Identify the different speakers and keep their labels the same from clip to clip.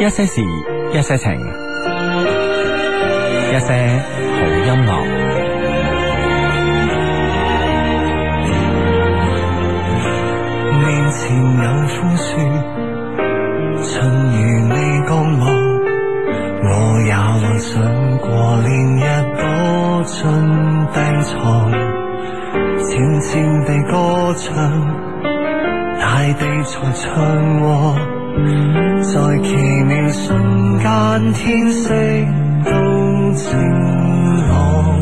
Speaker 1: 一些事，一些情，一些好音樂。
Speaker 2: 面前有枯樹，春如你降落，我也幻想過連日躲進病床，漸漸地歌唱，大地才唱和，在奇妙瞬間，天色都晴朗，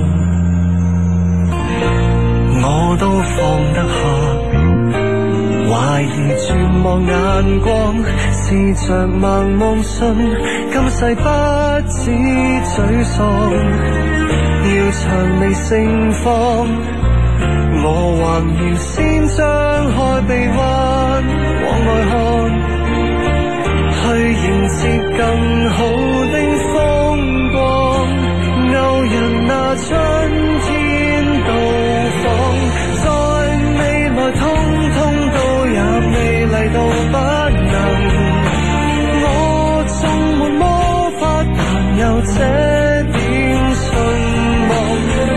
Speaker 2: 我都放得下。懷疑絕望眼光，試着盲目信，今世不止沮喪，要長未盛放，我還要先張開臂彎，往外看，去迎接更好的風光，勾人那春天到訪，再未來通通都。也美麗到不能，我縱沒魔法，但有這點信望。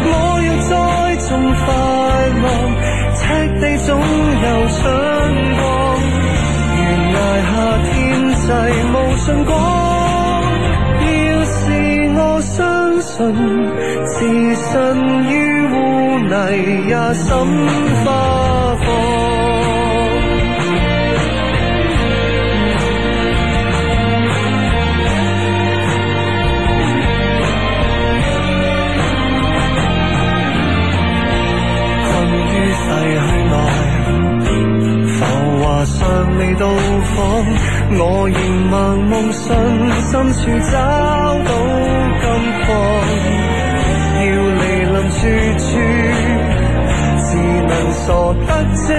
Speaker 2: 我要栽種快樂，赤地總有春光。懸崖下天際無盡光，要是我相信，置身於污泥也心花放。困於廢墟內，浮華尚未到訪，我仍盲夢信，深處找到金礦，要離林處處，只能傻得即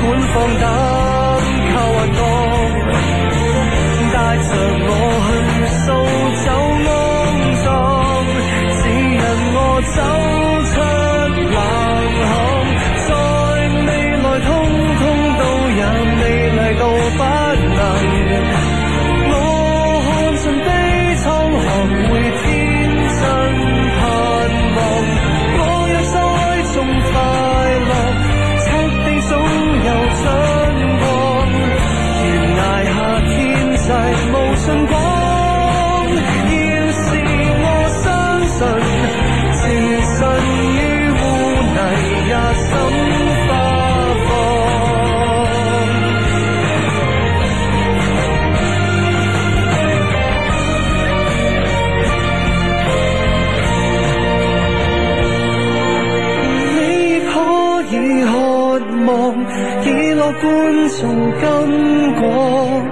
Speaker 2: 管放膽靠幻覺，帶着我去掃走安。只因我走出冷巷，在未來通通都也美麗到不能。我看盡悲愴，學會天真盼望。我若栽種快樂，赤地總有春光。懸崖下天際無盡光。置身於污泥也心花放。你可以渴望，以樂觀做金果，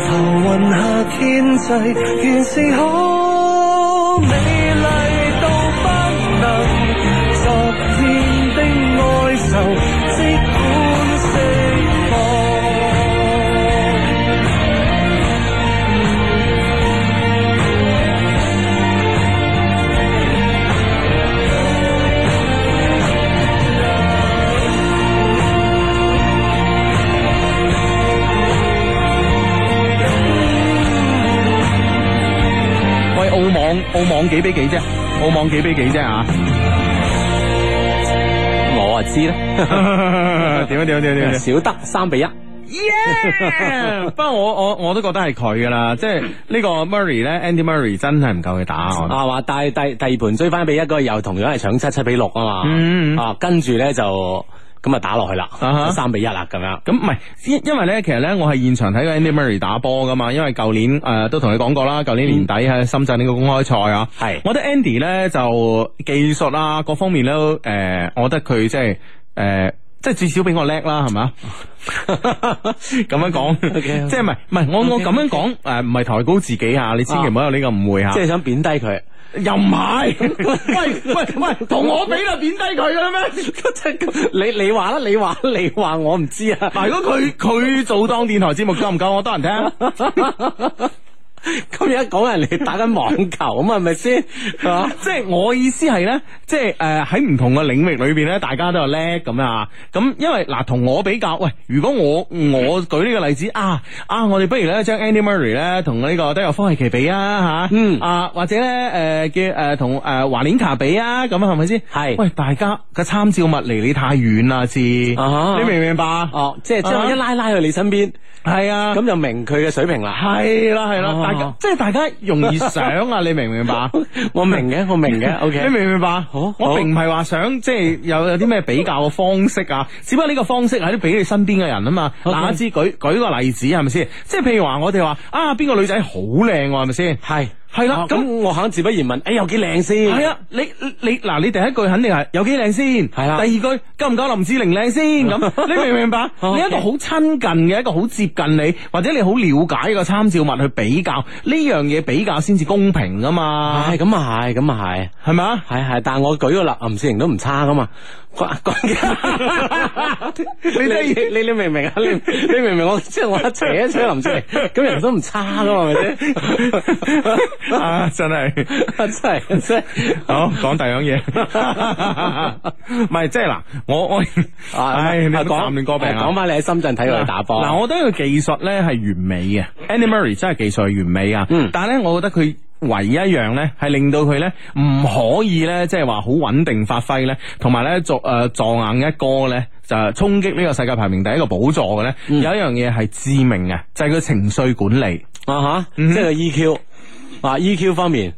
Speaker 2: 浮雲下天際，原是可美麗到不能。昨天的哀愁，即管釋放。
Speaker 3: 喂，澳網澳網幾比幾啫？澳網幾比幾 啫啊？
Speaker 1: 我啊知啦，
Speaker 3: 點啊點啊點啊點啊！
Speaker 1: 少得三比一。
Speaker 3: Yeah！不過 我我我都覺得係佢噶啦，即係呢個 Murray 咧，Andy Murray 真係唔夠佢 打我覺得。
Speaker 1: 啊嘛，但係第第二盤追翻俾一個又同樣係搶七七比六啊嘛，
Speaker 3: 嗯嗯
Speaker 1: 啊跟住咧就咁啊打落去啦
Speaker 3: 啊哈，啊
Speaker 1: 三比一啦咁樣。
Speaker 3: 咁唔係，因因為咧，其實咧，我係現場睇過 Andy Murray 打波噶嘛，因為舊年誒、呃都同你講過啦，舊年年底喺深圳呢個公開賽啊，
Speaker 1: 係
Speaker 3: 我覺得 Andy 咧就技術啊各方面咧都誒、呃我覺得佢即係誒。呃即係至少比我叻啦，係咪啊？ 咁樣講
Speaker 1: OK，OK
Speaker 3: 即係唔係唔係我我咁樣講誒，唔係抬高自己啊！你千祈唔好有呢個誤會啊吓。
Speaker 1: 即係想貶低佢，
Speaker 3: 又唔 係？喂喂喂，同我比就貶低佢啦 咩？
Speaker 1: 你你話啦，你話你話我唔知啊，
Speaker 3: 啊嗱，如果佢佢做當電台節目夠唔夠我多人聽？
Speaker 1: 今日一講人哋打緊網球咁啊，係咪先？係嘛
Speaker 3: 即係我意思係咧，即係誒喺唔同嘅領域裏邊咧，大家都有叻咁啊。咁因為嗱，同我比較，喂，如果我我舉呢個例子啊啊，我哋不如咧將 Andy Murray 咧同呢個德約科維奇比啊吓，
Speaker 1: 嗯
Speaker 3: 啊或者咧誒叫誒同誒華連卡比啊，咁係咪先？
Speaker 1: 係
Speaker 3: 喂，大家嘅參照物離你太遠啦，至你
Speaker 1: 啊哈
Speaker 3: 明唔明白？
Speaker 1: 哦，即係將一拉拉去你身邊，
Speaker 3: 係啊，
Speaker 1: 咁就明佢嘅水平啦。
Speaker 3: 係啦係啦，
Speaker 1: 啊
Speaker 3: 大家即係大家容易想啊，你明唔明白？
Speaker 1: 我明嘅，我明嘅。O
Speaker 3: 你
Speaker 1: K，
Speaker 3: 明唔明白？
Speaker 1: 好好
Speaker 3: 我並唔係話想即係有有啲咩比較嘅方式啊，只不過呢個方式係啲俾你身邊嘅人啊嘛。
Speaker 1: OK
Speaker 3: 嗱，我知舉舉個例子係咪先？即係譬如話我哋話啊，邊個女仔好靚喎，係咪先？
Speaker 1: 係
Speaker 3: 係啦
Speaker 1: 啊
Speaker 3: 咁
Speaker 1: 咁我肯自不然問，哎，有幾靚先？
Speaker 3: 係啊，你你你嗱，你第一句肯定係有幾靚先，
Speaker 1: 係啊啦
Speaker 3: 第二句夠唔夠林志玲靚先 咁，你明唔明白？
Speaker 1: 哦
Speaker 3: 你一個好親近嘅一個好接近你，或者你好了解個參照物去比較呢樣嘢比較先至公平噶嘛
Speaker 1: 唉，，咁啊係，咁啊係。
Speaker 3: 係 咪啊？
Speaker 1: 係係，但我舉個例，啊林志玲都唔差噶嘛。 關關鍵
Speaker 3: 你都要
Speaker 1: 你你明唔明啊？你你明唔明我即係我一扯一扯林志玲，咁人都唔差噶嘛，係咪先？
Speaker 3: 啊，真係。
Speaker 1: 真係真係
Speaker 3: 好，講第二樣嘢， 唔係即係嗱，我我，唉，你
Speaker 1: 啊講
Speaker 3: 講亂歌病啊
Speaker 1: 講！翻你喺深圳睇佢哋打波。
Speaker 3: 嗱，我覺得佢技術咧係完美嘅，Andy Murray 真係技術係完美啊！
Speaker 1: 嗯
Speaker 3: 但係咧，我覺得佢。唯一一樣咧，係令到佢咧唔可以咧，即係話好穩定發揮咧，同埋咧作誒撞硬一哥咧，就係衝擊呢個世界排名第一個寶座嘅咧，
Speaker 1: 嗯
Speaker 3: 有一樣嘢係致命嘅，就係、佢情緒管理。
Speaker 1: 啊吓，
Speaker 3: 嗯哼
Speaker 1: 即係個 EQ 啊 EQ 方面，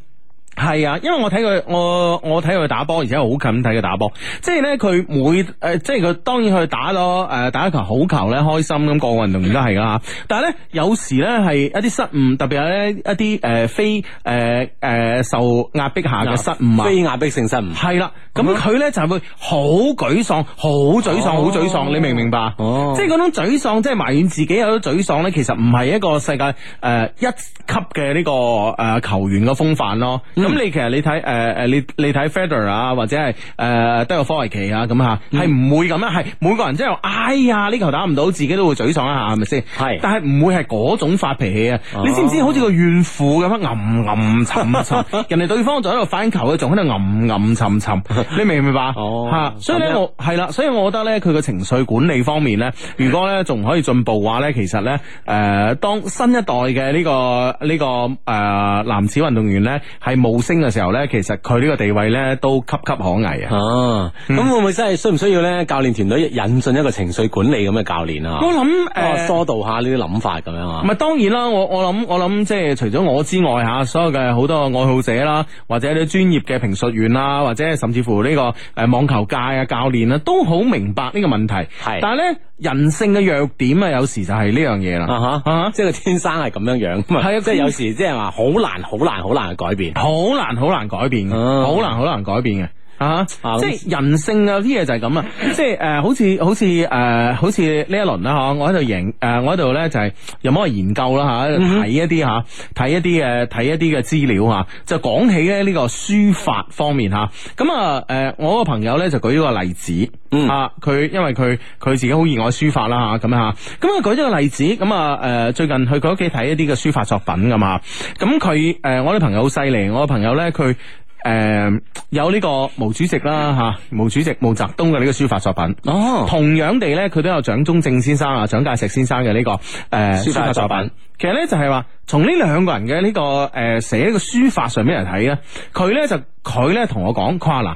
Speaker 3: 係啊，因為我睇佢，我我睇佢打波，而且我好近睇佢打波。即係咧，佢每誒、呃即係佢當然佢打咗誒、呃打一球好球咧，開心咁，個個運動員都係噶吓。但係咧，有時咧係一啲失誤，特別係咧一啲誒、呃非誒誒、呃受壓迫下嘅失誤啊。
Speaker 1: 非壓迫性失誤。
Speaker 3: 係啦，咁佢咧就係會好沮喪、好沮喪、好
Speaker 1: 啊哦
Speaker 3: 沮喪，你明唔明白？
Speaker 1: 哦
Speaker 3: 即係嗰種沮喪，即係埋怨自己有啲沮喪咧，其實唔係一個世界誒、呃一級嘅呢、個誒、呃球員嘅風範咯。
Speaker 1: 嗯
Speaker 3: 咁、你其實你睇誒誒你你睇 Federer 啊，或者係誒德約科維奇啊咁吓，
Speaker 1: 嗯
Speaker 3: 係唔會咁樣，係每個人真係話哎呀呢球打唔到，自己都會沮喪一下，係咪先？
Speaker 1: 係
Speaker 3: 但係唔會係嗰種發脾氣啊！
Speaker 1: 哦
Speaker 3: 你知唔知好似個怨婦咁樣吟吟沉 沉，人哋對方就喺度反球，佢仲喺度吟吟沉沉，你明唔明白？
Speaker 1: 哦
Speaker 3: 吓，所以咧
Speaker 1: 咁樣
Speaker 3: 我係啦，所以我覺得咧佢嘅情緒管理方面咧，如果咧仲可以進步嘅話咧，其實咧誒、呃，當新一代嘅呢、個呢、個誒、呃男子運動員咧係冇升嘅時候咧，其實佢呢個地位咧都岌岌可危啊！
Speaker 1: 哦，咁會唔會真係需唔需要咧？教練團隊引進一個情緒管理咁嘅教練啊？
Speaker 3: 我諗誒。
Speaker 1: 哦疏導下呢啲諗法咁樣啊
Speaker 3: 唔？係當然啦，我我諗我諗即係除咗我之外吓，所有嘅好多愛好者啦，或者啲專業嘅評述員啦，或者甚至乎呢、個誒、呃、網球界啊教練啦，都好明白呢個問題。
Speaker 1: 係
Speaker 3: 但係咧人性嘅弱點啊，有時就係呢樣嘢啦。
Speaker 1: 啊
Speaker 3: 啊
Speaker 1: 哈，即係佢天生係咁樣樣啊嘛，
Speaker 3: 係啊
Speaker 1: 即係有時即係話好難、好難、好難去改變。
Speaker 3: 好難好難改變嘅，
Speaker 1: 啊
Speaker 3: 好難好難改變嘅。啊！
Speaker 1: 啊
Speaker 3: 即係人性啊，啲嘢就係咁啊！即係誒、呃好似好似誒、呃好似呢一輪啦嚇，我喺度研誒、呃我喺度咧就係、有冇去研究啦嚇，
Speaker 1: 嗯
Speaker 3: 睇、一啲嚇，睇一啲嘅睇一啲嘅資料嚇、就講起咧呢個書法方面嚇。咁啊誒，我個朋友咧就舉咗個例子，
Speaker 1: 嗯
Speaker 3: 啊，佢因為佢佢自己好熱愛書法啦嚇，咁啊咁啊舉咗個例子，咁啊誒最近去佢屋企睇一啲嘅書法作品噶嘛，咁佢誒我啲朋友好犀利，我個朋友咧佢。誒、呃有呢個毛主席啦吓、毛主席毛澤東嘅呢個書法作品。
Speaker 1: 哦，
Speaker 3: 同樣地咧，佢都有蔣中正先生啊、蔣介石先生嘅呢、個誒、呃、
Speaker 1: 書法作品。
Speaker 3: 其實咧就係話，從呢兩個人嘅呢、個誒寫呢個書法上面嚟睇咧，佢咧就佢咧同我講，佢話嗱，誒、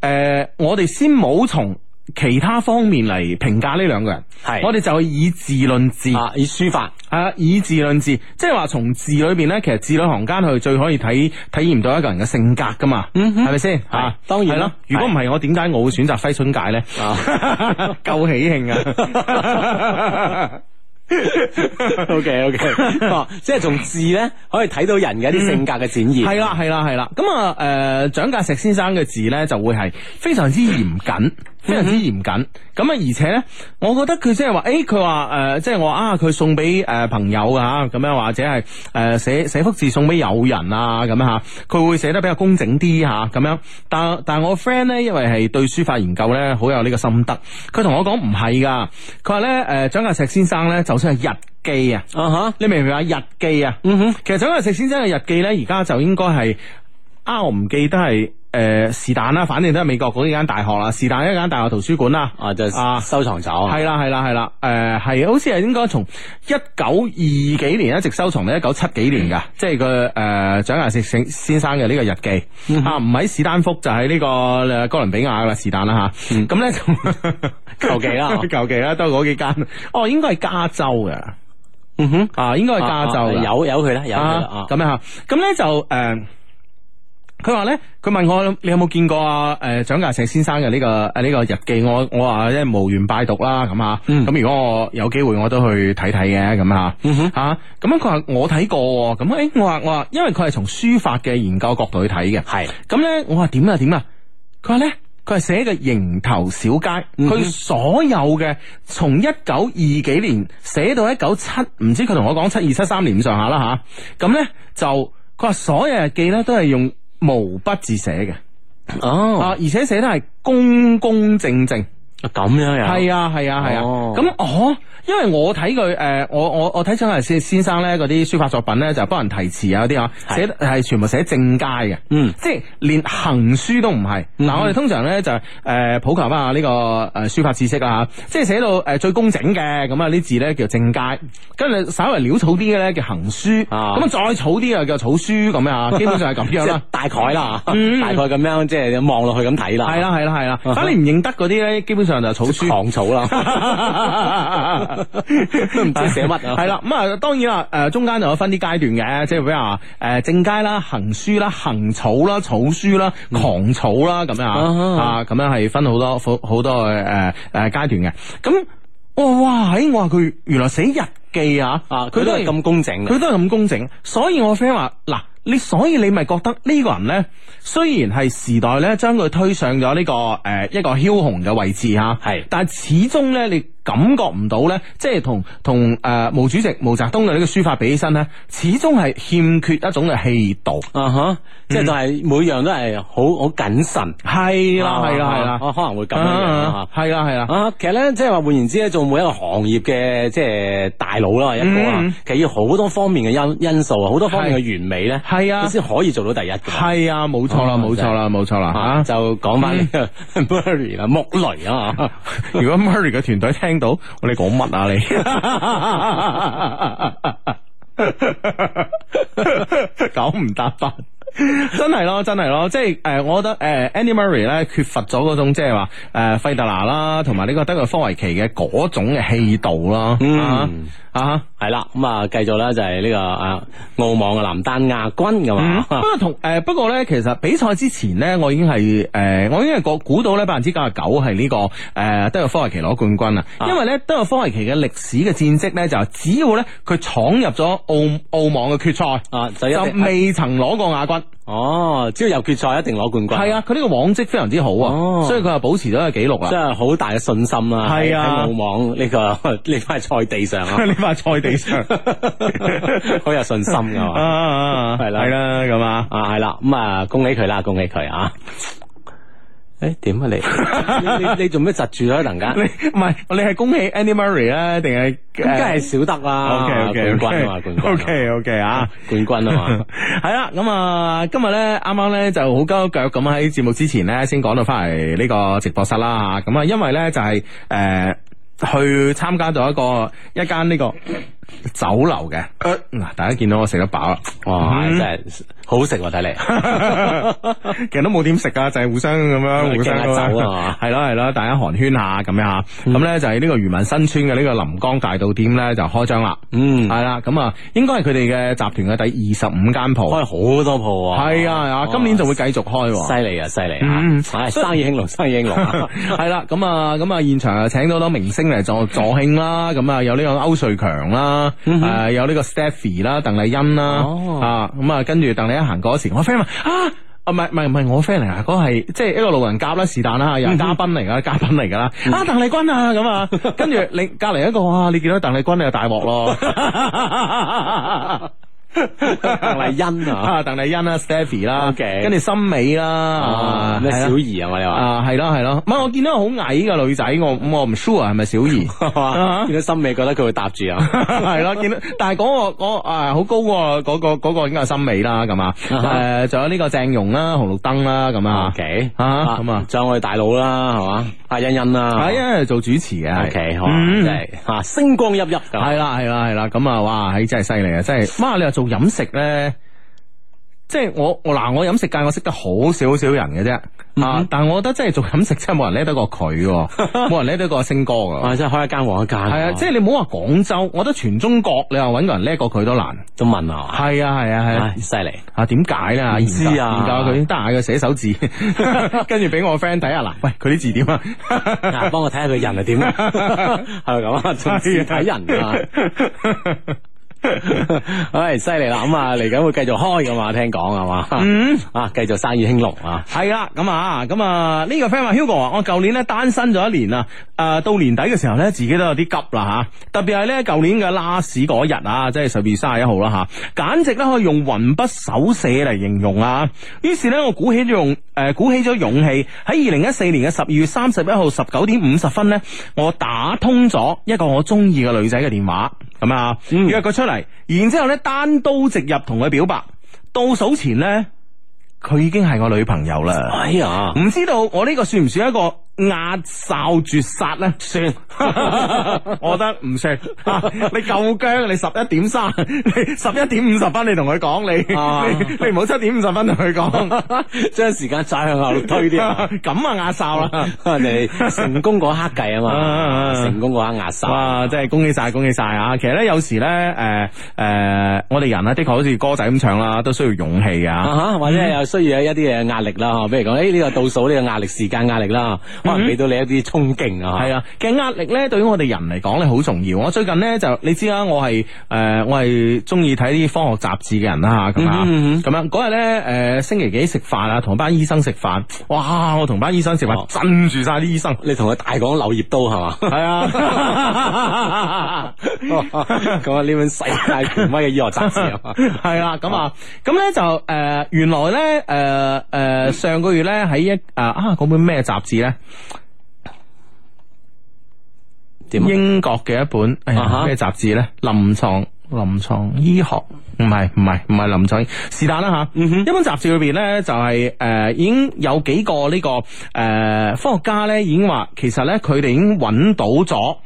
Speaker 3: 呃我哋先冇從其他方面嚟評價呢兩個人，
Speaker 1: 係
Speaker 3: 我哋就以字論字。
Speaker 1: 啊，以書 法
Speaker 3: 啊，以字論字，即係話從字裏邊咧，其實字裏行間去最可以體體驗到一個人嘅性格噶嘛，係咪先？啊，
Speaker 1: 當然啦
Speaker 3: 係咯如果唔係，我點解我會選擇揮春界咧？夠喜慶 啊！
Speaker 1: ，OK OK，哦，即係從字咧可以睇到人嘅一啲性格嘅展現。
Speaker 3: 係啦，係啦，係啦。咁啊，誒、蔣介石先生嘅字咧，就會係非常之嚴謹，非常之嚴謹。咁啊，而且咧，我覺得佢即係話，誒、佢話誒，即係我話啊，佢送俾誒、呃朋友啊，咁樣或者係誒寫寫幅字送俾友人啊，咁樣吓，佢會寫得比較工整啲吓，咁樣。但但我 friend 咧，因為係對書法研究咧，好有呢個心得，佢同我講唔係噶，佢話咧，誒、蔣介石先生咧，就算係日記啊，
Speaker 1: 啊哈，
Speaker 3: 你明唔明啊？日記啊，
Speaker 1: 嗯哼，
Speaker 3: 其實蔣介石先生嘅日記咧，而家就應該係啊，我唔記得係誒是但啦，反正都係美國嗰幾間大學啦，是但一間大學圖書館啦。
Speaker 1: 啊就
Speaker 3: 啊
Speaker 1: 收藏咗，
Speaker 3: 係啦，係啦，係啦，誒，係，好似係應該從一九二幾年一直收藏到一九七幾
Speaker 1: 嗯
Speaker 3: 年噶，即係個誒蔣介石先先生嘅呢個日記
Speaker 1: 嗯
Speaker 3: 啊，唔喺史丹福就喺呢個誒哥倫比亞啦，是但啦吓，咁咧就
Speaker 1: 嗯 求其啦哦
Speaker 3: 求其啦，都係嗰幾間，哦，應該係加州嘅，
Speaker 1: 嗯哼，
Speaker 3: 啊，應該係加州
Speaker 1: 啊
Speaker 3: 嘅。
Speaker 1: 有有佢啦，有佢啦
Speaker 3: 啊
Speaker 1: 啊，
Speaker 3: 咁樣吓，咁咧就誒。佢話咧，佢問我你有冇見過啊？誒、蔣介石先生嘅呢、個誒呢、個日記，我我話即係無緣拜讀啦，咁啊，咁、
Speaker 1: 嗯
Speaker 3: 如果我有機會我都去睇睇嘅，咁啊，
Speaker 1: 嗯哼
Speaker 3: 啊，咁樣佢話我睇過喎，咁誒、欸我話我話，因為佢係從書法嘅研究角度去睇嘅，
Speaker 1: 係
Speaker 3: 咁咧我話點啊點啊，佢話咧。佢係寫嘅迎頭小街，
Speaker 1: 嗯
Speaker 3: 佢、所有嘅從一九二幾年寫到一九七，唔知佢同我講七二七三年咁上下啦吓，咁咧就佢話所有日記咧都係用毛筆字寫嘅，啊
Speaker 1: 哦，
Speaker 3: 而且寫得係公公正正。
Speaker 1: 咁樣樣
Speaker 3: 係啊係啊係啊，
Speaker 1: 哦
Speaker 3: 咁哦，因為我睇佢誒，我我我睇蔣介石先生咧嗰啲書法作品咧，就幫人題詞啊嗰啲啊，
Speaker 1: 係
Speaker 3: 寫得係全部寫正楷嘅，
Speaker 1: 嗯
Speaker 3: 即係連行書都唔係。嗱，我哋通常咧就係誒普及一下呢個誒呃書法知識啦嚇，即係寫到誒最工整嘅咁啊啲字咧叫正楷，跟住稍微潦草啲嘅咧叫行書，
Speaker 1: 啊
Speaker 3: 咁啊再草啲啊叫草書咁樣啊，基本上係咁樣
Speaker 1: 即係
Speaker 3: 啦。
Speaker 1: 大概啦，
Speaker 3: 嗯
Speaker 1: 大概咁樣，即係望落去咁睇啦，
Speaker 3: 係啦係啦係啦，反正唔認得嗰啲咧，基本上就係草書。
Speaker 1: 狂草 啦，都唔知寫乜 啊，
Speaker 3: 系啦，咁啊，當然啦，诶、中間就有分啲階段嘅，即係比如話诶正楷啦、行書啦、行草啦、草書啦、狂草啦咁樣
Speaker 1: 嗯啊
Speaker 3: 啊，啊，咁樣係分好多好好多嘅诶诶阶段嘅。咁我哇，喺我話佢原來寫日記啊，
Speaker 1: 啊，佢都係咁工整嘅，
Speaker 3: 佢都係咁工整，所以我 friend 話嗱，你所以你咪覺得呢個人呢，雖然係時代呢將佢推上咗呢、個誒、呃一個枭雄嘅位置嚇，
Speaker 1: 係
Speaker 3: 但係始終呢，你感覺唔到呢，即係同同誒毛主席毛澤東嘅呢個書法比起身呢，始終係欠缺一種嘅氣度。
Speaker 1: 啊哈，
Speaker 3: 嗯
Speaker 1: 即係就係每樣都係好好謹慎，
Speaker 3: 係啦，係啦，係啦，
Speaker 1: 啊可能會咁樣樣啊。
Speaker 3: 係啦，係啦。
Speaker 1: 啊，其實咧，即係話換言之咧，做每一個行業嘅即係大佬啦，一個
Speaker 3: 嗯
Speaker 1: 啊，其實要好多方面嘅因因素啊，好多方面嘅完美咧，
Speaker 3: 係啊
Speaker 1: 你先可以做到第一嘅。
Speaker 3: 係啊，冇錯啦，
Speaker 1: 啊
Speaker 3: 冇錯啦，冇錯啦
Speaker 1: 啊，
Speaker 3: 吓！
Speaker 1: 就講翻呢
Speaker 3: 嗯
Speaker 1: 個 Murray 啦，穆雷啊，
Speaker 3: 如果 Murray 嘅團隊聽到，我哋講乜啊你？ 九唔搭八。真係咯，真係咯，即係誒、呃我覺得誒、呃 Andy Murray 咧缺乏咗嗰種即係話誒費特拿啦，同埋呢個德約科維奇嘅嗰種嘅氣度啦，
Speaker 1: 嗯
Speaker 3: 啊啊
Speaker 1: 係啦，咁啊，繼續啦，就係呢個啊澳網嘅男單亞軍咁啊
Speaker 3: 嗯
Speaker 1: 嘛，
Speaker 3: 不過同誒、呃不過咧，其實比賽之前咧，我已經係誒、呃我已經係覺估到咧百分之九十九係呢個誒、呃德約科維奇攞冠軍啦。
Speaker 1: 啊
Speaker 3: 因為咧德約科維奇嘅歷史嘅戰績咧，就係只要咧佢闖入咗澳澳網嘅決賽，
Speaker 1: 啊，就一
Speaker 3: 就
Speaker 1: 定
Speaker 3: 未曾攞過亞軍。
Speaker 1: 哦，只要有決賽一定攞冠軍，
Speaker 3: 係啊，佢呢個往績非常之好啊，
Speaker 1: 哦
Speaker 3: 所以佢係保持咗個紀錄
Speaker 1: 真
Speaker 3: 啊。
Speaker 1: 係好大嘅信心啦，
Speaker 3: 係啊
Speaker 1: 喺澳網呢個 呢塊賽地上 啊，
Speaker 3: 你話賽地上
Speaker 1: 好有信心噶
Speaker 3: 啊
Speaker 1: 嘛。
Speaker 3: 啊，
Speaker 1: 係啦
Speaker 3: 係啦，咁啊。
Speaker 1: 啊，系啦，咁啊，恭喜佢啦，恭喜佢啊！诶，點啊 你？你你你做咩窒住咗？突然間，
Speaker 3: 你唔係你係恭喜 Andy Murray 啊，定係
Speaker 1: 咁梗係少得啦
Speaker 3: O K O K
Speaker 1: 冠軍啊嘛，冠軍啊
Speaker 3: O K O K 啊。
Speaker 1: 冠軍 啊嘛，
Speaker 3: 系啦，咁啊，今日咧，啱啱咧就好鳩腳咁喺節目之前咧，先講到翻嚟呢個直播室啦吓，咁啊，因為咧就係呃去參加咗一個一間呢個酒樓嘅，呃嗱、大家見到我食得飽啦，
Speaker 1: 哇，真係好食喎，睇 嚟，
Speaker 3: 其實都冇點食噶，就係互相咁樣，互相咁
Speaker 1: 傾下
Speaker 3: 樣
Speaker 1: 酒啊嗯嘛
Speaker 3: 係咯係咯，大家寒暄下咁樣吓，咁咧就係呢個漁民新村嘅呢個臨江大道店咧就開張啦，
Speaker 1: 嗯，
Speaker 3: 係啦，咁啊，應該係佢哋嘅集團嘅第二十五間鋪。
Speaker 1: 開好多鋪啊，
Speaker 3: 係啊，係啊，
Speaker 1: 哇
Speaker 3: 今年就會繼續開
Speaker 1: 犀
Speaker 3: 喎。
Speaker 1: 利啊，犀利
Speaker 3: 嗯
Speaker 1: 啊，唉，生意興 隆，生意興隆啊，
Speaker 3: 係啦，咁啊，咁啊，現場啊請到好多明星
Speaker 1: 嗯
Speaker 3: 嚟助助興啦，咁啊有呢個歐瑞強啦，誒有呢個 Stephy 啦，鄧麗欣啦，
Speaker 1: 嗯哦
Speaker 3: 啊咁啊跟住鄧麗欣行過嗰時，我 friend 話啊。啊，唔係唔係唔係我 friend 嚟啊，嗰個係即係一個路人甲啦，是但
Speaker 1: 嗯
Speaker 3: 啦，又係嘉賓嚟 噶，嘉賓嚟噶啦，啊鄧麗君啊咁啊， 跟住你隔離一個啊，你見到鄧麗君你就大鑊咯。
Speaker 1: 鄧麗欣啊，
Speaker 3: 啊，鄧麗欣啦，Stephy 啦
Speaker 1: OK
Speaker 3: 跟住森美啦，
Speaker 1: 啊
Speaker 3: 啊，
Speaker 1: 咩
Speaker 3: 係啦
Speaker 1: 小儀啊嘛，你話
Speaker 3: 啊，係咯係咯，唔係我見到好矮嘅女仔，我咁我唔 sure 係咪小儀，啊
Speaker 1: 見到森美覺得佢會搭住啊，
Speaker 3: 係咯，見到，但係嗰、個嗰啊好高喎，嗰、個嗰、個應該係森美啦，咁啊，
Speaker 1: 啊哈
Speaker 3: 誒仲有呢個鄭融啦、紅綠燈啦，咁 啊
Speaker 1: OK
Speaker 3: 啊咁啊，
Speaker 1: 仲有我哋大佬啦，係嘛，阿欣欣啦，
Speaker 3: 係因為做主持嘅係
Speaker 1: O K，
Speaker 3: 嗯
Speaker 1: 啊真係吓星光熠熠咁，
Speaker 3: 係啊啦係啦係啦，咁啊哇，係真係犀利啊，真係，哇你話做飲食咧。即係我我嗱，我飲食界我識得好少少人嘅啫，
Speaker 1: 嗯
Speaker 3: 啊！但係我覺得真係做飲食真係冇人叻得過佢喎， 冇人叻得過星哥㗎。
Speaker 1: 啊，真係開一間旺一間，
Speaker 3: 係啊，即係你唔好話廣州，我覺得全中國你話揾個人叻過佢都難。
Speaker 1: 都問啊，
Speaker 3: 係啊，係啊，係啊
Speaker 1: 唉，。犀利，
Speaker 3: 啊，點解咧？
Speaker 1: 唔知啊
Speaker 3: 研究下佢得閒佢寫手字， 跟住俾我 friend 睇下嗱，喂，佢啲字點啊？
Speaker 1: 啊，幫我睇下佢人係點，係 咪咁啊？仲是睇人啊！唉，犀利啦！咁啊，嚟緊會繼續開噶嘛？聽講係嘛？嗯，啊，繼續生意興隆啊！
Speaker 3: 係啦，咁啊，咁啊，呢個 friend 話 Hugo 啊，我舊年咧單身咗一年啊，誒，到年底嘅時候咧，自己都有啲急啦吓，特別係咧舊年嘅 last 嗰日啊，即係十二月三十一號啦吓，簡直咧可以用魂不守舍嚟形容啊。於是咧，我鼓起咗勇，誒，鼓起咗勇氣，喺二零一四年嘅十二月三十一號十九點五十分咧，我打通咗一個我中意嘅女仔嘅電話，咁啊，約佢出嚟，然之後咧單刀直入同佢表白，倒數前咧。佢已經係我女朋友啦。
Speaker 1: 哎 呀，
Speaker 3: 唔知道我呢個算唔算一個壓哨絕殺咧？算， 我覺得唔算。 你夠姜，你十一點三，你十一點五十分，你同佢講你，
Speaker 1: 啊
Speaker 3: 你你唔好七點五十分同佢講，
Speaker 1: 將時間再向後 推啲啊！
Speaker 3: 咁啊壓哨啦。
Speaker 1: 你成功嗰刻計啊
Speaker 3: 啊啊
Speaker 1: 嘛，
Speaker 3: 啊
Speaker 1: 成功嗰刻壓晒，
Speaker 3: 哇！真係恭喜晒，恭喜晒啊！其實咧，有時咧，誒、誒，我哋人咧，的確好似歌仔咁唱啦，都需要勇氣嘅啊。
Speaker 1: 啊哈，或者係有需要一啲嘅壓力啦，嚇，比如講，誒哎呢個倒數呢個壓力、時間壓力啦，可能俾到你一啲衝勁啊，
Speaker 3: 系
Speaker 1: 啊，
Speaker 3: 嗯啊，其實壓力咧對於我哋人嚟講咧好重要。我最近咧就你知啦，我係誒、呃我係中意睇啲科學雜誌嘅人啦咁啊，
Speaker 1: 嗯
Speaker 3: 咁樣嗰日咧誒星期幾食飯啊，同班醫生食飯，哇！我同班醫生食
Speaker 1: 哦
Speaker 3: 飯震住晒啲 醫生。
Speaker 1: 你同佢大講柳葉刀係嘛？
Speaker 3: 係啊，
Speaker 1: 咁啊，呢本世界權威嘅醫學雜誌 啊，
Speaker 3: 係啦，咁啊，咁咧就誒、呃原來咧誒誒上個月咧喺一啊啊嗰本咩雜誌咧，
Speaker 1: 點啊
Speaker 3: 英國嘅一本哎
Speaker 1: 啊哈
Speaker 3: 呀咩雜誌咧，臨床臨床醫學。唔係唔係唔係臨床醫，是但啦吓。
Speaker 1: 嗯
Speaker 3: 一本雜誌裏邊咧就係、誒、已經有幾個呢、個誒、科學家咧已經話，其實咧佢哋已經揾到咗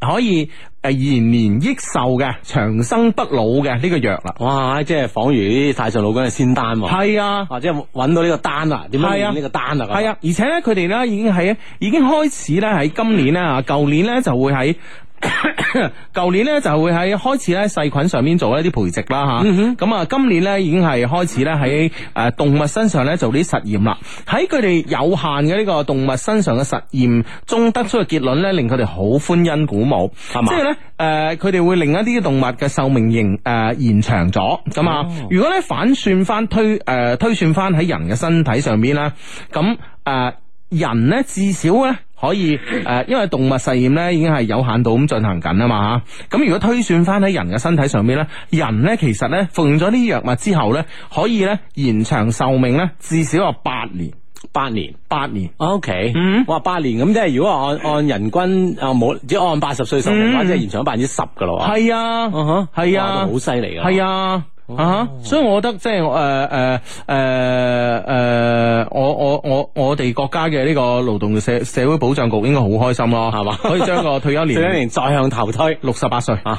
Speaker 3: 可以誒延年益壽嘅長生不老嘅呢個藥啦。
Speaker 1: 哇！即係仿如啲太上老君嘅仙丹喎，
Speaker 3: 係啊。
Speaker 1: 啊，即係揾到呢個丹啊，點樣
Speaker 3: 係啊
Speaker 1: 用呢個丹啊？
Speaker 3: 係啊，而且咧，佢哋咧已經喺已經開始咧喺今年咧啊，舊年咧就會喺。 舊年咧就會喺開始咧細菌上面做一啲培植啦
Speaker 1: 嗯
Speaker 3: 吓，咁啊、今年咧已經係開始咧喺誒動物身上咧做啲實驗啦。喺佢哋有限嘅呢個動物身上嘅實驗中得出嘅結論咧，令佢哋好歡欣鼓舞，
Speaker 1: 係嘛
Speaker 3: 即係咧誒佢哋會令一啲動物嘅壽命延誒、呃延長咗咁啊。
Speaker 1: 哦
Speaker 3: 如果咧反算翻推誒、呃推算翻喺人嘅身體上邊啦，咁誒、呃人咧至少咧。可以誒、呃因為動物實驗咧已經係有限度咁進行緊啊嘛嚇，咁如果推算翻喺人嘅身體上面咧，人咧其實咧服用咗呢啲藥物之後咧，可以咧延長壽命咧至少有八年，
Speaker 1: 八年。
Speaker 3: 八年。
Speaker 1: O K，
Speaker 3: 嗯
Speaker 1: 哇八年咁即係如果按按人均啊冇，即係按八十歲壽命嘅話，
Speaker 3: 嗯
Speaker 1: 即係延長百分之十噶咯喎。
Speaker 3: 係啊，係
Speaker 1: 哇
Speaker 3: 啊，
Speaker 1: 都好犀利啊！
Speaker 3: 係啊。啊，所以我呃覺得即係誒誒誒誒，呃我我我我哋國家嘅呢個勞動社社會保障局應該好開心咯，
Speaker 1: 係嘛
Speaker 3: 可以將個退休
Speaker 1: 四
Speaker 3: 年
Speaker 1: 一
Speaker 3: 齡
Speaker 1: 年再向頭 推，
Speaker 3: 六十八歲
Speaker 1: 啊，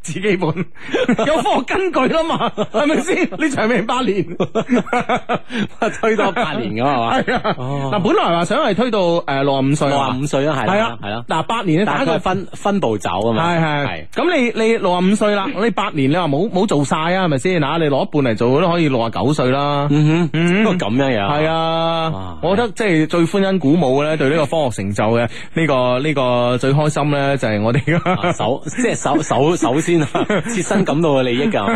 Speaker 3: 自 己本有科學根據啦嘛，係咪先？你長命八年，
Speaker 1: 推多八年咁係嘛？
Speaker 3: 係啊，
Speaker 1: 哦
Speaker 3: 嗱本來話想係推到誒六十五歲
Speaker 1: 六
Speaker 3: 啊
Speaker 1: 啊
Speaker 3: 嘛，
Speaker 1: 五歲啦，係
Speaker 3: 係啊
Speaker 1: 啦，係啦，
Speaker 3: 嗱八年你打
Speaker 1: 大概
Speaker 3: 個
Speaker 1: 分分步走啊嘛。
Speaker 3: 系系，咁你你六十五歲啦，你八年你話冇冇做晒啊，係咪先嗱？你攞一半嚟做都可以六十九歲啦。
Speaker 1: 嗯
Speaker 3: 嗯
Speaker 1: 哼，咁樣樣
Speaker 3: 係
Speaker 1: 哇
Speaker 3: 啊，我覺得即係最歡欣鼓舞嘅咧，對呢個科學成就嘅呢個呢個最開心咧，就係我
Speaker 1: 啊
Speaker 3: 哋
Speaker 1: 首即係首首首先 啊，切身感到嘅利益㗎，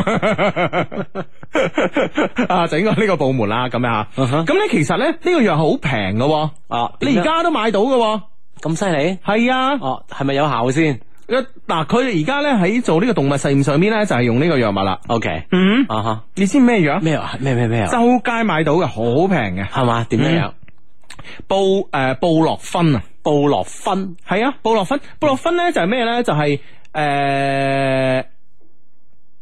Speaker 3: 啊，整個呢個部門啦，咁樣啊。
Speaker 1: 嗯哼
Speaker 3: 咁咧其實咧呢個藥係好平嘅喎，
Speaker 1: 啊，
Speaker 3: 你而家都買到嘅喎，
Speaker 1: 咁犀利？
Speaker 3: 係啊。
Speaker 1: 哦，係咪有效先？
Speaker 3: 嗱，佢哋而家咧喺做呢個動物實驗上面咧，就係用呢個藥物啦。
Speaker 1: O K，
Speaker 3: 嗯，
Speaker 1: 啊哈，
Speaker 3: 你知咩藥？
Speaker 1: 咩啊？咩咩咩啊？
Speaker 3: 周街買到嘅，好平嘅，
Speaker 1: 係嘛？點樣
Speaker 3: 嗯
Speaker 1: 樣？
Speaker 3: 布誒布洛芬啊，
Speaker 1: 布洛芬
Speaker 3: 係啊，布洛
Speaker 1: 嗯
Speaker 3: 芬，布洛芬咧就係咩咧？就係、誒。呃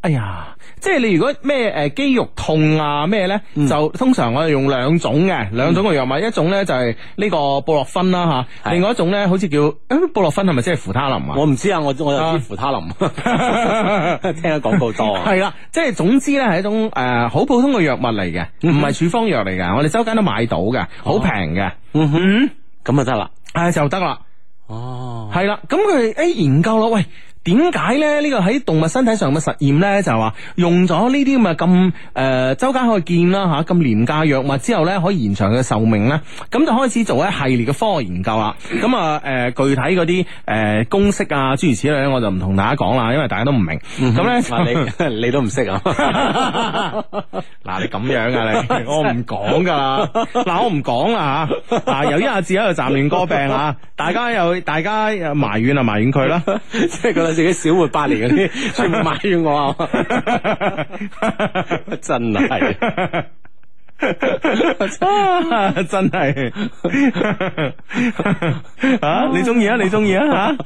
Speaker 3: 哎呀，即係你如果咩誒肌肉痛啊咩咧，
Speaker 1: 嗯
Speaker 3: 就通常我哋用兩種嘅兩種嘅藥物，一種咧就係呢個布洛芬啦吓，
Speaker 1: 係
Speaker 3: 另外一種咧好似叫誒布洛芬係咪即係扶他林啊？
Speaker 1: 我唔知啊，我我就
Speaker 3: 啊
Speaker 1: 知扶他 林， 聽咗廣告多啊。
Speaker 3: 系啦，即係總之咧係一種诶好、普通嘅藥物嚟嘅，
Speaker 1: 嗯
Speaker 3: 唔係處方藥嚟嘅，我哋周街都買到嘅，好平嘅，
Speaker 1: 嗯哼，咁就得啦。
Speaker 3: 诶、就得啦，
Speaker 1: 哦，
Speaker 3: 係啦，咁佢哋诶研究啦，喂。點解咧？呢、個喺動物身體上嘅實驗咧，就係話用咗呢啲咁嘅咁誒周街可以見啦嚇，咁廉價藥物之後咧，可以延長佢嘅壽命咧，咁就開始做一系列嘅科學研究啦。咁啊誒，具體嗰啲誒公式啊諸如此類咧，我就唔同大家講啦，因為大家都唔明。咁咧、就
Speaker 1: 嗱你 你都唔識嗯啊？
Speaker 3: 嗱，你咁樣噶 你，我唔講噶啦，嗱我唔講啦吓，啊嗱由於阿志喺度暫亂歌病啊，大家又大家又埋怨啊埋怨佢啦，
Speaker 1: 即係覺得自己小活八年嗰啲，全部埋怨我 啊！真係。
Speaker 3: 啊 真係啊！你中意啊，你中意啊吓！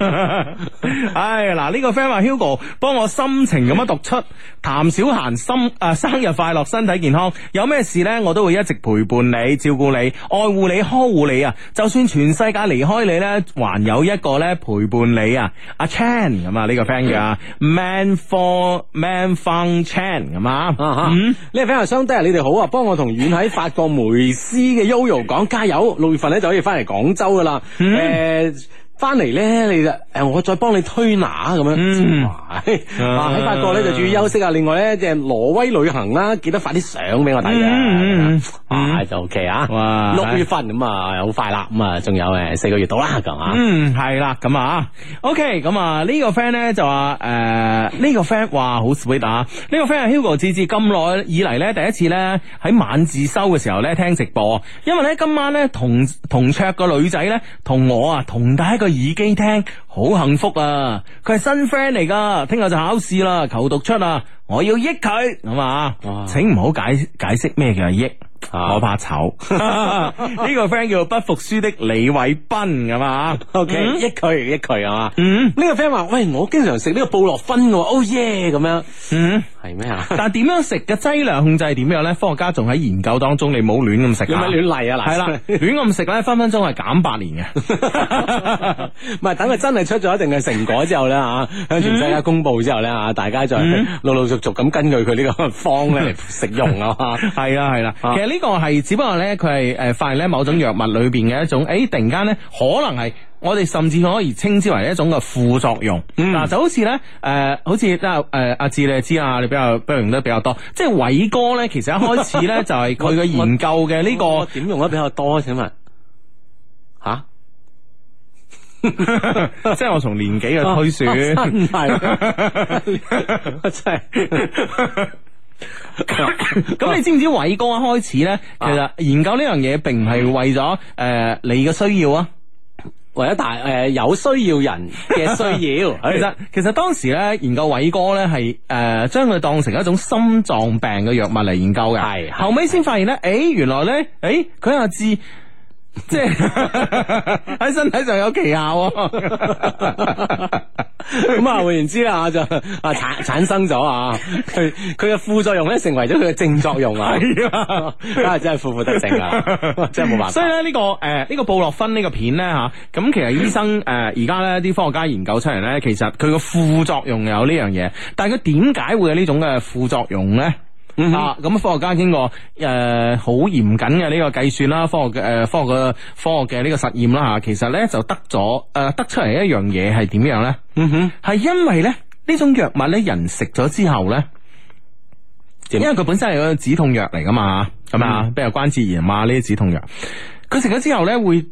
Speaker 3: 唉，嗱呢個 friend 話 Hugo 幫我心情咁樣讀出譚小嫻心啊生日快樂，身體健康，有咩事呢？我都會一直陪伴你，照顧你，愛護你，呵護你啊！就算全世界離開你呢，還有一個呢陪伴你啊！阿 Chan 咁啊，呢個 friend 叫啊 Man for Man Fun Chan 咁啊，
Speaker 1: 啊哈！呢位 friend 話相低啊，你哋好啊！幫我同遠喺法國梅斯嘅 Yoyo 講加油，六月份咧就可以翻嚟廣州噶啦。
Speaker 3: 嗯
Speaker 1: 誒翻嚟咧，你就誒我再幫你推拿咁樣。
Speaker 3: 嗯
Speaker 1: 哇啊喺法國咧就注意休息啊！另外咧，即係挪威旅行啦，記得發啲相俾我睇
Speaker 3: 嗯嗯
Speaker 1: 啊！啊就 OK 啊！
Speaker 3: 哇
Speaker 1: 六月份咁啊，好快啦！咁啊，仲有誒四個月到啦，咁啊。
Speaker 3: 嗯，係啦，咁啊，OK，咁啊呢個 friend 咧就話誒呢個 friend 哇好 sweet 啊！呢、個 friend 係 Hugo 自至咁耐以嚟咧第一次咧喺晚自修嘅時候咧聽直播，因為咧今晚咧同同桌個女仔咧同我啊同戴一個耳機聽，好幸福啊！佢係新 friend 嚟噶，聽日就考試啦，求讀出啊！我要益佢咁啊
Speaker 1: 哇！
Speaker 3: 請唔好解解釋咩叫益。
Speaker 1: 啊
Speaker 3: 我怕醜， 呢個 friend 叫不服輸的李偉斌咁啊
Speaker 1: OK，益佢益佢啊嘛。
Speaker 3: 嗯
Speaker 1: 呢個 friend 話：喂，我經常食呢個布洛芬嘅喎，Oh yeah 咁樣。
Speaker 3: 嗯，
Speaker 1: 係咩啊？
Speaker 3: 但係點樣食嘅劑量控制係點樣咧？科學家仲喺研究當中，你唔好亂咁食
Speaker 1: 你
Speaker 3: 啊。
Speaker 1: 咪亂嚟啊！嗱，
Speaker 3: 係啦，亂咁食咧，分分鐘係減八年嘅。
Speaker 1: 唔係等佢真係出咗一定嘅成果之後咧吓，向全世界
Speaker 3: 嗯
Speaker 1: 公佈之後咧吓，大家再陸陸續續咁根據佢呢個方咧嚟食用啊嘛。
Speaker 3: 係啦係啦，其
Speaker 1: 啊
Speaker 3: 實呢個係只不過咧，佢係诶發現咧某種藥物裏边嘅一種，诶突然間咧可能係我哋甚至可以稱之為一種嘅副作用。
Speaker 1: 嗯
Speaker 3: 嗱就好似咧诶，好似诶阿志你知啊，你比較比較用得比較多，即係偉哥咧，其實一開始咧 就係佢嘅研究嘅呢
Speaker 1: 我
Speaker 3: 個
Speaker 1: 哦點用得比較多？啊請問吓？，
Speaker 3: 即係我從年紀嘅 推
Speaker 1: 真
Speaker 3: 算。
Speaker 1: 係真係。
Speaker 3: 咁你知唔知偉哥一開始咧，其實研究呢樣嘢並唔係為咗诶你嘅需要啊？
Speaker 1: 或者大誒有需要人嘅 需要，
Speaker 3: 其實其實當時咧研究偉哥咧係誒將佢當成一種心臟病嘅藥物嚟研究嘅，
Speaker 1: 係係
Speaker 3: 後尾先發現咧，誒、原來咧，誒佢又治，即係 喺身體上有奇效啊！
Speaker 1: 咁啊，換言之啦，就啊產產生咗啊，佢佢嘅副作用咧，成為咗佢嘅正作用啊，啊真係負負得正啊，真係冇辦
Speaker 3: 所以
Speaker 1: 法。
Speaker 3: 咧呢、個呃誒呢、個布洛芬呢個片咧嚇，咁其實醫生誒呃而家咧啲科學家研究出嚟咧，其實佢個副作用有呢樣嘢，但係佢點解會有呢種嘅副作用咧？啊，咁科學家經過誒好嚴謹嘅呢個計算啦，科學嘅誒、呃科學嘅科學嘅呢個實驗啦嚇，其實咧就得咗誒、得出嚟一樣嘢係點樣咧？嗯哼，係因為咧呢種藥物咧人食咗之後咧。因
Speaker 1: 點
Speaker 3: 為佢本身係個止痛藥嚟噶嘛，係咪啊？比如關節炎啊呢啲止痛藥，佢食咗之後咧，會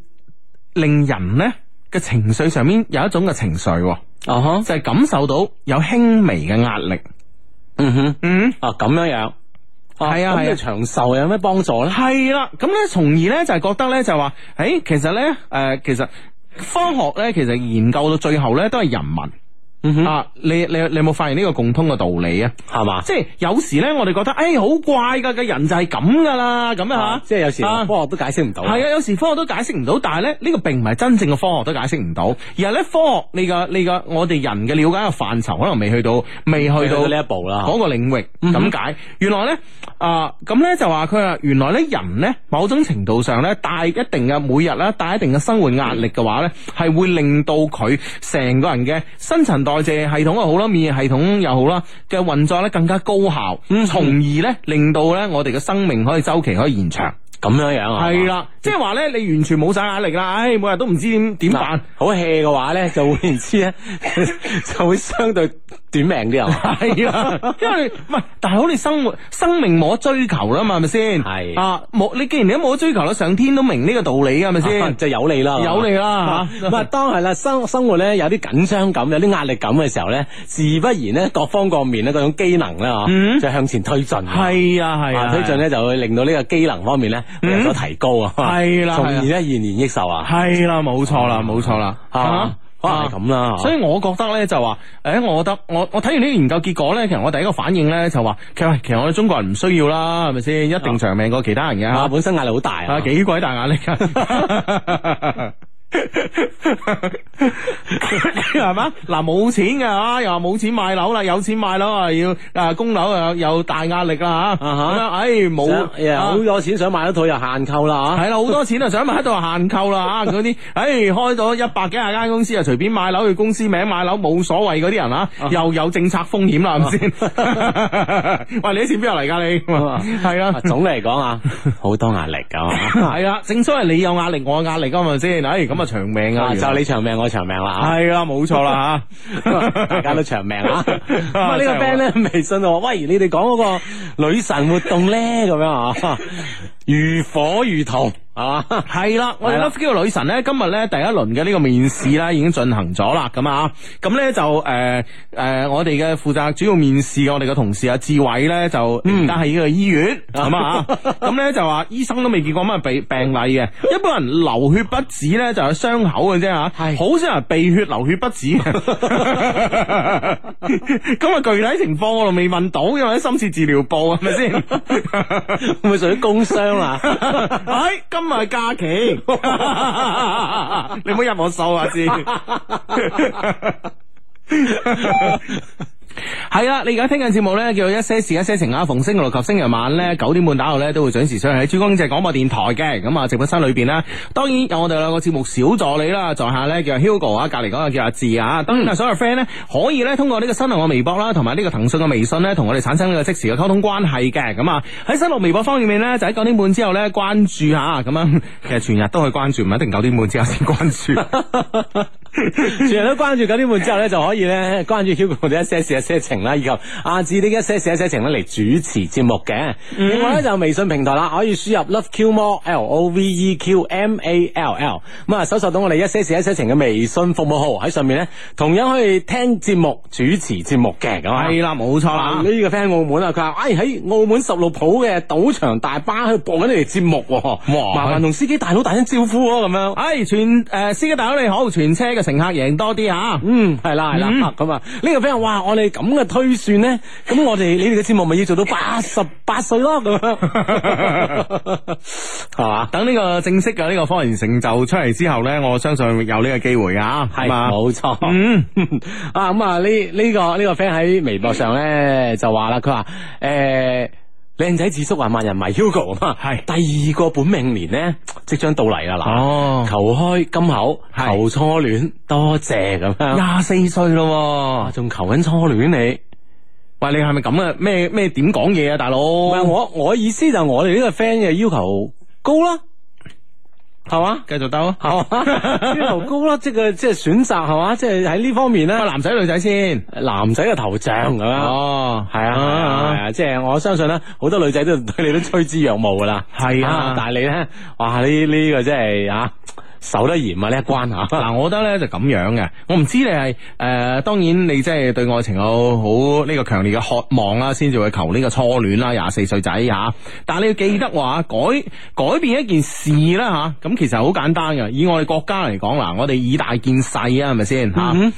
Speaker 3: 令人咧嘅情緒上面有一種嘅情緒喎，
Speaker 1: 啊哈，
Speaker 3: 就係感受到有輕微嘅壓力。
Speaker 1: 嗯哼，
Speaker 3: 嗯，
Speaker 1: 啊咁樣樣，
Speaker 3: 係啊
Speaker 1: 咁
Speaker 3: 係
Speaker 1: 對
Speaker 3: 啊。
Speaker 1: 長壽有咩幫助咧？
Speaker 3: 係啦，咁咧，從而咧就係覺得咧就話，誒，其實咧，誒、其實科學咧，其實研究到最後咧都係人民。
Speaker 1: 嗯
Speaker 3: 啊，你你你有冇發現呢個共通嘅道理啊？
Speaker 1: 係嘛？
Speaker 3: 即係有時咧，我哋覺得誒好怪㗎，嘅人就係咁㗎啦，咁啊
Speaker 1: 即係有時
Speaker 3: 啊
Speaker 1: 科學都解釋唔到。
Speaker 3: 係啊，有時科學都解釋唔到，但係咧呢個並唔係真正嘅科學都解釋唔到，而係咧科學你個你個我哋人嘅了解嘅範疇可能未去到，未
Speaker 1: 去
Speaker 3: 去
Speaker 1: 到
Speaker 3: 到
Speaker 1: 呢一步啦。
Speaker 3: 嗰個領域
Speaker 1: 嗯哼
Speaker 3: 咁解。原來咧啊咁咧就話佢話原來咧人咧某種程度上咧帶一定嘅每日啦，帶一定嘅生活壓力嘅話咧，係會令到佢成個人嘅新陳代謝系統又好啦，免疫系統又好啦嘅運作咧更加高效，
Speaker 1: 嗯
Speaker 3: 從而咧令到咧我哋嘅生命可以周期可以延長。
Speaker 1: 咁樣樣啊。
Speaker 3: 係啦，即係話咧，你完全冇晒壓力啦，唉，每日都唔知點點
Speaker 1: 嗱。
Speaker 3: 辦。
Speaker 1: 好 hea 嘅話咧，就換言之咧， 就會相對短命啲啊。
Speaker 3: 係啊，因為你唔係大佬，你生活生命冇得追求啦嘛，係咪先？
Speaker 1: 係
Speaker 3: 啊，冇你既然你都冇得追求啦，上天都明呢個道理㗎啊係咪 先？
Speaker 1: 就有你啦，
Speaker 3: 有你 啦嚇
Speaker 1: 啊咁啊，當係啦，生生活咧有啲緊張感，有啲壓力感嘅時候咧，自不然咧，各方各面咧嗰種機能咧，
Speaker 3: 嗯
Speaker 1: 嗬，就向前推進。
Speaker 3: 係啊係
Speaker 1: 啊，
Speaker 3: 啊，嗯
Speaker 1: 推進咧就會令到呢個機能方面咧有所提高啊，
Speaker 3: 係啦
Speaker 1: 從
Speaker 3: 係啦
Speaker 1: 而咧延年益壽啊，
Speaker 3: 係啦，冇錯啦，冇錯啦，
Speaker 1: 係嘛
Speaker 3: 啊
Speaker 1: 可能係啊咁啦，哦
Speaker 3: 所以我覺得咧就話，誒、我覺得我我睇完呢個研究結果咧，其實我第一個反應咧就話，其實其實我哋中國人唔需要啦，係咪先？一定長命過其他人嘅
Speaker 1: 啊
Speaker 3: 嚇。
Speaker 1: 本身壓力好大
Speaker 3: 啊，
Speaker 1: 啊，
Speaker 3: 幾鬼大壓力啊！係嘛？嗱，冇錢嘅啊，又話冇錢買樓啦，有錢買樓啊，要啊供樓又有大壓力啦吓。
Speaker 1: 啊哈
Speaker 3: 咁樣唉，冇
Speaker 1: 想誒
Speaker 3: 啊
Speaker 1: 好多錢想買一套又限購啦啊
Speaker 3: 係啦，好多錢啊，想買喺度限購啦啊！嗰啲，唉，開咗一百幾廿間公司啊，隨便買樓，去公司名買樓冇所謂嗰啲人啊，又有政策風險啦，係咪先？喂，你啲錢邊度嚟㗎你？係啊
Speaker 1: 啊，總嚟講啊，好多壓力 啊，
Speaker 3: 系啊，正所謂你有壓力，我有壓力噶嘛先，唉，咁啊長命啊，
Speaker 1: 啊
Speaker 3: 原來
Speaker 1: 就你長命我長命啦啊
Speaker 3: 係啦，啊冇 錯 啦
Speaker 1: 大家都長命 啊！咁啊，呢個
Speaker 3: 真係好啊
Speaker 1: friend 咧微信就話：喂，你哋講嗰個女神活動咧，咁樣啊， 如火如荼啊！
Speaker 3: 吓，係啦，我哋
Speaker 1: 係啦
Speaker 3: Love Q 女神咧，今日咧第一輪嘅呢個面試啦，已經進行咗啦，咁啊，咁咧就诶诶，我哋嘅負責主要面試嘅我哋嘅同事阿志偉咧，就而家喺呢個醫院咁 啊，咁咧就話醫生都未見過乜啊病病例嘅，一般人流血不止咧就係傷口嘅啫吓，
Speaker 1: 係
Speaker 3: 好少人鼻血流血不止 嘅。咁啊，具體情況我仲未問到，因為喺深切治療部係咪先？
Speaker 1: 會唔會屬於工傷啊？
Speaker 3: 哎，今日係假期， 你唔好入我數啊先。係啦，你而家聽緊節目咧，叫一些事一些情啊。逢星期六及星期日晚咧九點半打後咧，都會準時上喺珠江經濟廣播電台嘅。咁啊，直播室裏邊咧，當然有我哋兩個節目小助理啦，在下咧叫 Hugo 啊，隔離嗰個叫阿志啊。當然啊，所有 friend 咧可以咧通過呢個新浪嘅微博啦，同埋呢個騰訊嘅微信咧，同我哋產生呢個即時嘅溝通關係嘅。咁啊，喺新浪微博方面咧，就喺九點半之後咧關注下。咁樣其實全日都可以關注，唔一定九點半之後先關注。
Speaker 1: 全日都關注九點半之後咧，就可以咧關注 Hugo 嘅一些事一些情啦，以及阿志呢一些事一些情咧嚟主持節目嘅。
Speaker 3: 嗯
Speaker 1: 另外咧就微信平台啦，可以輸入 Love Q More L O V E Q M A L L，咁啊搜索到我哋一些事一些情嘅微信服務號喺上面咧，同樣可以聽節目、主持節目嘅咁啊。
Speaker 3: 係啦，冇錯
Speaker 1: 啊！
Speaker 3: 啦
Speaker 1: 呢。個 friend 澳門啊，佢話：，哎喺澳門十六浦嘅賭場大巴喺度播緊你哋節目喎，
Speaker 3: 哇
Speaker 1: 麻煩同司機大佬大聲招呼啊！咁樣。
Speaker 3: 哎，全誒、呃司機大佬你好，全車嘅乘客贏多啲啊！
Speaker 1: 嗯，係啦，係啦
Speaker 3: 嗯，
Speaker 1: 咁啊，呢個 friend 話哇，我哋咁嘅推算咧，咁我哋你哋嘅節目咪要做到八十八歲咯，咁 樣係嘛？
Speaker 3: 等呢個正式嘅呢個科研成就出嚟之後咧，我相信有呢個機會啊，
Speaker 1: 係
Speaker 3: 嘛？
Speaker 1: 冇錯，
Speaker 3: 嗯，
Speaker 1: 啊咁啊，呢呢個呢個 friend 喺微博上咧就話啦，佢話誒靚仔智叔啊，萬人迷 Hugo 啊嘛，
Speaker 3: 係
Speaker 1: 第二個本命年咧即將到嚟啦嗱。
Speaker 3: 哦，
Speaker 1: 求開金口，
Speaker 3: 係
Speaker 1: 求初戀，多謝咁樣。
Speaker 3: 廿四歲咯
Speaker 1: 啊，哦仲求緊初戀你？
Speaker 3: 喎，喂，你係咪咁啊？咩咩點講嘢啊，大佬？
Speaker 1: 唔係我我意思就我哋呢個 friend 嘅要求高啦，係嘛？
Speaker 3: 繼續兜啊！
Speaker 1: 係嘛？要求高啦，即係個即係選擇係嘛？即係喺呢方面咧
Speaker 3: 喂，，啊男仔女仔先？
Speaker 1: 男仔嘅頭像咁樣。
Speaker 3: 哦，
Speaker 1: 係啊，係啊，係啊即係我相信咧，好多女仔都對你都趨之若鶩噶啦。
Speaker 3: 係啊
Speaker 1: 但係你咧，哇！呢呢個真係啊，守得嚴啊呢一關嚇。
Speaker 3: 嗱，我覺得咧就咁樣嘅，我唔知你係誒、呃，當然你即係對愛情有好呢個強烈嘅渴望啦，先至會求呢個初戀啦，廿四歲仔嚇。但係你要記得話改改變一件事啦嚇，咁、其實好簡單嘅。以我哋國家嚟講嗱，我哋以大見細啊，係咪先嚇？
Speaker 1: 嗯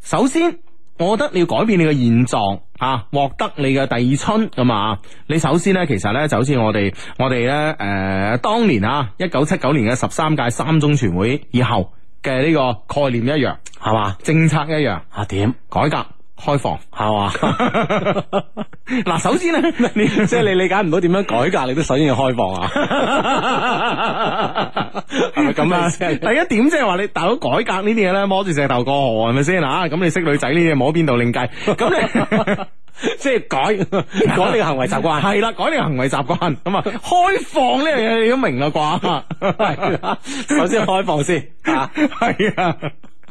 Speaker 3: 首先我覺得你要改變你嘅現狀啊，獲得你嘅第二春咁啊！你首先呢，其實呢，就好似我哋我哋呢，誒、當年啊，一九七九年嘅十三屆三中全會以後嘅呢個概念一樣，
Speaker 1: 係嘛？
Speaker 3: 政策一樣，
Speaker 1: 啊點
Speaker 3: 改革開放。
Speaker 1: 係嘛？
Speaker 3: 嗱，首先呢，你
Speaker 1: 即係你理解唔到點樣改革，你都首先要開放 啊！係咪咁啊
Speaker 3: 第一點即係話你大佬改革呢啲嘢咧，摸住石頭過河係咪先啊？咁你識女仔呢啲嘢摸邊度另計。咁你
Speaker 1: 即係 改改你嘅行為習慣。
Speaker 3: 係啦，改你嘅行為習慣咁啊，開放呢樣嘢你都明啦
Speaker 1: 係啦
Speaker 3: 啩？
Speaker 1: 首先開放先啊！
Speaker 3: 係啊。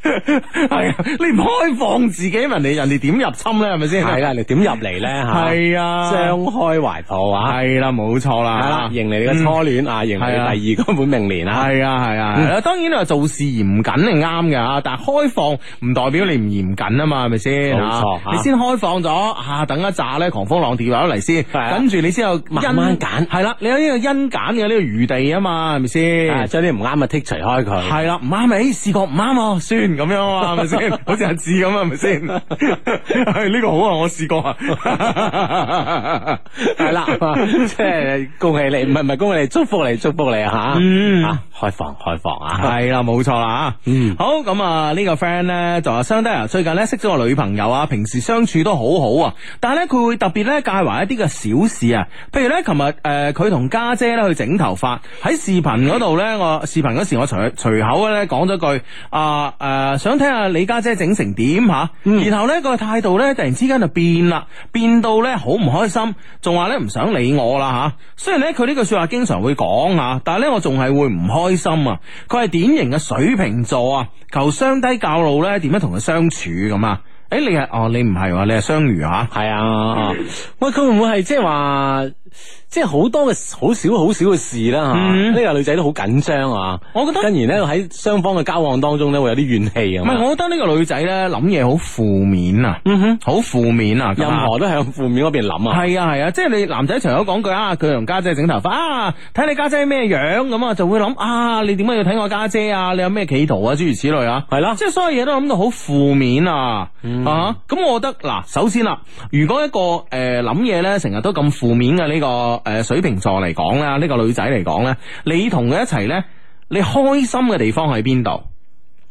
Speaker 3: 係啊，你唔開放自己，人哋人哋點入侵咧？係咪先？
Speaker 1: 係啦，你點入嚟咧吓？
Speaker 3: 係啊
Speaker 1: 張開懷抱啊！
Speaker 3: 係啦，冇錯
Speaker 1: 係啦
Speaker 3: 啦，，
Speaker 1: 迎嚟你嘅初戀啊，迎
Speaker 3: 係啊
Speaker 1: 嚟你第二個本命年啊！
Speaker 3: 係啊係啊，係啊當然你話做事嚴謹係啱嘅啊，但係開放唔代表你唔嚴謹啊嘛，係咪先？
Speaker 1: 冇錯
Speaker 3: 啊
Speaker 1: 啊
Speaker 3: 你先開放咗啊，等一紮咧狂風浪跌落嚟先，
Speaker 1: 係啊
Speaker 3: 跟住你先有
Speaker 1: 慢慢揀
Speaker 3: 係啦，你有呢個因揀嘅呢個餘地啊嘛，係咪
Speaker 1: 啊
Speaker 3: 先？
Speaker 1: 將啲唔啱嘅剔除開佢。
Speaker 3: 係啦，唔啱咪，誒試過唔啱喎，算咁樣啊，係咪 先？好似阿志咁啊，係咪先？係呢個好啊，我試過啊，
Speaker 1: 係啦， 即係恭喜你，唔係唔係恭喜你，祝福你，祝福你啊
Speaker 3: 嗯
Speaker 1: 吓！啊，開放，開放啊！
Speaker 3: 係啦，冇錯啦吓。
Speaker 1: 嗯
Speaker 3: 好咁啊，呢個 friend 咧就話相低啊，最近咧識咗個女朋友啊，平時相處都好好啊，但係咧佢會特別咧介懷一啲嘅小事啊，譬如咧琴日誒佢同家姐咧去整頭髮，喺視頻嗰度咧，我視頻嗰時我隨隨口咧講咗句啊誒、想睇下你家姐整成點吓，
Speaker 1: 嗯
Speaker 3: 然後咧個態度咧突然之間就變啦，變到咧好唔開心，仲話咧唔想理我啦吓。雖然咧佢呢句說話經常會講啊，但係咧我仲係會唔開心啊。佢係典型嘅水瓶座啊，求相低教路咧點樣同佢相處咁啊。誒、你係哦，你唔係喎，你係雙魚啊。
Speaker 1: 係啊，喂，佢會唔會係即係話，即係好多嘅好少好少嘅事啦吓？
Speaker 3: 嗯
Speaker 1: 呢個女仔都好緊張啊！
Speaker 3: 我覺得
Speaker 1: 跟然咧喺雙方嘅交往當中咧，會有啲怨氣啊
Speaker 3: 唔。係，我覺得呢個女仔咧諗嘢好負面啊，
Speaker 1: 嗯哼，
Speaker 3: 好負面啊，咁啊
Speaker 1: 任何都向負面嗰邊諗啊。
Speaker 3: 係啊係啊，即係你男仔除咗講句啊，佢同家姐整頭髮啊，睇你家姐咩樣咁啊，就會諗啊，你點解要睇我家姐啊？你有咩企圖啊？諸如此類啊，
Speaker 1: 係啦
Speaker 3: 即係所有嘢都諗到好負面啊，啊，咁我覺得嗱，首先啦，如果一個誒諗嘢咧成日都咁負面嘅呢個誒水瓶座嚟講啦，呢個女仔嚟講咧，你同佢一齊咧，你開心嘅地方喺邊度？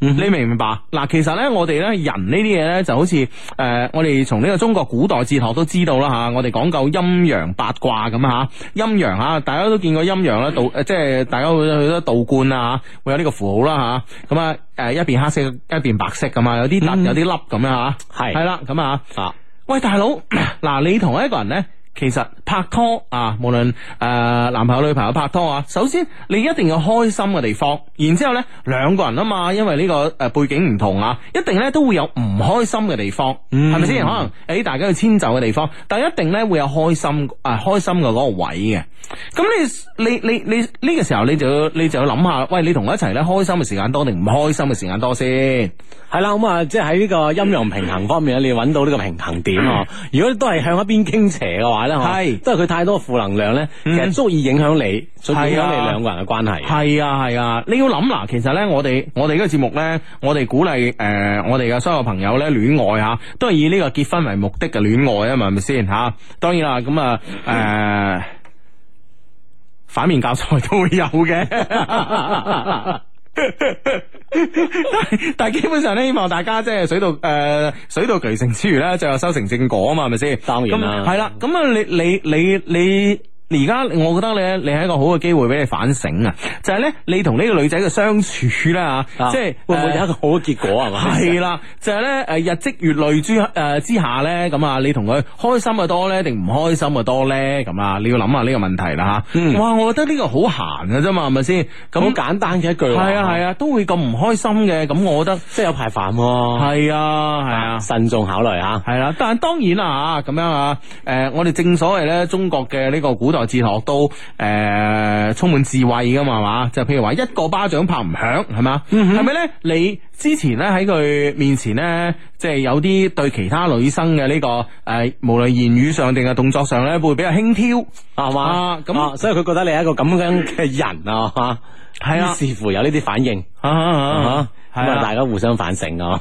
Speaker 3: 你明唔明白？嗱，其實咧，我哋咧人呢啲嘢咧，就好似誒、呃我哋從呢個中國古代哲學都知道啦吓、我哋講究陰陽八卦咁啊吓，陰陽吓，大家都見過陰陽啦，道呃即係大家會去咗道觀啊，會有呢個符號啦吓，咁啊誒一邊黑色一邊白色咁啊，有啲凸有啲粒咁樣吓，
Speaker 1: 係
Speaker 3: 係啦咁啊。
Speaker 1: 啊，
Speaker 3: 喂，大佬， 嗱，你同一個人呢，其實拍拖啊，無論誒、呃男朋友女朋友拍拖啊，首先你一定要開心嘅地方，然之後咧兩個人啊嘛，因為呢、個誒、呃背景唔同啊，一定咧都會有唔開心嘅地方，係咪先？可能誒、大家要遷就嘅地方，但係一定咧會有開心啊、開心嘅嗰個位嘅。咁你你你你呢、個時候你就要你就要諗下，喂，你同我一齊咧開心嘅時間多定唔開心嘅時間多先？
Speaker 1: 係啦，咁啊，即係喺呢個陰陽平衡方面咧，你要揾到呢個平衡點啊。如果都係向一邊傾斜嘅話咧，嗬
Speaker 3: 嗯係嗯
Speaker 1: 都係佢太多負能量咧，其實足以影響你，足以影響你兩個人嘅關係。
Speaker 3: 啊係啊係啊，你要諗嗱，其實咧，我哋我哋呢個節目咧，我哋鼓勵誒、呃我哋嘅所有朋友咧，戀愛吓，都係以呢個結婚為目的嘅戀愛啊嘛，係咪先吓？當然啦，咁啊誒。呃反面教材都會有嘅。但係 但係基本上咧，希望大家即係水到誒、呃水到渠成之餘咧，就有收成正果啊嘛，係咪先？
Speaker 1: 當然啦
Speaker 3: 咁係啦。咁啊，你你你你。而家我覺得咧，你係一個好嘅機會俾你反省啊！就係、咧，你同呢個女仔嘅相處啦，嚇、
Speaker 1: 啊
Speaker 3: 即係
Speaker 1: 會唔會有
Speaker 3: 呃
Speaker 1: 一個好嘅結果啊係嘛？
Speaker 3: 係啦，就係咧誒日積月累之誒之下咧，咁啊你同佢開心嘅多咧，定唔開心嘅多咧？咁啊，你要諗下呢個問題啦吓。
Speaker 1: 嗯
Speaker 3: 哇，我覺得呢個好閒嘅啫嘛，係咪先？
Speaker 1: 好
Speaker 3: 咁
Speaker 1: 簡單嘅一句話。
Speaker 3: 係啊係啊，都會咁唔開心嘅，咁我覺得
Speaker 1: 即係有排煩喎。
Speaker 3: 係啊係啊。
Speaker 1: 慎重考慮啊。
Speaker 3: 係啦，但係當然啦吓，咁樣啊，誒、我哋正所謂咧，中國嘅呢個古代哲學都誒、充滿智慧噶嘛，係嘛？就譬如話一個巴掌拍唔響，係嘛？係咪咧？你之前咧喺佢面前咧，即係有啲對其他女生嘅呢、個誒、無論言語上定係動作上咧，會比較輕佻。
Speaker 1: 係嘛
Speaker 3: 啊？咁
Speaker 1: 啊所以佢覺得你係一個咁樣嘅人啊，
Speaker 3: 係啊
Speaker 1: 於是乎有呢啲反應。
Speaker 3: 啊啊啊
Speaker 1: 啊！咁
Speaker 3: 係啊
Speaker 1: 啊大家互相反省啊。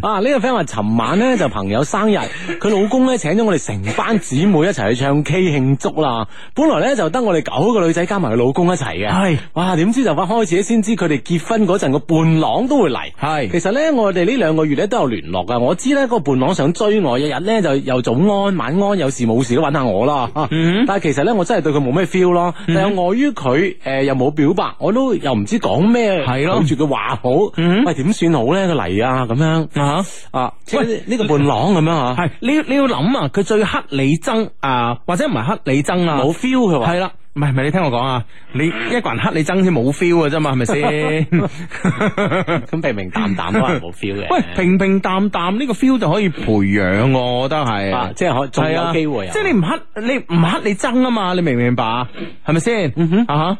Speaker 3: 嗯
Speaker 1: 啊！呢、個 friend 話，尋晚咧就朋友 生日，佢老公咧請咗我哋成班姊妹一齊去唱 K 慶祝啦。本來咧就得我哋九個女仔加埋佢老公一齊嘅，
Speaker 3: 係
Speaker 1: 哇！點知就翻開始咧先知佢哋結婚嗰陣個伴郎都會嚟。
Speaker 3: 係
Speaker 1: 其實咧我哋呢兩個月咧都有聯絡噶，我知咧、個伴郎想追我，日日咧就又早安晚安，有事冇事都揾下我啦。
Speaker 3: 嗯
Speaker 1: 但係其實咧我真係對佢冇咩 feel 咯，但係礙於佢誒又冇表白，我都又唔知講咩，
Speaker 3: 係咯
Speaker 1: 住佢話好，
Speaker 3: 嗯
Speaker 1: 喂點算好咧？佢嚟啊咁樣。
Speaker 3: 啊
Speaker 1: 啊，即係呢個伴郎咁樣啊吓，
Speaker 3: 系你要你要諗啊，佢最黑你憎啊，或者唔係黑你憎啊，
Speaker 1: 冇 feel 佢話
Speaker 3: 系啦，唔係唔係，你聽我講啊，你一個人黑你憎先冇 feel 嘅啫嘛，係咪 先？
Speaker 1: 咁平平淡淡都係冇 feel 嘅。
Speaker 3: 喂，平平淡淡呢個 feel 就可以培養喎，我覺得係。
Speaker 1: 啊，即係可仲
Speaker 3: 係
Speaker 1: 有
Speaker 3: 啊
Speaker 1: 機會啊！
Speaker 3: 即係你唔黑你唔黑你憎啊嘛，你明唔明白啊？係咪先？
Speaker 1: 嗯哼
Speaker 3: 啊哈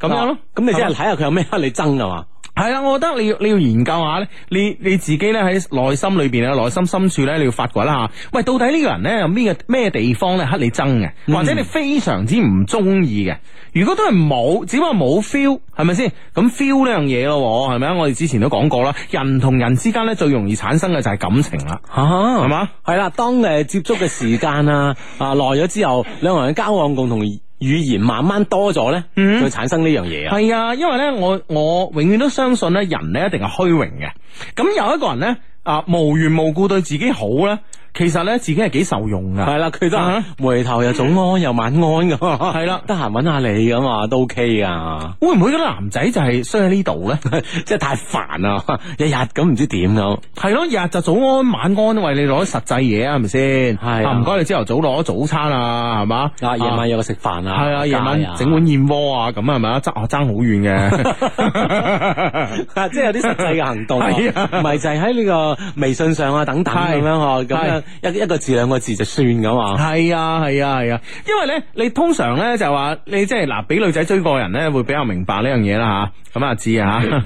Speaker 3: 咁樣咯
Speaker 1: 啊，咁你即係
Speaker 3: 係
Speaker 1: 睇下佢有咩黑你憎噶嘛？
Speaker 3: 係啦，我覺得你要你要研究下咧，你你自己咧喺內心裏邊啊，內心深處咧，你要發掘一下，喂，到底呢個人咧有咩咩地方咧黑你憎嘅，或者你非常之唔中意嘅？如果都係冇，只不過冇 feel，係咪先？咁 feel 呢樣嘢咯，係咪啊？我哋之前都講過啦，人同人之間咧最容易產生嘅就係感情啦，
Speaker 1: 吓
Speaker 3: 係
Speaker 1: 係
Speaker 3: 嘛？
Speaker 1: 啊係啦，當誒接觸嘅時間啊，啊耐咗之後，兩個人交往共同語言慢慢多咗咧，
Speaker 3: 嗯
Speaker 1: 就會產生呢樣嘢啊。
Speaker 3: 係啊，因為咧，我我永遠都相信咧，人咧一定係虛榮嘅。咁有一個人咧，啊無緣無故對自己好咧，其實咧自己係幾受用噶。
Speaker 1: 係啦，佢都
Speaker 3: 啊
Speaker 1: 係
Speaker 3: 哈
Speaker 1: 回頭又早安又晚安咁，係
Speaker 3: 啊啦
Speaker 1: 得閒揾下你咁啊，都 OK 噶，
Speaker 3: 會唔會嗰啲男仔就係衰喺呢度咧？
Speaker 1: 即係太煩啦，日日咁唔知點咁。啊
Speaker 3: 係咯，日日就早安晚安，為你攞啲實際嘢啊，係咪先？
Speaker 1: 係啊
Speaker 3: 啊，唔該你朝頭早攞早餐啊，係嘛？
Speaker 1: 啊，夜晚約佢食飯啊，
Speaker 3: 係啊，夜
Speaker 1: 街啊
Speaker 3: 晚整碗燕窩啊，咁係咪啊？爭啊爭好遠嘅。
Speaker 1: 啊，即係有啲實際嘅行動啊，
Speaker 3: 係啊
Speaker 1: 唔係就係喺呢個微信上啊等等
Speaker 3: 係
Speaker 1: 咁樣呵，咁樣一一個字兩個字就算噶嘛。
Speaker 3: 係啊，係啊，係啊，因為咧，你通常咧就話你即係嗱，俾女仔追過人咧，會比較明白呢樣嘢啦吓，咁啊知啊 吓。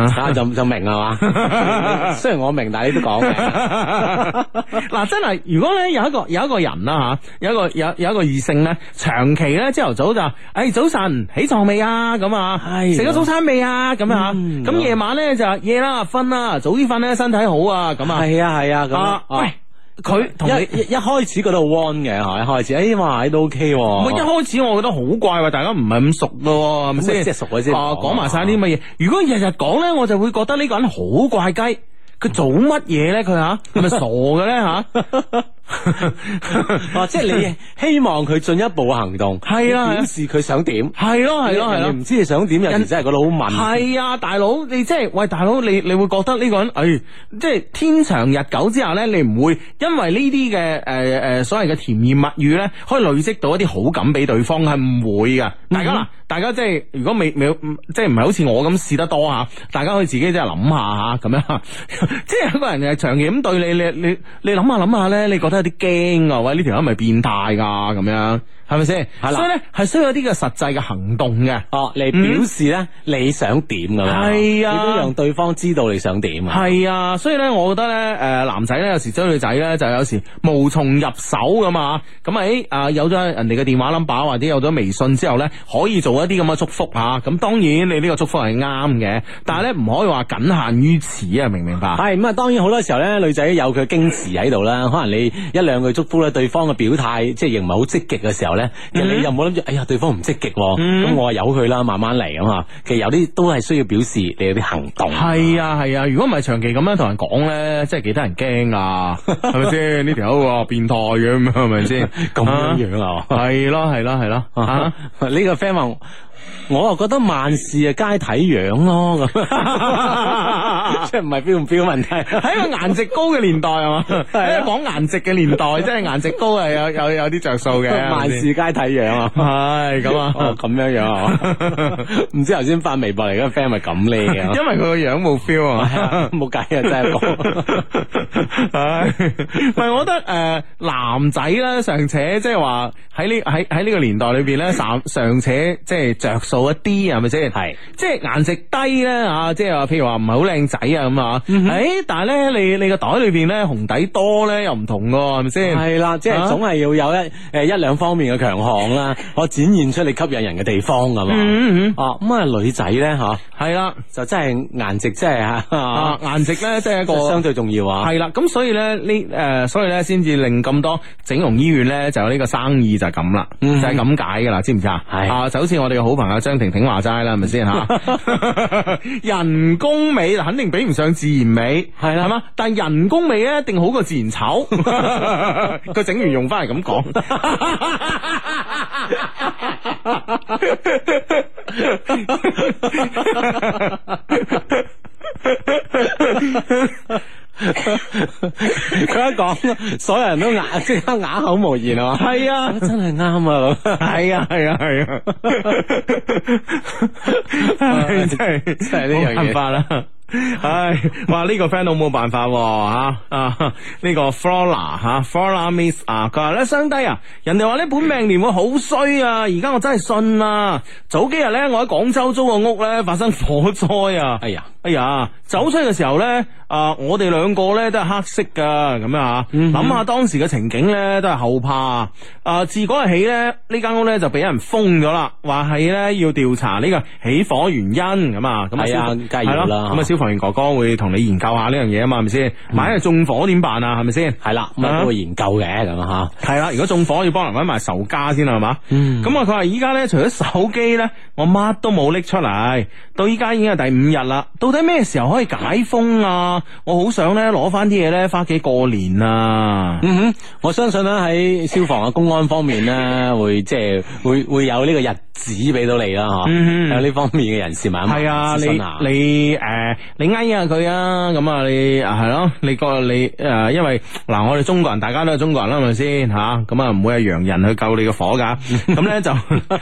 Speaker 3: 啊
Speaker 1: 啊，就就明啦 嘛。雖然我明，但係你都講嘅。
Speaker 3: 嗱，真係，如果咧有一個有一個人啦吓，有一個有有一個異性咧，長期咧朝頭早就，哎早晨起床未啊咁啊，
Speaker 1: 係
Speaker 3: 食咗早餐未啊咁啊，
Speaker 1: 嗯
Speaker 3: 咁夜晚咧就話夜啦瞓啦，早啲瞓咧身體好啊咁啊，
Speaker 1: 係啊係啊咁
Speaker 3: 啊
Speaker 1: 啊。
Speaker 3: 喂，佢同你
Speaker 1: 一。一一開始覺得好 on 嘅嚇，一開始，哎哇，都 OK
Speaker 3: 唔係一
Speaker 1: 喎。
Speaker 3: 開始我覺得好怪喎，大家唔係咁熟咯，係咪
Speaker 1: 咁
Speaker 3: 先？
Speaker 1: 咪即係熟咗先
Speaker 3: 啊，
Speaker 1: 講
Speaker 3: 講埋晒啲乜嘢？如果日日講咧，我就會覺得呢個人好怪雞。佢做乜嘢咧？佢吓係咪傻嘅咧吓？
Speaker 1: 哦，即係你希望佢進一步嘅行動，
Speaker 3: 係啊係啊
Speaker 1: 顯示佢想點，
Speaker 3: 係咯係咯係
Speaker 1: 你
Speaker 3: 咯
Speaker 1: 唔。知你想點，有時真係覺得好問。
Speaker 3: 係啊，大佬，你即係喂，大佬，你你會覺得呢個人，誒、即係天長日久之下咧，你唔會因為呢啲嘅誒誒所謂嘅甜言蜜語咧，可以累積到一啲好感俾對方，係唔會噶。大
Speaker 1: 嗯
Speaker 3: 家嗱，大家即係如果未未嗯即係唔係好似我咁試得多吓，大家可以自己即係諗下吓咁樣， 即係有個人係長期咁對你，你你你諗下諗下咧，你覺得有啲驚啊，喂，呢條友係咪變態噶咁樣，係咪先？
Speaker 1: 係啦
Speaker 3: 所以咧係需要一啲嘅實際嘅行動嘅。
Speaker 1: 哦，嚟表示咧你想點咁樣，
Speaker 3: 係啊
Speaker 1: 亦都讓對方知道你想點啊。
Speaker 3: 係啊，所以咧，我覺得咧，誒、男仔咧有時追女仔咧，就有時無從入手咁啊，咁啊，誒、啊有咗人哋嘅電話 number 或者有咗微信之後咧，可以做一啲咁嘅祝福吓，咁、當然你呢個祝福係啱嘅，但係咧唔可以話僅限於此啊，明唔明白？
Speaker 1: 係咁啊！當然好多時候咧，女仔有佢矜持喺度啦。可能你一兩句祝福咧，對方嘅表態即係仍唔係好積極嘅時候咧，其實
Speaker 3: 嗯
Speaker 1: 你又冇諗住，哎呀，對方唔積極喎，咁我話由佢啦，慢慢嚟咁啊。其實有啲都係需要表示你有啲行動。
Speaker 3: 係啊係啊，如果唔係長期咁樣同人講咧，真係幾得人驚啊，係咪先？呢條友啊變態嘅咁樣，係咪先？
Speaker 1: 咁樣樣啊！
Speaker 3: 係咯係咯係咯，啊
Speaker 1: 呢個 friend 話，我又覺得萬事啊皆睇樣咯，咁 即係唔係標唔標問題。
Speaker 3: 喺一個顏值高嘅年代係嘛，喺一個講顏值嘅年代，真係顏值高係有有有啲着數嘅。係 咪
Speaker 1: 萬
Speaker 3: 先
Speaker 1: 事皆睇樣啊！
Speaker 3: 係咁
Speaker 1: 哦
Speaker 3: 啊，
Speaker 1: 咁樣樣啊！ 唔知頭先發微博嚟嗰個 friend 係咪咁 呢嘅？
Speaker 3: 因為佢個樣冇 feel 啊。
Speaker 1: 冇計啊，真係 講。
Speaker 3: 唉，唔 係，我覺得誒、呃男仔咧，尚且即係話喺呢喺喺呢個年代裏邊咧，尚尚且即係着着數一啲，啊係咪先？
Speaker 1: 係
Speaker 3: 即係顏值低咧啊，即係話譬如話唔係好靚仔啊咁啊，誒，但係咧你你個袋裏邊咧紅底多咧又唔同㗎，係咪先？
Speaker 1: 係啦，即係
Speaker 3: 啊
Speaker 1: 總係要有一誒一兩方面嘅強項啦，可展現出你吸引人嘅地方咁啊。
Speaker 3: 嗯嗯，
Speaker 1: 哦，咁啊女仔咧吓，
Speaker 3: 係啦，
Speaker 1: 就真係顏值真係
Speaker 3: 啊
Speaker 1: 吓，
Speaker 3: 顏值咧即係一個
Speaker 1: 相對重要啊。
Speaker 3: 係啦，咁所以咧呢誒，所以咧先至令咁多整容醫院咧就有呢個生意就係咁啦，就
Speaker 1: 嗯
Speaker 3: 係咁解噶啦，知唔知啊？
Speaker 1: 係
Speaker 3: 啊，就好似我哋嘅好朋友張婷婷話齋啦，係咪 先吓？人工美肯定比唔上自然美，
Speaker 1: 係啦
Speaker 3: 係嘛？但係人工美咧一定好過自然 醜。佢整完用翻嚟咁講。
Speaker 1: 佢一講，所有人都 啞，即刻啞口無言啊！
Speaker 3: 係啊
Speaker 1: 真係啱啊！
Speaker 3: 係啊，係啊，係啊，唉真係真
Speaker 1: 係呢樣嘢
Speaker 3: 冇辦法啦。唉，哇！呢、個 friend 都冇辦法喎啊！啊，呢、個 Flora 嚇、Flora Miss 啊，佢話咧相低啊，人哋話呢本命年會好衰啊，而家我真係信啦。早幾日咧，我喺廣州租個屋咧，發生火災啊！
Speaker 1: 哎呀，
Speaker 3: 哎呀，走出去嘅時候咧，啊，我哋兩個咧都係黑色噶，咁樣啊，
Speaker 1: 嗯
Speaker 3: 諗下當時嘅情景咧，都係後怕啊。啊自嗰日起咧，呢間屋咧就俾人封咗啦，話係咧要調查呢個起火原因咁啊，咁
Speaker 1: 係
Speaker 3: 啊，
Speaker 1: 啊
Speaker 3: 消防
Speaker 1: 梗係要
Speaker 3: 係咯
Speaker 1: 啦
Speaker 3: 咁啊，消防員哥哥會同你研究下呢樣嘢啊嘛，係咪先？
Speaker 1: 嗯
Speaker 3: 萬一係縱火點辦啊？係咪先？
Speaker 1: 係啦，咁啊
Speaker 3: 啊
Speaker 1: 都會研究嘅咁啊
Speaker 3: 係啦，如果縱火要幫人揾埋仇家先啦，係嘛？
Speaker 1: 嗯
Speaker 3: 咁啊，佢話依家咧，除咗手機咧，我乜都冇拎出嚟，到依家已經係第五日啦。到底咩時候可以解封啊？我好想咧攞翻啲嘢咧，翻屋企過年啊！
Speaker 1: 嗯哼，我相信咧喺消防啊、公安方面咧， 會即係會會有呢個日子俾到你啦，吓、
Speaker 3: 嗯
Speaker 1: 有呢方面嘅人士慢慢
Speaker 3: 係啊，
Speaker 1: 諮詢
Speaker 3: 你
Speaker 1: 下
Speaker 3: 你誒，你翳下佢啊，咁啊，你啊係咯，你個你誒，因為嗱，我哋中國人大家都係中國人啦，係咪先吓？咁啊，唔會係洋人去救你個火㗎。咁咧就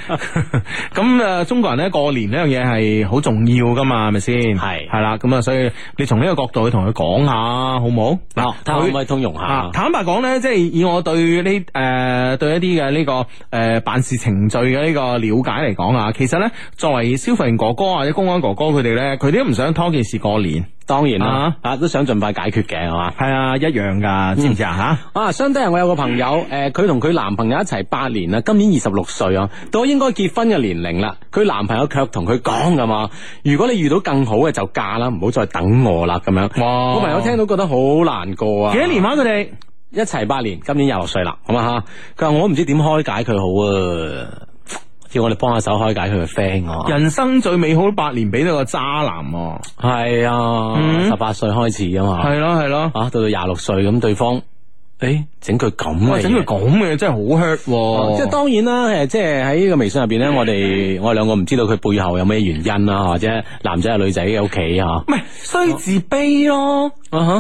Speaker 3: 咁誒，中國人咧過年呢樣嘢係好重要㗎嘛，係咪先？
Speaker 1: 係
Speaker 3: 係啦，咁啊，所以你從呢個角度去同佢講下，好唔好？
Speaker 1: 哦，睇下可
Speaker 3: 佢
Speaker 1: 唔可以通融
Speaker 3: 啊
Speaker 1: 下，？
Speaker 3: 坦白講咧，即係以我對呢誒、呃、對一啲嘅呢個誒、呃、辦事程序嘅呢個了解嚟講啊，其實咧作為消防員哥哥啊或者公安哥哥佢哋咧，佢哋都唔想拖件事過年，
Speaker 1: 當然啦
Speaker 3: 啊，
Speaker 1: 啊都想盡快解決嘅，係嘛？
Speaker 3: 係啊一樣噶，知唔知啊吓？
Speaker 1: 啊，相低人我有個朋友， 誒、佢同佢男朋友一齊八年啦，今年二十六歲啊，到應該結婚嘅年齡啦。佢男朋友卻同佢講㗎嘛，如果你遇到更好嘅就嫁啦，唔好再等我啦咁樣。
Speaker 3: 哇
Speaker 1: 我朋友聽到覺得好難過啊！
Speaker 3: 幾多年啊佢哋？
Speaker 1: 一齊八年，今年廿六歲啦，咁啊吓，佢話我唔知點開解佢好啊，叫我哋幫下手開解佢嘅 friend 啊。
Speaker 3: 人生最美好八年俾到個渣男喎，
Speaker 1: 係啊，
Speaker 3: 嗯
Speaker 1: 十八歲開始啊嘛，
Speaker 3: 係咯係咯，
Speaker 1: 啊到到廿六歲咁，對方誒整佢咁
Speaker 3: 哇
Speaker 1: 嘅
Speaker 3: 哦整佢
Speaker 1: 嘢。哦
Speaker 3: 咁嘅真係好 hurt 喎，
Speaker 1: 即係當然啦，誒，即係喺呢個微 信入邊咧，我哋我哋兩個唔知道佢背後有咩原因啦，或者男仔係女仔嘅屋企啊，
Speaker 3: 唔係衰自卑咯，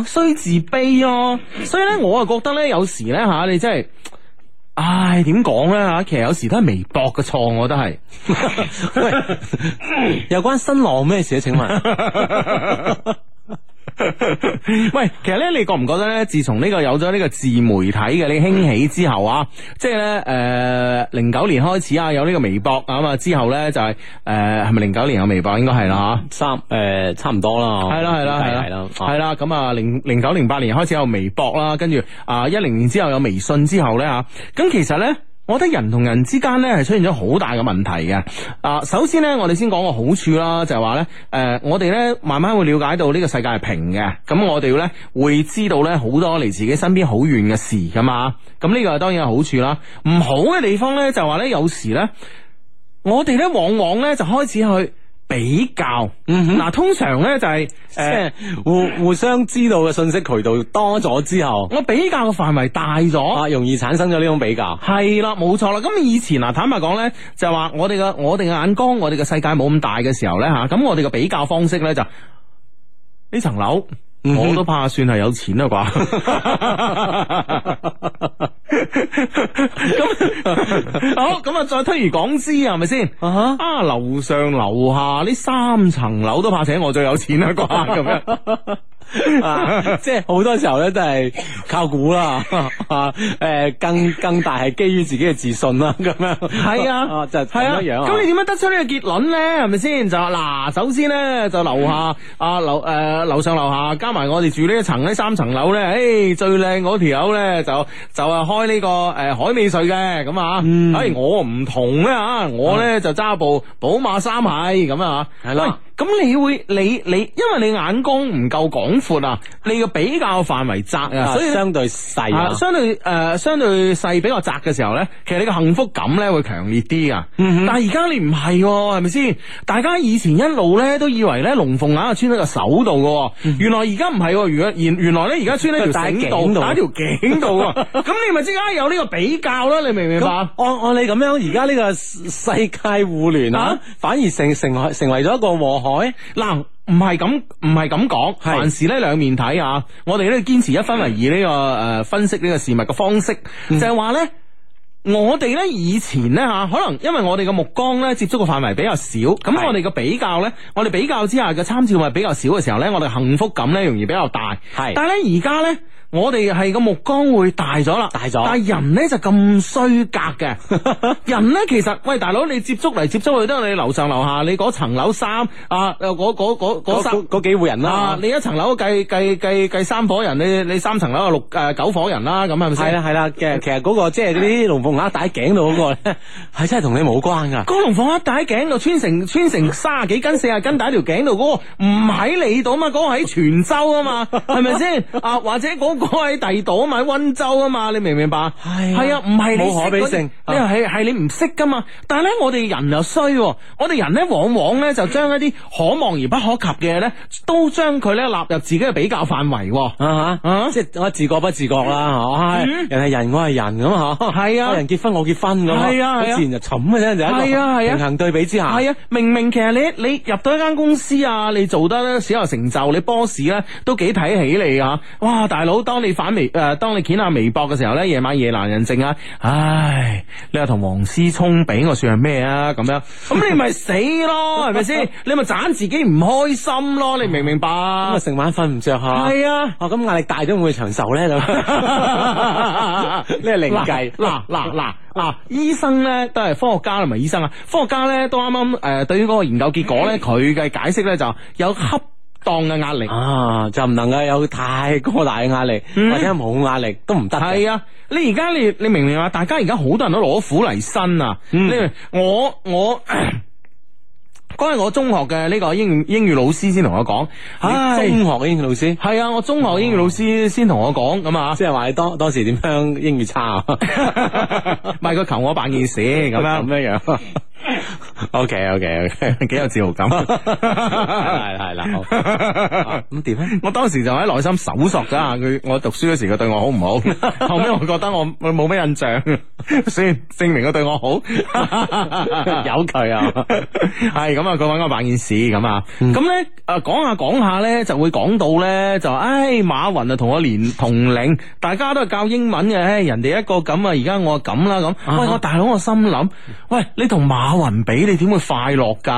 Speaker 3: 衰自卑咯，所以咧我啊覺得咧有時咧吓你真係。唉，點講咧吓？其實有時都係微博嘅錯，我覺得係。
Speaker 1: 有關新浪咩事咧？啊請問
Speaker 3: 喂，其實咧，你覺唔覺得咧？自從呢個有咗呢個自媒體嘅呢興起之後啊，即係咧誒，零、九年開始啊，有呢個微博啊嘛，之後咧就係、誒係咪零九年有微博？應該係啦吓。
Speaker 1: 三誒差唔多啦，
Speaker 3: 係啦係啦
Speaker 1: 哦係
Speaker 3: 係
Speaker 1: 啦
Speaker 3: 啦，
Speaker 1: 啊
Speaker 3: 係啦，咁啊零零九零八年開始有微博啦，跟住啊一零年之後有微信之後咧吓，咁其實咧。我覺得人同人之間咧係出現咗好大嘅問題嘅。啊，首先咧，我哋先講個好處啦，就係話咧，誒、我哋咧慢慢會了解到呢個世界係平嘅，咁我哋咧會知道咧好多離自己身邊好遠嘅事噶嘛。咁呢個當然係好處啦。唔好嘅地方咧就係話咧，有時咧。我哋咧往往咧就開始去比較，嗱通常咧就係、
Speaker 1: 嗯即
Speaker 3: 誒。
Speaker 1: 係互互相知道嘅信息渠道多咗之後，
Speaker 3: 我比較嘅範圍大咗，
Speaker 1: 啊，容易產生咗呢種比較。
Speaker 3: 係啦，冇錯啦。咁以前嗱，坦白講咧，就話我哋嘅我哋嘅眼光，我哋嘅世界冇咁大嘅時候咧吓，咁我哋嘅比較方式咧就呢層樓。
Speaker 1: 嗯哼
Speaker 3: 我都怕算係有錢啦 啩，咁好咁啊！再推而廣之係咪先？
Speaker 1: 啊
Speaker 3: 啊，啊樓上樓下呢三層樓都怕請我最有錢啦啩咁樣。
Speaker 1: 啊即係好多時候咧都係靠估啦， 啊誒更更大係基於自己嘅自信啦， 咁樣
Speaker 3: 係 啊
Speaker 1: 就
Speaker 3: 係啊，
Speaker 1: 咁樣
Speaker 3: 咁你點樣得出呢個結論咧？係咪先？就話嗱，首先咧就樓
Speaker 1: 嗯
Speaker 3: 下啊樓誒樓上樓下加埋我哋住呢一層呢三層樓咧，誒最靚嗰條友咧就就係開呢個誒海美瑞嘅咁啊，
Speaker 1: 嗯
Speaker 3: 誒我唔同咧嚇，我咧就揸部寶馬三系咁啊，
Speaker 1: 係啦
Speaker 3: 喂。咁你會你你，因為你眼光唔夠廣闊啊，你嘅比較範圍窄啊，
Speaker 1: 啊
Speaker 3: 所以
Speaker 1: 相對細
Speaker 3: 啊，
Speaker 1: 啊，
Speaker 3: 相對誒、呃相對細比較窄嘅時候咧，其實你嘅幸福感咧會強烈啲啊。
Speaker 1: 嗯
Speaker 3: 但係而家你唔係喎，係咪先？大家以前一路咧都以為咧龍鳳眼係穿喺個手度嘅喎，原來而家唔係喎，原來原原來咧而家穿喺條
Speaker 1: 嗯 戴
Speaker 3: 繩
Speaker 1: 頸
Speaker 3: 度，
Speaker 1: 度
Speaker 3: 打條頸度喎。 咁你咪即刻有呢個比較啦，你明唔明
Speaker 1: 咁
Speaker 3: 白
Speaker 1: 按？按你咁樣，而家呢個世世界互聯
Speaker 3: 啊
Speaker 1: 啊，反而成成為成為咗一個禍害。
Speaker 3: 嗱，唔係咁，唔係咁講，凡事咧兩面睇啊！我哋咧堅持一分為二呢、個誒、
Speaker 1: 嗯
Speaker 3: 呃分析呢個事物嘅方式，就係話咧。我哋咧以前咧吓，可能因為我哋嘅目光咧接觸嘅範圍比較少，咁我哋嘅比較咧，我哋比較之下嘅參照物比較少嘅時候咧，我哋幸福感咧容易比較大。
Speaker 1: 係
Speaker 3: 但係咧而家咧，我哋係個目光會大咗啦，
Speaker 1: 大咗
Speaker 3: 但係人咧就咁衰格 嘅，人咧其實喂大佬，你接觸嚟接觸去都係你樓上樓下，你嗰層樓三啊，誒嗰嗰嗰嗰
Speaker 1: 嗰
Speaker 3: 三
Speaker 1: 嗰。嗰幾戶人
Speaker 3: 啊！
Speaker 1: 啦，
Speaker 3: 你一層樓計計計計三伙人，你你三層樓有六誒九伙人啦，咁係咪先？
Speaker 1: 係啦係啦嘅，其實嗰個即係嗰啲龍鳳鈪戴喺頸度嗰個咧，係真係同你冇關噶。
Speaker 3: 高龍鳳一戴喺頸度，穿成穿成卅幾斤、四十斤戴喺條頸度，嗰、個唔喺你度啊嘛，嗰、個喺泉州啊嘛，係咪先？啊，或者嗰個喺第二度啊嘛，喺温州啊嘛，你明唔明白？
Speaker 1: 係啊
Speaker 3: 係啊，唔係你
Speaker 1: 冇可比性啊
Speaker 3: 識嗰啲你係係你唔識噶嘛。但係咧，我哋人又衰喎，我哋人咧往往咧就將一啲可望而不可及嘅咧，都將佢咧納入自己嘅比較範圍喎。
Speaker 1: 啊
Speaker 3: 啊
Speaker 1: 吓，即係我自覺不自覺啦，吓
Speaker 3: 嗯
Speaker 1: 人係人，我係人咁啊吓，
Speaker 3: 係啊
Speaker 1: 有人結婚我結婚咁，
Speaker 3: 係啊
Speaker 1: 好
Speaker 3: 係啊
Speaker 1: 自然就沉嘅啫，就一
Speaker 3: 係啊
Speaker 1: 個
Speaker 3: 係啊
Speaker 1: 平衡對比之下，
Speaker 3: 係啊，明明其實你你入到一間公司啊，你做得咧小有成就，你 boss 咧都幾睇起你啊！哇，大佬，當你反微誒、呃，當你掀下微博嘅時候咧，夜晚夜闌人靜啊，唉，你話同黃思聰比，我算係咩啊？咁樣，咁你咪死咯，係咪 先？你咪盞自己唔開心咯，你明唔明白？
Speaker 1: 咁啊成晚瞓唔着吓，
Speaker 3: 係啊。
Speaker 1: 哦咁壓力大咗會唔會長壽 咧咁， 呢係另計。
Speaker 3: 嗱嗱嗱嗱，醫生咧都係科學家同埋醫生啊，科學家咧都啱啱誒對於嗰個研究結果 咧，佢嘅解釋咧就有恰當嘅壓力。
Speaker 1: 啊，就唔能夠有太過大嘅壓力，
Speaker 3: 嗯
Speaker 1: 或者冇壓力都唔得嘅。
Speaker 3: 係啊，你而家你你明唔明啊？大家而家好多人都攞苦嚟辛啊！
Speaker 1: 嗯
Speaker 3: 你明我我。 嗰日我中學嘅呢個英語英語老師先同我講，唉
Speaker 1: 你，中學嘅英語老師，
Speaker 3: 係啊，我中學英語老師先同我講咁啊，
Speaker 1: 即係話你當當時點樣英語差啊？
Speaker 3: 唔係佢求我辦件事咁樣
Speaker 1: 咁樣 樣。O K O K O K，
Speaker 3: 幾有自豪感，
Speaker 1: 係啦係啦好啊咁點咧？
Speaker 3: 我當時就喺內心搜索咗下佢，我讀書嗰時佢對我好 唔好？後尾我覺得我我冇咩印象， 所以證明佢對我好。
Speaker 1: 有佢啊！
Speaker 3: 係咁啊，佢揾我辦件事咁啊，咁咧誒講下講下咧就會講到咧就，唉馬雲啊同我連同齡，大家都係教英文嘅，唉人哋一個咁啊，而家我咁啦咁，喂我大佬我心諗，喂你同馬雲比你點會快樂噶？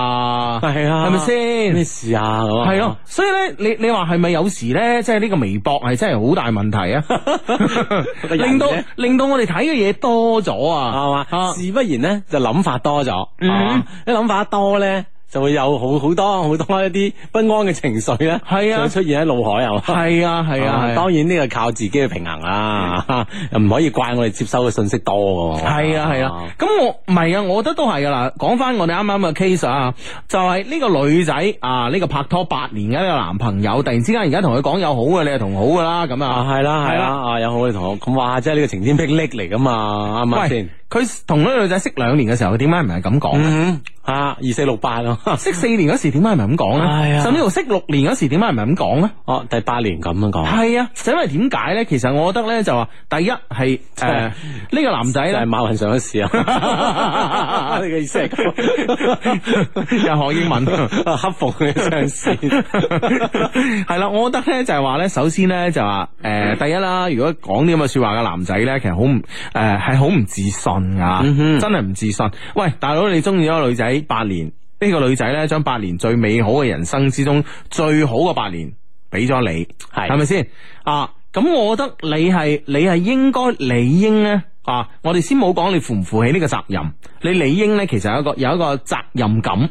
Speaker 1: 係啊
Speaker 3: 係咪先？
Speaker 1: 咩事啊？咁啊，
Speaker 3: 係咯，，所以咧，你你話係咪有時咧，即係呢個微博係真係好大問題啊
Speaker 1: 個人啫
Speaker 3: 令到令到我哋睇嘅嘢多咗啊，
Speaker 1: 係嘛？
Speaker 3: 啊
Speaker 1: 自不然咧就諗法多咗，
Speaker 3: 嗯
Speaker 1: 係嘛一諗法多咧就會有好好多好多一啲不安嘅情緒咧，
Speaker 3: 係啊
Speaker 1: 就會出現喺腦海係嘛？
Speaker 3: 係啊，係啊，係啊
Speaker 1: 當然呢個靠自己去平衡啦， 又唔可以怪我哋接收嘅信息多噶。
Speaker 3: 係啊係啊，咁我唔係啊，我覺得都係噶啦。講翻我哋啱啱嘅 case 啊，就係呢個女仔啊，呢個拍拖八年嘅呢個男朋友，突然之間而家同佢講有好嘅，你係同好噶啦，咁
Speaker 1: 啊
Speaker 3: 啊，
Speaker 1: 係啦係
Speaker 3: 係
Speaker 1: 啦
Speaker 3: 啦
Speaker 1: 啊有好嘅同學咁哇，即係呢個晴天霹靂嚟噶嘛，啱唔啱
Speaker 3: 喂
Speaker 1: 先？，
Speaker 3: 佢同呢個女仔識兩年嘅時候，佢點解唔係咁講呢？
Speaker 1: 嗯啊 二四六八咯，
Speaker 3: 識四年嗰時點解唔係咁講
Speaker 1: 係啊
Speaker 3: 呢？甚至乎識六年嗰時點解唔係咁講呢？
Speaker 1: 哦第八年咁樣講，
Speaker 3: 係啊，就因為點解咧？其實我覺得咧就話，第一 係誒呢個男仔
Speaker 1: 就 係
Speaker 3: 咧。
Speaker 1: 馬雲上咗市 啊！你嘅意思係咁？
Speaker 3: 又學英 文，
Speaker 1: 克服佢嘅上 市，
Speaker 3: 係啦，我覺得咧就係話咧，首先咧就話誒、第一啦，如果講啲咁嘅說話嘅男仔咧，其實好唔誒係好唔自信噶，真係唔自信。喂，大佬，你中意咗個女仔八年，呢、個女仔咧將八年最美好嘅人生之中最好嘅八年俾咗你，
Speaker 1: 係
Speaker 3: 係咪先啊？咁我覺得你係你係應該理應咧啊！我哋先冇講你負唔負起呢個責任，你理應咧其實有一個有一個責任感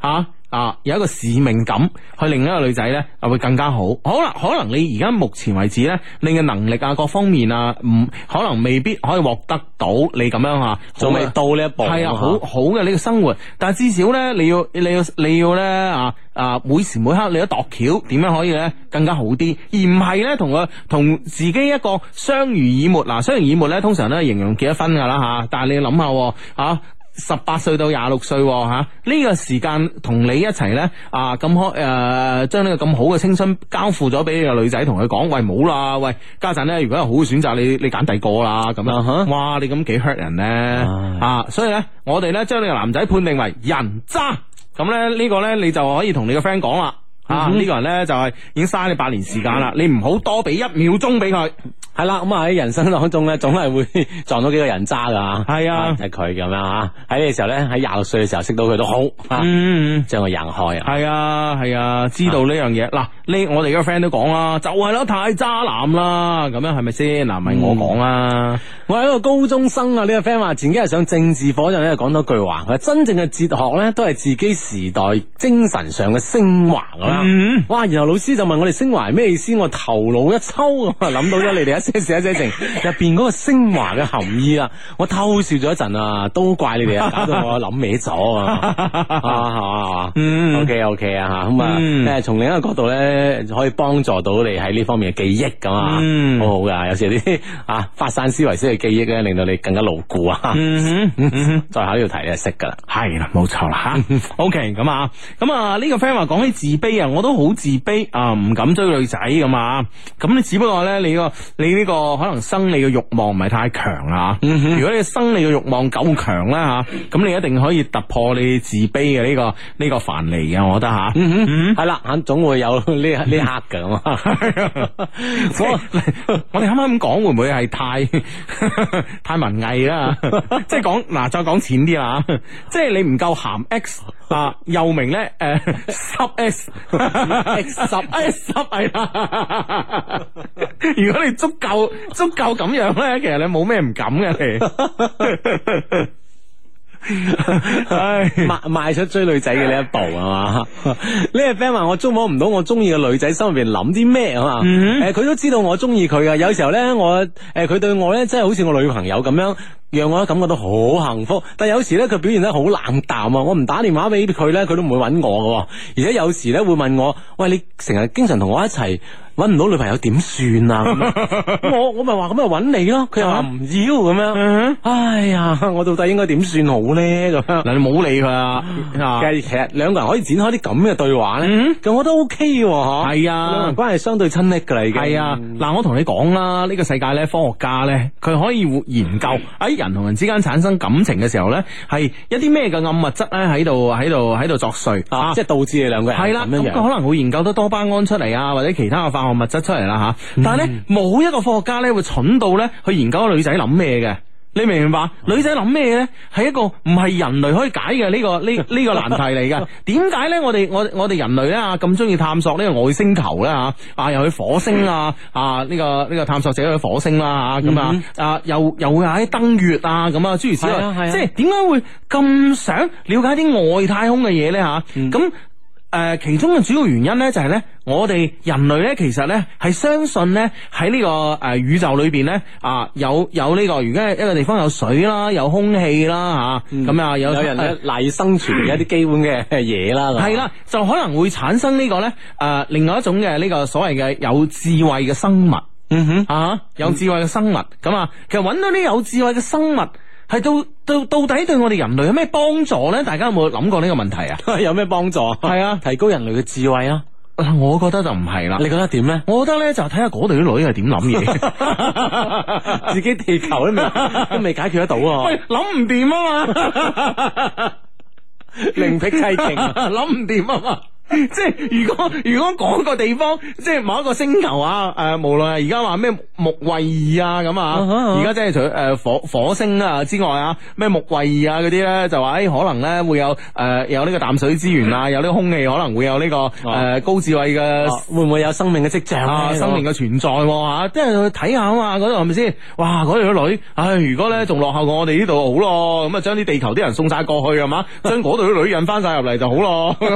Speaker 3: 啊啊，有一個使命感去令一個女仔咧啊會更加好。可能可能你而家目前為止咧，你嘅能力啊各方面啊，唔可能未必可以獲得到你咁樣啊，
Speaker 1: 仲未到呢一步，
Speaker 3: 係啊，
Speaker 1: 嚇
Speaker 3: 好好嘅呢個生活，但係至少咧，你要你要你要咧啊啊，每時每刻你都度橋，點樣可以咧更加好啲，而唔係咧同個同自己一個相濡以沫。嗱、相濡以沫咧，通常都係形容結咗婚噶啦吓，但係你諗下喎啊。十八歲到廿六歲吓，呢、個時間同你一齊咧啊咁開誒，將呢個咁好嘅青春交付咗俾呢個女仔，同佢講喂冇啦，喂家陣咧如果有好嘅選擇，你你揀第二個啦咁樣
Speaker 1: 啊哈
Speaker 3: 哇你咁幾 hurt 人咧
Speaker 1: 唉
Speaker 3: 啊！所以咧，我哋咧將呢個男仔判定為人渣，咁咧呢個咧你就可以同你個 friend 講啦。啊！呢個人咧就係已經嘥你八年時間啦，你唔好多俾一秒鐘俾佢。
Speaker 1: 係啦，咁啊喺人生當中咧，總係會撞到幾個人渣噶吓，
Speaker 3: 係啊
Speaker 1: 就係佢咁樣吓。喺呢個時候咧，喺廿六歲嘅時候識到佢都好，啊
Speaker 3: 嗯，
Speaker 1: 將佢讓開啊，
Speaker 3: 係啊，係啊，知道呢樣嘢。嗱，呢我哋個 friend 都講啦，就係咯，太渣男啦，咁樣係咪先？嗱，唔係我講啦，
Speaker 1: 我係一個高中生啊，呢、個 friend 話前幾日上政治課嗰陣咧，講到句話，佢話真正嘅哲學咧，都係自己時代精神上嘅升華咁樣。
Speaker 3: 嗯
Speaker 1: 哇！然後老師就問我哋升華係咩意思，我頭腦一抽咁啊，諗到咗你哋一些事一些情入邊嗰個升華嘅含義啦。我偷笑咗一陣啊，都怪你哋啊，搞到我諗歪咗啊，啊係嘛。
Speaker 3: 嗯
Speaker 1: O K O K 啊吓，咁啊，
Speaker 3: 嗯
Speaker 1: 誒，從另一個角度咧，可以幫助到你喺呢方面嘅記憶咁啊，
Speaker 3: 嗯
Speaker 1: 好好噶。有時啲啊發散思維式嘅記憶咧，令到你更加牢固啊。
Speaker 3: 嗯嗯嗯。
Speaker 1: 再考呢條題你就識噶啦。
Speaker 3: 係啦，冇錯啦吓。OK，咁 啊，咁啊呢個 friend 話講起自卑啊，我都好自卑啊，唔敢追女仔咁啊。咁你只不過咧，你個你呢個可能生理嘅欲望唔係太強啊。如果你生理嘅欲望夠強啦吓，咁你一定可以突破你自卑嘅呢個呢個藩籬嘅，我覺得吓。
Speaker 1: 嗯哼，係啦，肯總會有呢呢刻噶咁啊。
Speaker 3: 我 我哋啱啱咁講，會唔會係太 太文藝啦？即係講嗱，再講淺啲啦，即係你唔夠鹹 X 啊，又名咧誒濕 S
Speaker 1: X
Speaker 3: 濕 S 濕係啦。 如果你足夠足夠咁樣咧，其實你冇咩唔敢 嘅你。唉。
Speaker 1: 邁邁出追女仔嘅呢一步啊嘛， 呢個 friend 話我捉摸唔到我中意嘅女仔心入邊諗啲咩啊嘛，誒佢、
Speaker 3: 嗯
Speaker 1: 都知道我中意佢噶，啊有時候咧我誒佢、對我咧真係好似我女朋友咁樣。讓我感覺到好幸福，但有時咧佢表現得好冷淡啊！我唔打電話俾佢咧，佢都唔會揾我嘅喎，而且有時咧會問我：喂，你成日經常同我一齊，揾唔到女朋友點算啊？咁樣 我我咪話咁咪揾你咯，佢又話唔要咁樣。
Speaker 3: 嗯
Speaker 1: 哎呀，我到底應該點算好咧？咁樣
Speaker 3: 哼，。嗱你冇理佢啊，啊
Speaker 1: 其實兩個人可以展開啲咁嘅對話咧，
Speaker 3: 嗯
Speaker 1: 咁我覺得 O K 喎，嗬。
Speaker 3: 係
Speaker 1: 兩個
Speaker 3: 啊
Speaker 1: 人。關係相對親昵噶啦，已經
Speaker 3: 係啊，嗱，我同你講啦，呢、個世界咧，科學家咧，佢可以研究喺人同人之間產生感情嘅時候咧，係一啲咩嘅暗物質咧喺度喺度喺度作祟
Speaker 1: 啊，即係導致你兩個人
Speaker 3: 係啦，
Speaker 1: 咁
Speaker 3: 咁
Speaker 1: 樣
Speaker 3: 佢可
Speaker 1: 樣。
Speaker 3: 能會研究到多巴胺出嚟啊，或者其他嘅化學物質出嚟啦
Speaker 1: 嗯
Speaker 3: 吓。但係咧，冇一個科學家咧會蠢到咧去研究女仔諗咩嘅。你明唔明白？
Speaker 1: 嗯
Speaker 3: 女仔諗咩咧？係一個唔係人類可以解嘅呢、個呢呢、 個難題嚟嘅。點解咧？我哋我我哋人類咧啊咁中意探索呢個外星球咧吓啊，又去火星啊啊呢、個呢、個探索者去火星啦吓咁啊啊又又會喺登月啊咁啊諸如此
Speaker 1: 嗯係啊係
Speaker 3: 類，
Speaker 1: 啊
Speaker 3: 即係點解會咁想了解啲外太空嘅嘢咧吓？咁誒、其中嘅主要原因咧，就係咧，我哋人類咧，其實咧係相信咧喺呢個誒、宇宙裏邊咧啊，有有呢、個而家一個地方有水啦，有空氣啦吓，咁啊、有
Speaker 1: 有人咧賴以生存嘅一啲基本嘅嘢啦，咁
Speaker 3: 係啦，就可能會產生呢、個咧誒、另外一種嘅呢個所謂嘅有智慧嘅生物。
Speaker 1: 嗯哼，
Speaker 3: 啊，有智慧嘅生物咁啊，其實揾到啲有智慧嘅生物，係到到到底對我哋人類有咩幫助咧？大家有冇諗過呢個問題 啊？
Speaker 1: 有咩幫助？係
Speaker 3: 啊
Speaker 1: 提高人類嘅智慧啊！
Speaker 3: 啊我覺得就唔係啦。？
Speaker 1: 你覺得點咧
Speaker 3: 我覺得咧就睇下嗰度啲女係點諗嘢，
Speaker 1: 自己地球都未都未解決得到啊！
Speaker 3: 諗唔掂啊嘛，
Speaker 1: 另辟蹊徑啊。
Speaker 3: 諗唔掂啊嘛。 即係如果如果嗰個地方，即係某一個星球啊，誒、無論係而家話咩木衛二啊咁
Speaker 1: 啊哈啊
Speaker 3: 啊，
Speaker 1: 哈
Speaker 3: 而家即係除誒、火火星啊之外啊，咩木衛二啊嗰啲咧，就話誒、可能咧會有誒、有呢個淡水資源啊，有呢個空氣可能會有呢、個
Speaker 1: 哦
Speaker 3: 誒、高智慧嘅。
Speaker 1: 啊會唔會有生命嘅跡象
Speaker 3: 啊！
Speaker 1: 咧
Speaker 3: 生命嘅存在喎吓，即係去睇下啊嘛，嗰度係咪先？哇！嗰度啲女，唉，如果咧仲落後過我哋呢度好咯，咁啊將啲地球啲人送晒過去係嘛，將嗰度啲女引翻晒入嚟就好咯，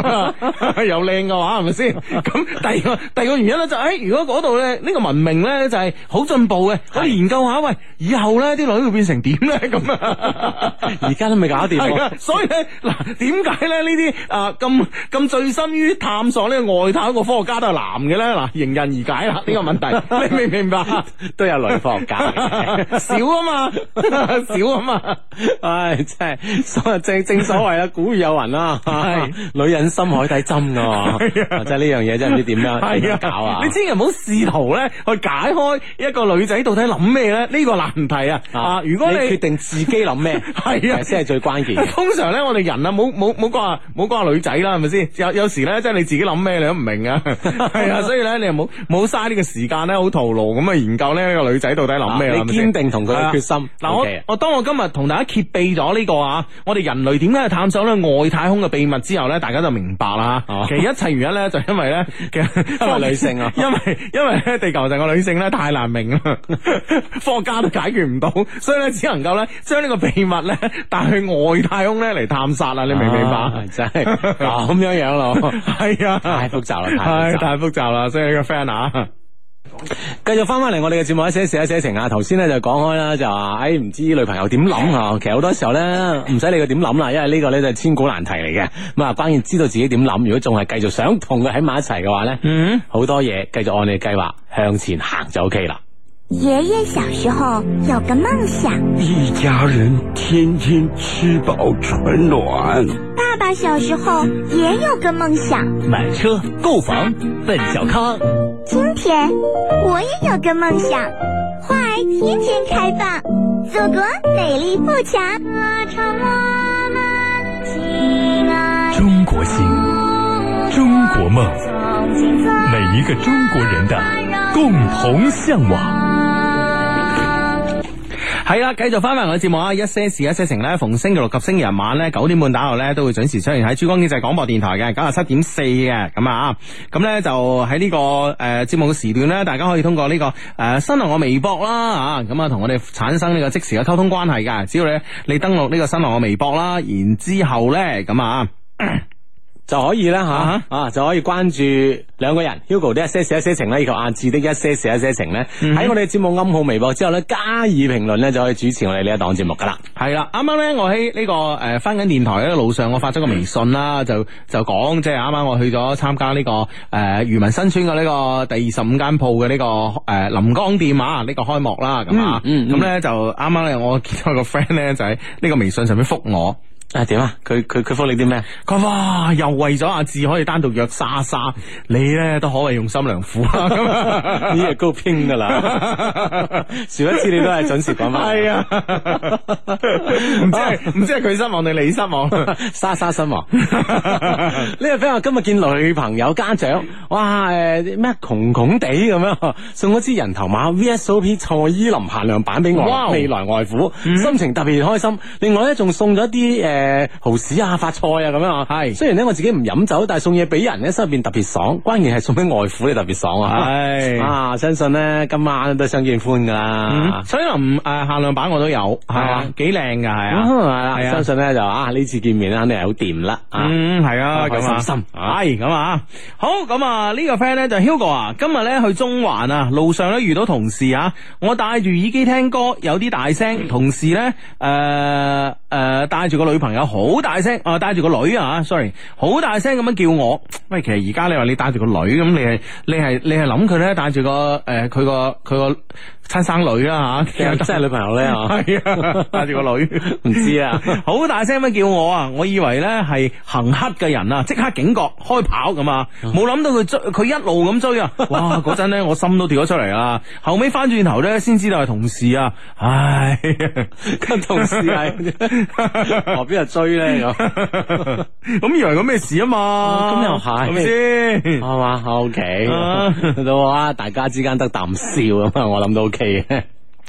Speaker 3: 又靚嘅話係咪先？咁第二個第二個原因咧就唉，如果嗰度咧呢個文明咧就係好進步嘅，我哋研究下喂，以後咧啲女會變成點咧咁啊？
Speaker 1: 哦而家都未搞掂
Speaker 3: 係
Speaker 1: 喎
Speaker 3: 啊，，所以咧嗱，點解咧呢啲啊咁咁醉心於探索呢個外太空嘅科學家都係男嘅咧？嗱，迎刃而解 啦呢個問題，你明唔明白？
Speaker 1: 都有女科學家嚟嘅。
Speaker 3: 少啊嘛， 少啊嘛，
Speaker 1: 唉，真係所正正所謂啦，古語有云啦，
Speaker 3: 係 啊
Speaker 1: 女人心海底 針噶嘛，真係呢樣嘢真係唔知點樣點樣搞啊！
Speaker 3: 你千祈唔好試圖咧去解開一個女仔到底諗咩咧呢個難題啊！啊，如果你
Speaker 1: 決定自己諗咩，
Speaker 3: 係啊
Speaker 1: 先係最關鍵。
Speaker 3: 通常咧，我哋人啊，冇冇冇講話冇講話女仔啦，係咪先？有有時咧，即係你自己諗咩，你都唔 明啊。係啊，所以咧，你又冇冇嘥呢個時間咧，好徒勞咁啊研究呢個女仔到底諗咩啦。
Speaker 1: 啊
Speaker 3: 係咪
Speaker 1: 你
Speaker 3: 先
Speaker 1: 堅定同佢嘅決心。
Speaker 3: 嗱，我
Speaker 1: OK 啊
Speaker 3: 我當我今日同大家揭秘咗呢個啊，我哋人類點解去探索咧外太空嘅秘密之後咧，大家就明白啦。
Speaker 1: 哦
Speaker 3: 其實一切原因咧，就因為咧，其實
Speaker 1: 因為女性啊
Speaker 3: 因為因為咧地球上嘅女性咧太難明啦， 科學家都解決唔到，所以咧只能夠咧將呢個秘密咧帶去外太空咧嚟探索啦。你明唔明
Speaker 1: 啊
Speaker 3: 白？
Speaker 1: 真 係嗱咁樣樣咯，
Speaker 3: 係啊，
Speaker 1: 太複雜啦，太
Speaker 3: 係啊
Speaker 1: 複雜。
Speaker 3: 太複雜啦，所以呢個 friend 啊。
Speaker 1: 繼續翻翻嚟我哋嘅節目一些事一些情啊，頭先咧就講開啦，就話誒唔知女朋友點諗啊，其實好多時候咧唔使理佢點諗啦，因為呢個咧就係千古難題嚟嘅。咁啊，關鍵知道自己點諗，如果仲係繼續想同佢喺埋一齊嘅話咧，
Speaker 3: 嗯，
Speaker 1: 好多嘢繼續按你嘅計劃向前行就 OK 啦。
Speaker 4: 爷爷小时候有个梦想，
Speaker 5: 一家人天天吃饱穿暖。
Speaker 4: 爸爸小时候也有个梦想，
Speaker 6: 买车、购房，奔小康。
Speaker 4: 今天我也有个梦想，花儿天天开放，祖国美丽富强。歌唱我们亲爱
Speaker 6: 中国心，中国梦，
Speaker 4: 从今走
Speaker 6: 每一个中国人的共同向往。
Speaker 3: 系啦，繼續翻翻我嘅節目啊！一些事一些情咧，逢星期六及星期日晚咧九點半打後咧都會準時出現喺珠江經濟廣播電台嘅九十七點四嘅咁啊，咁咧就喺呢、個誒節目嘅時段咧，大家可以通過呢、個誒、呃新浪嘅微博啦啊，咁啊同我哋產生呢個即時嘅溝通關係㗎。只要咧你登錄呢個新浪嘅微博啦，然之後咧咁啊。
Speaker 1: 就可以啦吓
Speaker 3: 啊
Speaker 1: 啊就可以關
Speaker 3: 嗯
Speaker 1: 注兩個人 Hugo 的一些事一些情咧，以及阿志的一些事一些情咧。
Speaker 3: 嗯
Speaker 1: 喺我哋節目暗號微博之後咧，加以評論咧，就可以主持我哋呢一檔節目噶啦。
Speaker 3: 系啦，啱啱咧，我喺呢、個个诶翻緊電台嘅路上，我發咗個微信啦，就就講即係啱啱我去咗參加呢、個个诶漁民新村嘅呢個第二十五間鋪嘅呢個诶林江店啊，呢、個開幕啦，咁啊，
Speaker 1: 嗯嗯嗯
Speaker 3: 咁咧就啱啱咧，我見到個 friend 咧就喺呢個微信上面覆我。
Speaker 1: 啊，點啊？佢佢佢覆你啲咩？
Speaker 3: 佢話哇，又為咗阿志可以單獨約莎莎，你咧都可謂用心良苦啦。咁啊
Speaker 1: 呢個高拼噶 啦， 少一次你都係準時講翻。
Speaker 3: 係啊，唔知係唔知係佢失望定你失 望。
Speaker 1: 莎莎身亡。 呢個 friend 話今日見女朋友家長，哇誒咩窮窮地咁樣，送咗支人頭馬 VSOP 蔡依林限量版俾
Speaker 3: 哇哦嗯
Speaker 1: 我未來外父，心情特別開心。另外咧仲送咗一啲誒蠔豉啊、發菜啊咁樣啊。
Speaker 3: 係
Speaker 1: 雖然咧我自己唔飲酒，但係送嘢俾人咧心入邊特別爽，關鍵係送俾外父你特別爽啊。
Speaker 3: 係
Speaker 1: 啊，相信咧今晚都相見歡噶啦
Speaker 3: 嗯。所以林誒限量版我都有，係啊
Speaker 1: 啊，
Speaker 3: 幾靚噶係
Speaker 1: 啊，
Speaker 3: 啊。
Speaker 1: 係
Speaker 3: 係
Speaker 1: 啦，
Speaker 3: 啊
Speaker 1: 相信咧就啊呢次見面咧肯定係好掂啦啊。
Speaker 3: 嗯，系啊，
Speaker 1: 開
Speaker 3: 咁
Speaker 1: 心
Speaker 3: 啊，
Speaker 1: 心啊
Speaker 3: 系咁啊，好咁啊，呢個 friend 咧就 Hugo 啊，今日咧去中環啊，路上咧遇到同事啊，我戴住耳機聽歌，有啲大聲，同事咧誒誒帶住個女朋友好大聲，啊帶住個女啊，sorry，好大聲咁樣叫我，喂，其呃實而家你話你帶住個女咁，你係你係你係諗佢咧帶住個誒佢個佢個親生女啦
Speaker 1: 即
Speaker 3: 吓，
Speaker 1: 係真係女朋友咧啊，
Speaker 3: 系 啊，帶住個女，
Speaker 1: 唔知啊，
Speaker 3: 好大聲咁叫我啊！我以為咧係行乞嘅人啊，即刻警覺開跑咁啊！
Speaker 1: 嗯
Speaker 3: 冇諗到佢追，佢一路 咁追啊！哇！嗰陣咧我心都跳咗出嚟啊！後尾翻轉頭咧先知道係同事啊！ 唉，
Speaker 1: 跟同事啊係何必又追咧咁，
Speaker 3: 咁以為有咩事啊嘛？
Speaker 1: 哦咁又係
Speaker 3: 係咪先
Speaker 1: 係？哦嘛？OK，
Speaker 3: 啊
Speaker 1: 到啊，大家之間得啖笑咁啊，我諗都 OK 嘅。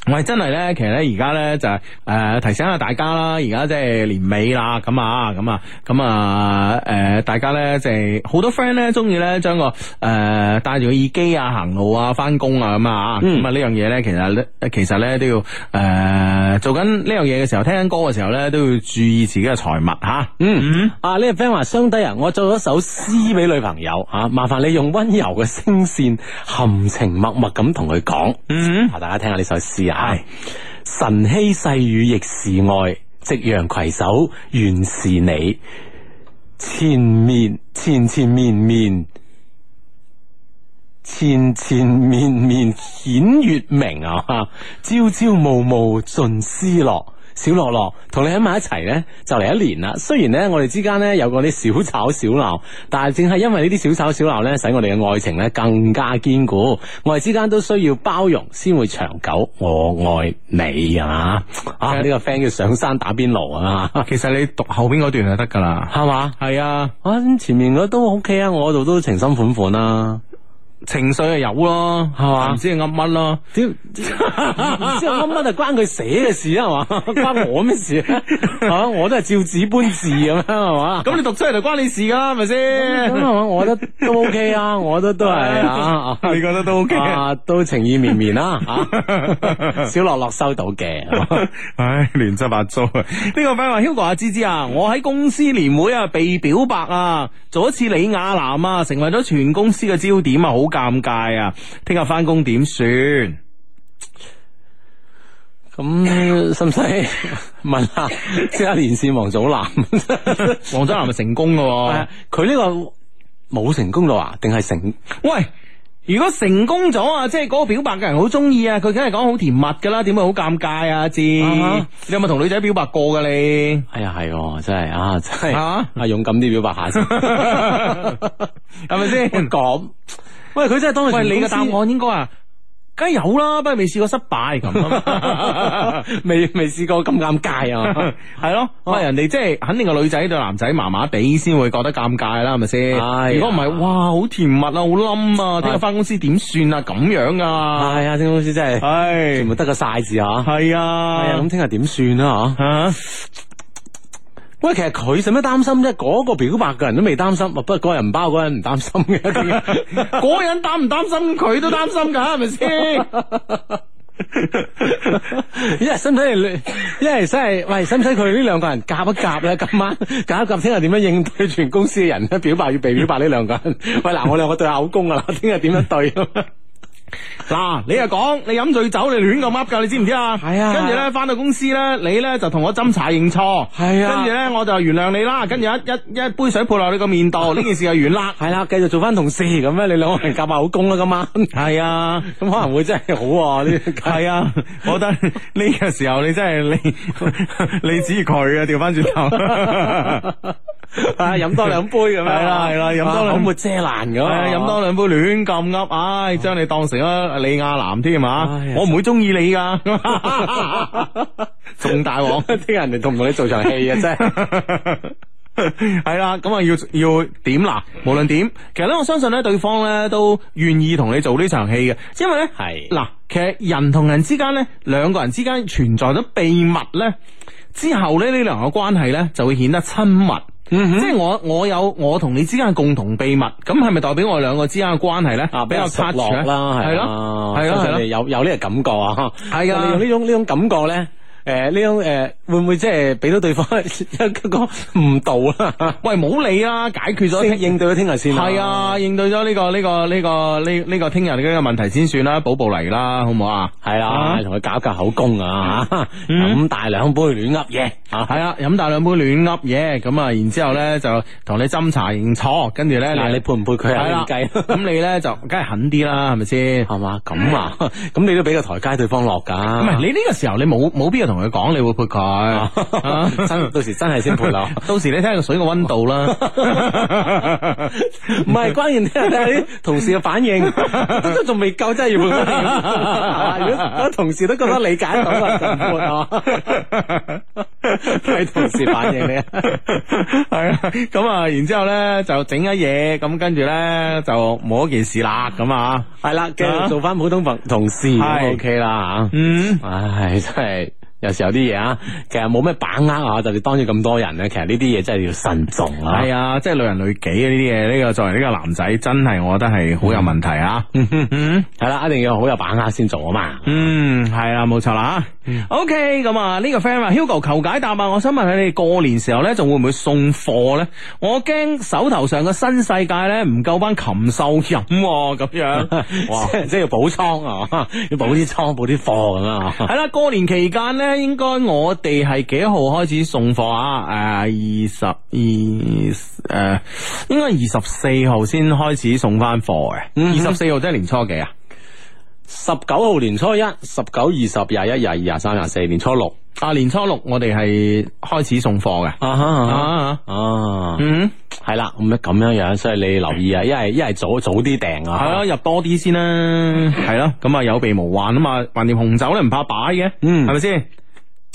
Speaker 3: 我係真係咧，其實咧而家咧就係、呃提醒下大家啦，而家即係年尾啦，咁啊，咁啊，咁啊，誒、大家咧即係好多 friend 咧中意咧將個誒、呃、戴住個耳機啊、行路啊、翻工啊咁啊，咁啊呢樣嘢咧其實咧其實咧都要誒、呃做緊呢樣嘢嘅時候，聽緊歌嘅時候咧都要注意自己嘅財物嚇。
Speaker 1: 嗯，啊呢個 friend 話相低啊，我做咗首詩俾女朋友啊，麻煩你用溫柔嘅聲線，含情脈脈咁同佢講。
Speaker 3: 嗯，
Speaker 1: 啊，大家聽下呢首詩啊，晨曦細雨亦是愛，夕陽攜手原是你，前面前前面面。前前面面顯月明啊，朝朝暮暮盡思樂。小樂樂同你喺埋一齊呢，就嚟一年啦。雖然呢，我哋之間呢有過啲小吵小鬧，但係正係因為呢啲小吵小鬧呢，使我哋嘅愛情呢更加堅固。我哋之間都需要包容，先會長久。我愛你啊！啊，呢、個 friend 叫上山打邊爐啊，
Speaker 3: 其實你讀後邊嗰段就得㗎啦。
Speaker 1: 係嘛？
Speaker 3: 係啊，
Speaker 1: 啊，前面嗰都 OK 啊，我度都情深款啊款啦、
Speaker 3: 情緒係有咯，
Speaker 1: 係嘛
Speaker 3: 唔知你噏乜咯。
Speaker 1: 屌， 唔知我乜乜就關佢寫嘅事啊係 嘛，關我咩事啊？啊，我都係照紙搬字咁樣係嘛。
Speaker 3: 咁你讀出嚟就關你事噶啦，係咪先？
Speaker 1: 咁啊，我覺得都 OK 啊，我覺得都係 啊，啊
Speaker 3: 你覺得都 OK 啊？
Speaker 1: 啊，都情意綿綿啦， 啊，小樂樂收到嘅，
Speaker 3: 唉，亂七八糟啊！呢個 friend 話 Hugo 阿芝芝啊，我喺公司年會啊被表白啊，做一次李亞男啊，成為咗全公司嘅焦點啊，好尷尬啊！聽日翻工點算？
Speaker 1: 咁使唔 使問下即刻連線王祖 藍？
Speaker 3: 黃章南咪成功噶、
Speaker 1: 啊 佢呢個冇成功到啊？定係成？
Speaker 3: 喂！如果成功咗啊，即係嗰個表白嘅人好中意啊，佢梗係講好甜蜜噶啦，點會好尷尬啊？知、
Speaker 1: 啊哈
Speaker 3: 你有冇同女仔表白過噶 你？
Speaker 1: 哎呀，係喎，真係啊，真係
Speaker 3: 啊
Speaker 1: 啊，勇敢啲表白下 先。
Speaker 3: 係咪先？
Speaker 1: 咁，喂，佢真係當
Speaker 3: 喂，你嘅
Speaker 1: 答
Speaker 3: 答
Speaker 1: 案
Speaker 3: 案應該啊，梗係有啦，不過未試過失敗咁 啊
Speaker 1: 未未試過咁尷尬
Speaker 3: 嘛
Speaker 1: 啊！
Speaker 3: 係咯，喂，人哋即係肯定個女仔對男仔麻麻地先會覺得尷尬啦，係咪先？
Speaker 1: 係啊
Speaker 3: 如果唔係，哇，好甜蜜啊，好冧啊，聽日翻公司點算啊？咁樣啊，
Speaker 1: 係啊，啲公司真係全
Speaker 3: 係
Speaker 1: 部得個晒字啊！係
Speaker 3: 係
Speaker 1: 啊，
Speaker 3: 啊
Speaker 1: 咁，聽日點算啊？
Speaker 3: 啊，
Speaker 1: 喂，其實佢使乜擔心啫？嗰個表白嘅人都未擔心，不過嗰人唔包嗰人唔擔心嘅，
Speaker 3: 嗰個人擔唔擔心佢都擔心㗎，係 咪先？
Speaker 1: 因為使唔使你？因為真係喂，使唔使佢呢兩個人夾一夾咧？今晚夾一夾，聽日點樣應對全公司嘅人咧？表白與被表白呢兩個人？喂，嗱，我兩個對下口供噶啦，聽日點樣對？
Speaker 3: 嗱，你又講你飲醉酒，你亂咁噏㗎，你知唔知啊？
Speaker 1: 係啊
Speaker 3: 跟住咧，翻到公司咧，你咧就同我斟茶認錯。
Speaker 1: 係啊
Speaker 3: 跟住咧，我就原諒你啦。跟住一一一杯水潑落你個面 度，呢件事就完啦。
Speaker 1: 係啦，繼續做翻同事咁樣，你兩個人夾下口供啦， 今晚。
Speaker 3: 係啊。
Speaker 1: 咁可能會真係好喎、呢啲
Speaker 3: 係啊，我覺得呢個時候你真係你 你指佢啊，調翻轉 頭，
Speaker 1: 啊飲多兩杯咁樣，
Speaker 3: 係啦係啦飲多兩
Speaker 1: 啊口沫遮攔咁，
Speaker 3: 係 啊飲多兩杯亂咁噏，唉，將你當成咗李亞男添啊
Speaker 1: 哎呀！
Speaker 3: 我唔會中意你 噶，仲大鑊。
Speaker 1: 聽日人哋同唔同你做場戲啊，真係。
Speaker 3: 系啦，咁啊要要點啦？無論點，其實咧，我相信咧，對方咧都願意同你做呢場戲嘅，因為咧
Speaker 1: 係
Speaker 3: 嗱，其實人同人之間咧，兩個人之間存在咗秘密咧，之後咧呢兩個關係咧就會顯得親密。
Speaker 1: 嗯
Speaker 3: 即係我我有我同你之間嘅共同秘密，咁係咪代表我哋兩個之間嘅關係咧
Speaker 1: 啊，比較熟
Speaker 3: touch
Speaker 1: 落
Speaker 3: 咧
Speaker 1: 啦，
Speaker 3: 係
Speaker 1: 係
Speaker 3: 咯
Speaker 1: 咯，
Speaker 3: 係咯
Speaker 1: 相
Speaker 3: 係
Speaker 1: 信
Speaker 3: 咯
Speaker 1: 你。有有呢個感覺啊，
Speaker 3: 係啊
Speaker 1: 你用呢種呢種感覺咧，诶呢種诶會唔會即係俾到對方一個誤導 啦？
Speaker 3: 喂，冇理啦，解決咗
Speaker 1: 應應對咗聽日先
Speaker 3: 系，啊，應對咗呢、個呢、個呢、個呢呢、個聽日嘅問題先算啦，補步嚟啦，好唔好啊？
Speaker 1: 係啦，
Speaker 3: 啊
Speaker 1: 同佢搞一搞口供啊，嚇
Speaker 3: 嗯
Speaker 1: 飲大兩杯亂噏嘢啊，
Speaker 3: 係啊，飲大兩杯亂噏嘢，咁啊，然之后咧就同你斟茶認錯，跟住咧
Speaker 1: 嗱你配唔配佢
Speaker 3: 係
Speaker 1: 啊？
Speaker 3: 啦，
Speaker 1: 計
Speaker 3: 咁你咧就梗係狠啲啦，係咪先？
Speaker 1: 係嘛？咁啊，咁你都俾個台階對方落㗎，
Speaker 3: 唔係嗯你呢個時候你冇冇必要同佢講，你會潑佢。啊
Speaker 1: 啊真到時真係先配落。
Speaker 3: 到時你聽個水嘅温度啦，
Speaker 1: 唔係關鍵睇下啲同事嘅反應，都仲未夠，真係要判佢 點啊如果嗰同事都覺得理解到啊，就唔判啊。 睇同事反應你啊，
Speaker 3: 係啊，咁啊，然之后咧就整一嘢，咁跟住咧就冇一件事啦，咁啊，
Speaker 1: 係啦，繼續做翻普通朋同事咁
Speaker 3: 係
Speaker 1: OK 啦啊
Speaker 3: 嗯。
Speaker 1: 嚇。唉，真係。有時候啲嘢啊，其實冇咩把握啊，特別當住咁多人咧，其實呢啲嘢真係要慎重啊。
Speaker 3: 系啊，即系累人累己嘅呢啲嘢，呢、個个作为呢個男仔，真係我覺得係好有問題啊！嗯
Speaker 1: 係啦，一定要好有把握先做啊 嘛。
Speaker 3: 嗯，系啦，冇錯啦吓。OK，咁啊，呢個 friend 話 Hugo 求解答啊！我想問下你哋過年時候咧，仲會唔會送貨咧？我驚手頭上嘅新世界咧，唔夠班禽獸飲喎咁樣。
Speaker 1: 哇，即係要補倉啊， 要補啲倉，補啲貨咁啊。
Speaker 3: 係啦，過年期間咧，應該我哋係幾號開始送貨啊？诶、二十二诶，应该二十四號先開始送翻貨嘅。
Speaker 1: 嗯
Speaker 3: 二十四號即係年初幾啊？
Speaker 1: 十九號年初一、十九、二十、廿一、廿二、廿三、廿四，年初六
Speaker 3: 啊，年初六我哋係開始送貨嘅。
Speaker 1: 啊哈
Speaker 3: 啊，
Speaker 1: 啊，
Speaker 3: 嗯，
Speaker 1: 係啦，咁樣咁樣樣，所以你留意啊，一係一係早早啲訂
Speaker 3: 係
Speaker 1: 啊，
Speaker 3: 咯，入多啲先啦，係咯，咁啊有備無患啊嘛，橫掂紅酒咧唔怕擺嘅，
Speaker 1: 嗯
Speaker 3: 係咪先？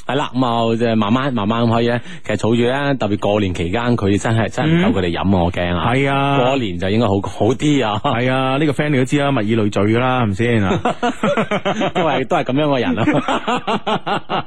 Speaker 1: 係啦，咁啊，即係慢慢慢慢咁可以咧，其實儲住咧，特別過年期間，佢真係真係唔夠佢哋飲啊，我驚啊，
Speaker 3: 係啊
Speaker 1: 過年就應該好 好啲 啊，
Speaker 3: 係啊，呢個 friend 你都知啦，物以類聚噶啦，係咪先 啊？
Speaker 1: 都係都係咁樣嘅人啊。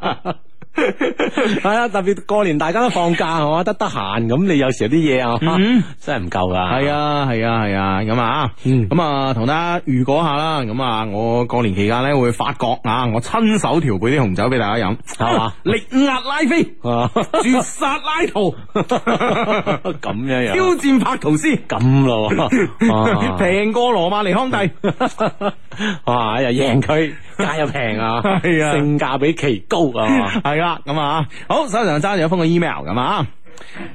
Speaker 1: 系啊，特別過年大家都放假，係嘛，得得閒咁，你有時有啲嘢啊， 真係唔夠噶。
Speaker 3: 嗯係啊，係啊，係啊，咁啊，
Speaker 1: 嗯
Speaker 3: 咁啊，同大家預告一下啦，咁啊，我過年期間咧會發覺啊，我親手調配啲紅酒俾大家飲，
Speaker 1: 係嘛
Speaker 3: 力壓拉 菲，
Speaker 1: 啊，
Speaker 3: 絕殺拉 圖，
Speaker 1: 咁樣
Speaker 3: 挑
Speaker 1: 樣，
Speaker 3: 戰柏圖斯，
Speaker 1: 咁 咯啊喎，
Speaker 3: 平過羅馬尼康帝。
Speaker 1: 啊 哇！又贏佢，價又平啊，
Speaker 3: 係啊
Speaker 1: 性價比奇高啊，
Speaker 3: 系啦，咁啊，好手上揸住一封嘅 email 咁啊。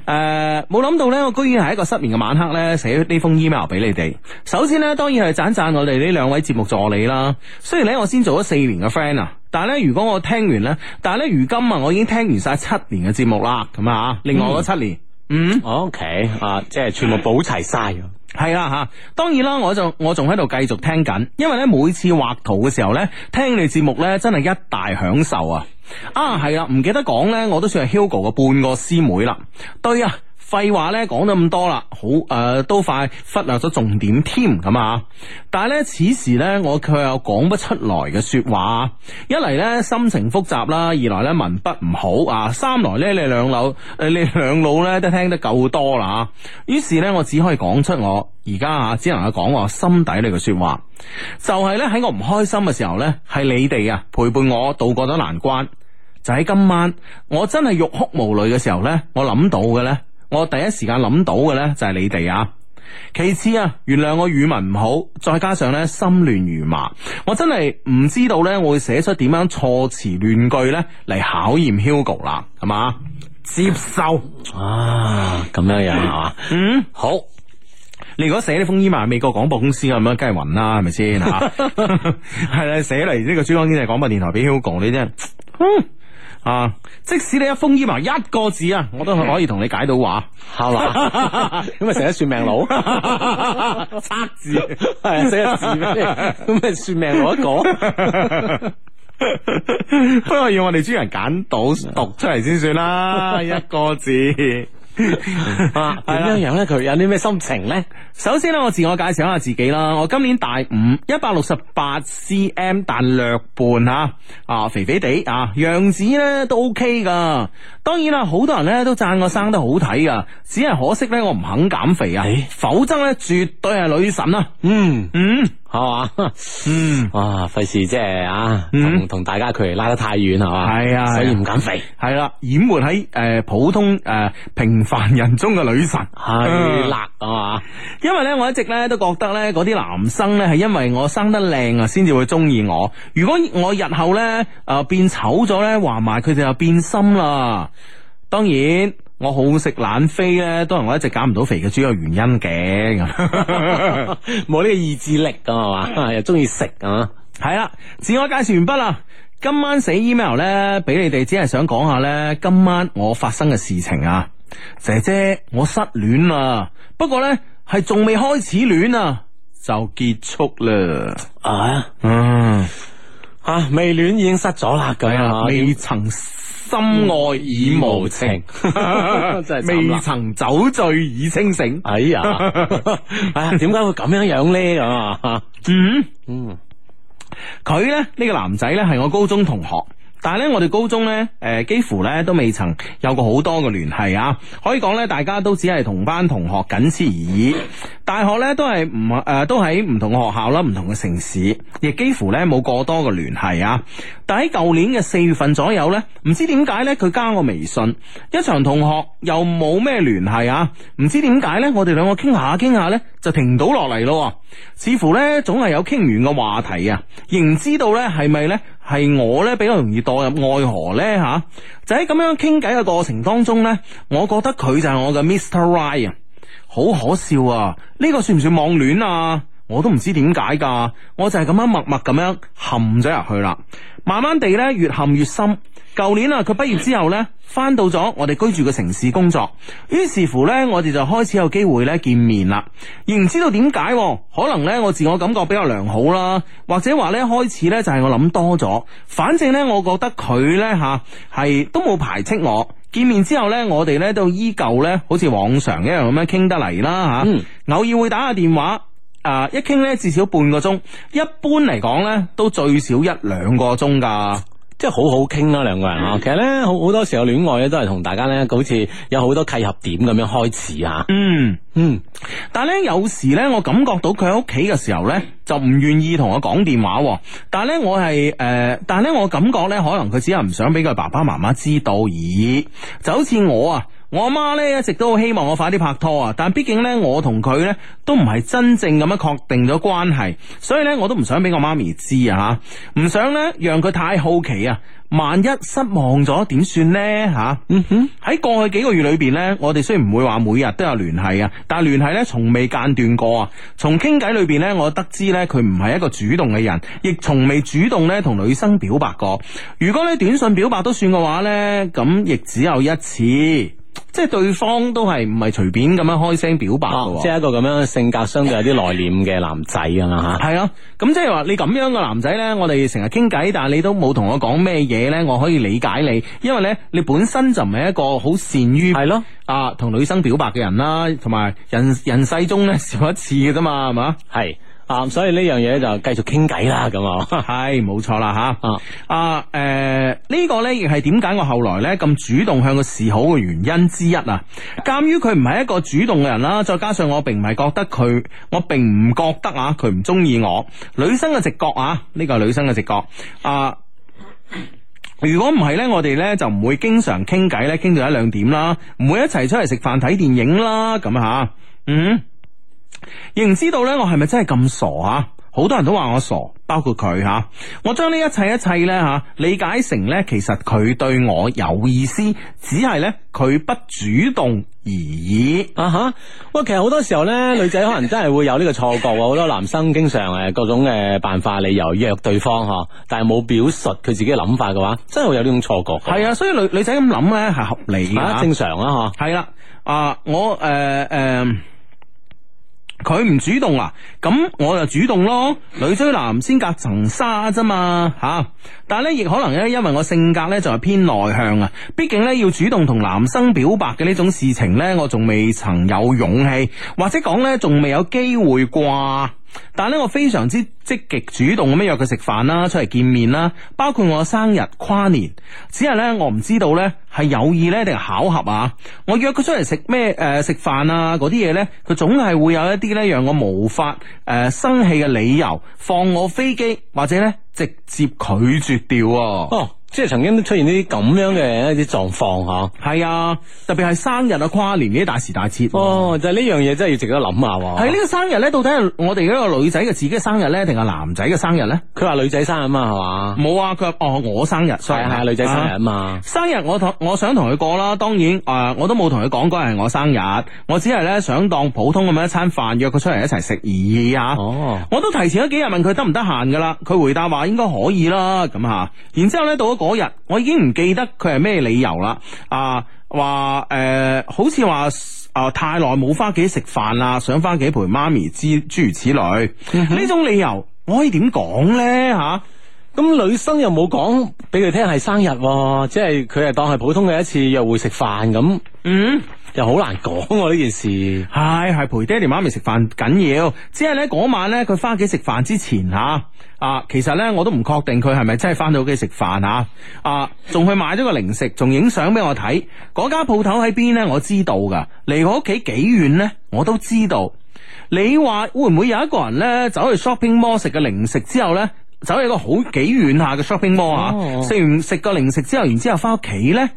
Speaker 3: 诶，冇諗到咧，我居然係一個失眠嘅晚黑咧，寫呢封 email 俾你哋。首先咧，當然係讚讚我哋呢兩位節目助理啦。雖然咧，我先做咗四年嘅 friend 啊，但係咧，如果我聽完咧，但係咧，如今啊，我已經聽完晒七年嘅節目啦，咁啊，另外嗰七年，嗯
Speaker 1: O K 啊，即係全部補齊晒。
Speaker 3: 係啦吓，當然啦，我就我仲喺度繼續聽緊，因為咧每次畫圖嘅時候咧，聽你節目咧真係一大享受啊！啊係啦，唔記得講咧，我都算係 Hugo 嘅半個師妹啦。對啊，廢話咧講咗咁多啦，好誒、呃都快忽略咗重點添咁啊！但係咧此時咧，我卻有講不出來嘅説話，一嚟咧心情複雜啦，二來咧文筆唔好啊，三來咧你兩老誒、呃你兩老咧都聽得夠多啦啊於是咧我只可以講出我而家啊，只能夠講我心底裏嘅説話，就係咧喺我唔開心嘅時候咧，係你哋啊陪伴我渡過咗難關。就喺今晚，我真係欲哭無淚嘅時候呢，我諗到嘅呢，我第一時間諗到嘅呢，就係你哋啊。其次啊，原諒我語文唔好，再加上呢心亂如麻，我真係唔知道呢，我會寫出點樣措辭亂句呢嚟考驗 Hugo 啦，係嘛？接受，
Speaker 1: 啊，咁樣樣係嘛，
Speaker 3: 嗯。
Speaker 1: 好
Speaker 3: 你如果寫呢封 email 美國廣播公司咁樣，梗係暈啦，係咪先吓？ 係啦，寫嚟呢個珠江經濟廣播電台俾 Hugo 你真係，嗯啊！即使你一封 email 一個字啊，我都可以同你解到 話。
Speaker 1: 係 嘛，咁咪成日算命佬，
Speaker 3: 測字
Speaker 1: 係寫個字俾你，咁咪算命 佬一個。
Speaker 3: 不過要我哋專人揀到讀出嚟先算 啦，一個字。
Speaker 1: 啊，點樣樣咧？佢有啲咩心情咧？
Speaker 3: 首先咧，我自我介紹一下自己啦。我今年大五，一百六十八 cm，但略半吓，啊肥肥地啊，樣子咧都 OK 噶。當然啦，好多人咧都讚我生得好睇噶，只係可惜咧我唔肯減肥啊，否則咧絕對係女神啊。
Speaker 1: 嗯。
Speaker 3: 嗯，
Speaker 1: 係嘛？
Speaker 3: 嗯。
Speaker 1: 哇，費事即係啊，
Speaker 3: 嗯
Speaker 1: 同同大家距離拉得太遠係嘛？
Speaker 3: 係啊係啊
Speaker 1: 所以唔減肥。
Speaker 3: 系啦，淹没喺诶、呃普通诶、呃平凡人中嘅女神，
Speaker 1: 係啊啦，係嘛？
Speaker 3: 因为咧，我一直咧都觉得咧，嗰啲男生咧系因为我生得靓啊，先至会中意我。如果我日后咧诶、呃变丑咗咧，话埋佢哋就变心啦。当然，我好食懒飞咧，都系我一直减唔到肥嘅主要原因嘅。咁
Speaker 1: 冇呢個意志力噶係嘛？又中意食啊，
Speaker 3: 系啦，自我介绍完毕啦。今晚寫 email 咧，俾你哋只係想講下咧，今晚我發生嘅事情啊。姐姐，我失戀啦，不過咧係仲未開始戀啊，就結束啦。
Speaker 1: 啊
Speaker 3: 嗯，
Speaker 1: 啊，未戀已經失咗啦，咁啊，，
Speaker 3: 未曾深愛已無 情
Speaker 1: 真係慘啦
Speaker 3: 未曾酒醉已清醒。
Speaker 1: 哎 呀，哎呀，點解會咁樣樣咧？咁啊，
Speaker 3: 嗯。
Speaker 1: 嗯，
Speaker 3: 佢咧呢、呢個男仔咧係我高中同學。但係咧，我哋高中咧，誒、幾乎咧都未曾有過好多嘅聯繫啊！可以講咧，大家都只係同班同學，僅此而已。大學咧都係唔誒，都喺唔同嘅學校啦，唔同嘅城市，亦幾乎咧冇過多嘅聯繫啊！但喺舊年嘅四月份左右咧，唔知點解咧，佢加我微信，一場同學又冇咩聯繫啊！唔知點解咧，我哋兩個傾下傾下咧，就停到落嚟咯喎，似乎咧總係有傾唔完嘅話題啊！仍唔知道咧係咪咧係我咧比較容易墮入愛河咧吓、就喺咁樣傾偈嘅過程當中咧，我覺得佢就係我嘅 Mr. Right 啊！好可笑啊！呢、個算唔算網戀啊？我都唔知點解噶，我就係咁樣默默咁樣陷咗入去啦。慢慢地咧，越陷越深。舊年啊，佢畢業之後咧，翻到咗我哋居住嘅城市工作，於是乎咧，我哋就開始有機會咧見面啦。而唔知道點解喎，可能咧我自我感覺比較良好啦，或者話咧開始咧就係我諗多咗。反正咧，我覺得佢咧吓係都冇排斥我。見面之後呢，我哋呢都依舊呢，好似往常一樣咁樣傾得嚟啦吓，
Speaker 1: 嗯
Speaker 3: 偶爾會打下電話。啊！一傾呢至少半個鐘，一般嚟講呢都最少一兩個鐘㗎。
Speaker 1: 即係好好傾啦，兩個人啊。其實咧，好好多時候戀愛咧都係同大家咧，好似有好多契合點咁樣開始啊。
Speaker 3: 嗯，
Speaker 1: 嗯，
Speaker 3: 但係咧有時咧，我感覺到佢喺屋企嘅時候咧，就唔願意同我講電話喎。但係咧，我係誒、呃但係咧，我感覺咧，可能佢只係唔想俾佢爸爸媽媽知道而已。就好似我啊，我阿媽咧一直都好希望我快啲拍拖啊，但畢竟咧，我同佢咧都唔係真正咁樣確定咗關係，所以咧我都唔想俾我媽咪知啊嚇，唔想咧讓佢太好奇啊。萬一失望咗點算呢？吓、嗯哼，喺過去幾個月裏邊呢，我哋雖然唔會話每日都有聯繫啊，但係聯繫呢從未間斷過啊。從傾偈裏邊呢，我得知呢，佢唔係一個主動嘅人，亦從未主動呢同女生表白過。如果呢短信表白都算嘅話呢，咁亦只有一次，即係對方都係唔係隨便咁樣開聲表白
Speaker 1: 啊
Speaker 3: 嘅喎，
Speaker 1: 即係一個咁樣性格相對有啲內斂嘅男仔咁樣 吓。
Speaker 3: 系啊，咁即系话你咁样嘅男仔呢，我哋成日傾偈，但系你都冇同我講咩嘢呢，我可以理解你，因為呢，你本身就唔係一個好善於
Speaker 1: 係咯
Speaker 3: 啊同女生表白嘅人啦，同埋人人世中呢，少一次嘅啫嘛，係嘛？
Speaker 1: 係啊，所以呢樣嘢就繼續傾偈啦，咁 啊。
Speaker 3: 系冇錯啦吓。
Speaker 1: 啊
Speaker 3: 啊，诶、呢、個呢亦係點解我後來呢咁主動向佢示好嘅原因之一啊。鑑於佢唔係一個主動嘅人啦，再加上我並唔係覺得佢，我並唔覺得啊，佢唔中意我。女生嘅直覺啊，呢個係女生嘅直覺啊。如果唔係呢，我哋呢就唔會經常傾偈呢，傾到一兩點啦，唔會一齊出嚟食飯睇電影啦，咁吓，嗯。亦唔知道呢，我係咪真係咁傻啊？好多人都話我傻，包括佢吓。我將呢一切一切呢，吓理解成呢，其實佢對我有意思，只係呢，佢不主動而已。
Speaker 1: 啊哈！喂，其實好多時候咧，女仔可能真係會有呢個錯覺啊。好多男生經常誒各種嘅辦法理由約對方嗬，但係冇表述佢自己嘅諗法嘅話，真係會有呢種錯覺㗎。
Speaker 3: 係啊，所以女女仔咁諗呢係合理嘅
Speaker 1: 啊，
Speaker 3: 啊
Speaker 1: 正常啊，
Speaker 3: 系啦，啊，我诶诶。誒佢唔主動啊，咁我就主動咯。女追男先隔層紗啫嘛，吓、但係咧，亦可能咧，因為我性格咧就係偏內向啊。畢竟咧，要主動同男生表白嘅呢種事情咧，我仲未曾有勇氣，或者講咧，仲未有機會啩。但係咧我非常之積極主動咁樣約佢食飯啦，出嚟見面啦，包括我生日、跨年。只係咧我唔知道咧係有意咧定係巧合啊！我約佢出嚟食咩誒食飯啊嗰啲嘢咧，佢總係會有一啲咧讓我無法誒、呃生氣嘅理由，放我飛機或者咧直接拒絕掉喎。
Speaker 1: 哦，即係曾經都出現呢啲咁樣嘅一啲狀況吓。
Speaker 3: 係啊，特別係生日啊、跨年呢啲大時大節喎。
Speaker 1: 哦，就係呢樣嘢真係要值得諗下喎。
Speaker 3: 係呢個生日咧，到底係我哋呢個女仔嘅自己嘅生日咧，定係男仔嘅生日咧？
Speaker 1: 佢話女仔生日嘛，係嘛？
Speaker 3: 冇啊，佢話哦，我生日，所以
Speaker 1: 係啊，女仔生日啊嘛。
Speaker 3: 生日我同我想同佢過啦，當然誒、呃我都冇同佢講嗰日係我生日，我只係咧想當普通咁樣一餐飯，約佢出嚟一齊食而已啊。
Speaker 1: 哦，
Speaker 3: 我都提前咗幾日問佢得唔得閒噶啦，佢回答話應該可以啦，咁吓。然之後咧到咗嗰日，我已經唔記得佢係咩理由啦，啊話誒、呃好似話。啊！太耐冇翻屋企食飯啦，想翻屋企陪媽咪之諸如此類，呢、
Speaker 1: 嗯
Speaker 3: 種理由我可以點講呢？吓、
Speaker 1: 咁女生又冇講俾佢聽係生日喎，即係佢係當係普通嘅一次約會食飯咁，
Speaker 3: 嗯。
Speaker 1: 又好難講喎呢件事。
Speaker 3: 係係陪爹哋媽咪食飯緊要，只係咧嗰晚咧佢翻屋企食飯之前吓啊，其實咧我都唔確定佢係咪真係翻到屋企食飯吓啊，仲去買咗個零食，仲影相俾我睇。嗰間鋪頭喺邊咧，我知道噶，離我屋企幾遠咧，我都知道。你話會唔會有一個人咧走去 shopping mall 食嘅零食之後咧，走去一個好幾遠下嘅 shopping mall 啊，
Speaker 1: 哦
Speaker 3: 食完食個零食之後，然之後翻屋企咧？。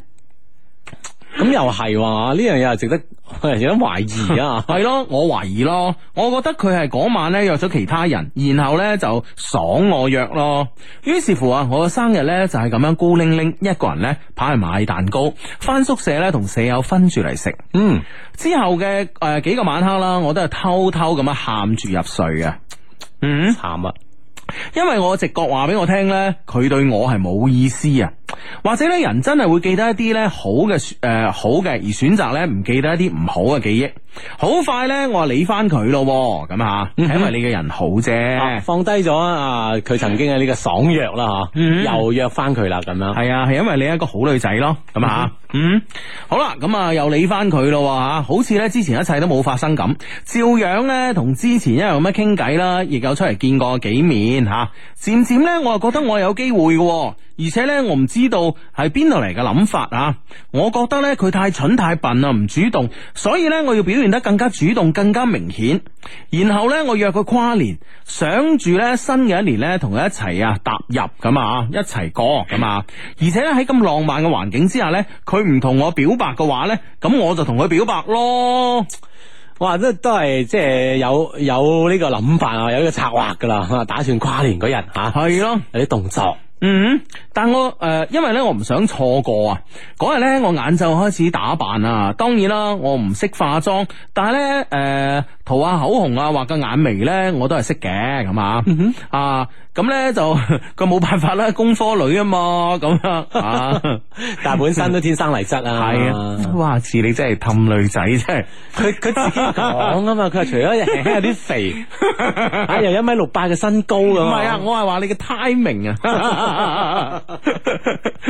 Speaker 1: 咁又係話呢樣嘢係值得 有得懷疑啊
Speaker 3: 係咯，我懷疑咯，我覺得佢係嗰晚咧約咗其他人，然後咧就爽我約咯。於是乎啊，我嘅生日咧就係咁樣孤零零一個人咧跑去買蛋糕，翻宿舍咧同舍友分住嚟食。
Speaker 1: 嗯，
Speaker 3: 之後嘅誒、呃、幾個晚黑啦，我都係偷偷咁樣喊住入睡嘅。嗯。
Speaker 1: 慘啊！
Speaker 3: 因為我直覺話俾我聽呢，佢對我係冇意思啊，或者呢，人真係會記得一啲呢好嘅誒、呃好嘅，而選擇呢唔記得一啲唔好嘅記憶。好快呢，我話理翻佢咯喎，咁啊，係因為你嘅人好
Speaker 1: 啊
Speaker 3: 啫。
Speaker 1: 放低咗啊！佢曾經嘅呢個爽約啦吓，
Speaker 3: 嗯
Speaker 1: 又約翻佢啦咁樣。
Speaker 3: 係啊，係因為你係一個好女仔咯，咁啊，嗯，好啦，咁啊又理翻佢咯吓，好似呢之前一切都冇發生咁，照樣呢，同之前一樣咁樣傾偈啦，亦有出嚟見過幾面吓，漸漸呢，我又覺得我有機會嘅喎，而且呢，我唔知道係邊度嚟嘅諗法啊，我覺得呢，佢太蠢太笨啦，唔主動，所以呢，我要表現得更加主動，更加明顯，然後呢，我約佢跨年，想住呢，新嘅一年呢，同佢一齊啊踏入咁啊，一齊過咁啊，而且呢，喺咁浪漫嘅環境之下呢，佢唔同我表白嘅話呢，咁我就同佢表白咯。
Speaker 1: 哇，都都係即係有有呢個諗法啊，有呢個策劃噶啦，打算跨年嗰日吓
Speaker 3: 係咯，
Speaker 1: 有啲動作。
Speaker 3: 嗯，但我誒、呃因為咧，我唔想錯過啊。嗰日咧，我晏晝開始打扮啊。當然啦，我唔識化妝，但係咧誒，塗下口紅啊，畫個眼眉咧，我都係識嘅咁啊。啊，咁咧就 佢冇辦法啦，工科女啊嘛，咁樣啊。
Speaker 1: 但係本身都天生麗質啊，
Speaker 3: 係啊，哇！似你真係氹女仔，真係。
Speaker 1: 佢佢自己講啊嘛，佢話除咗輕輕有啲肥， 啊又一米六八嘅身高咁，
Speaker 3: 唔係啊，我係話你嘅 timing 啊，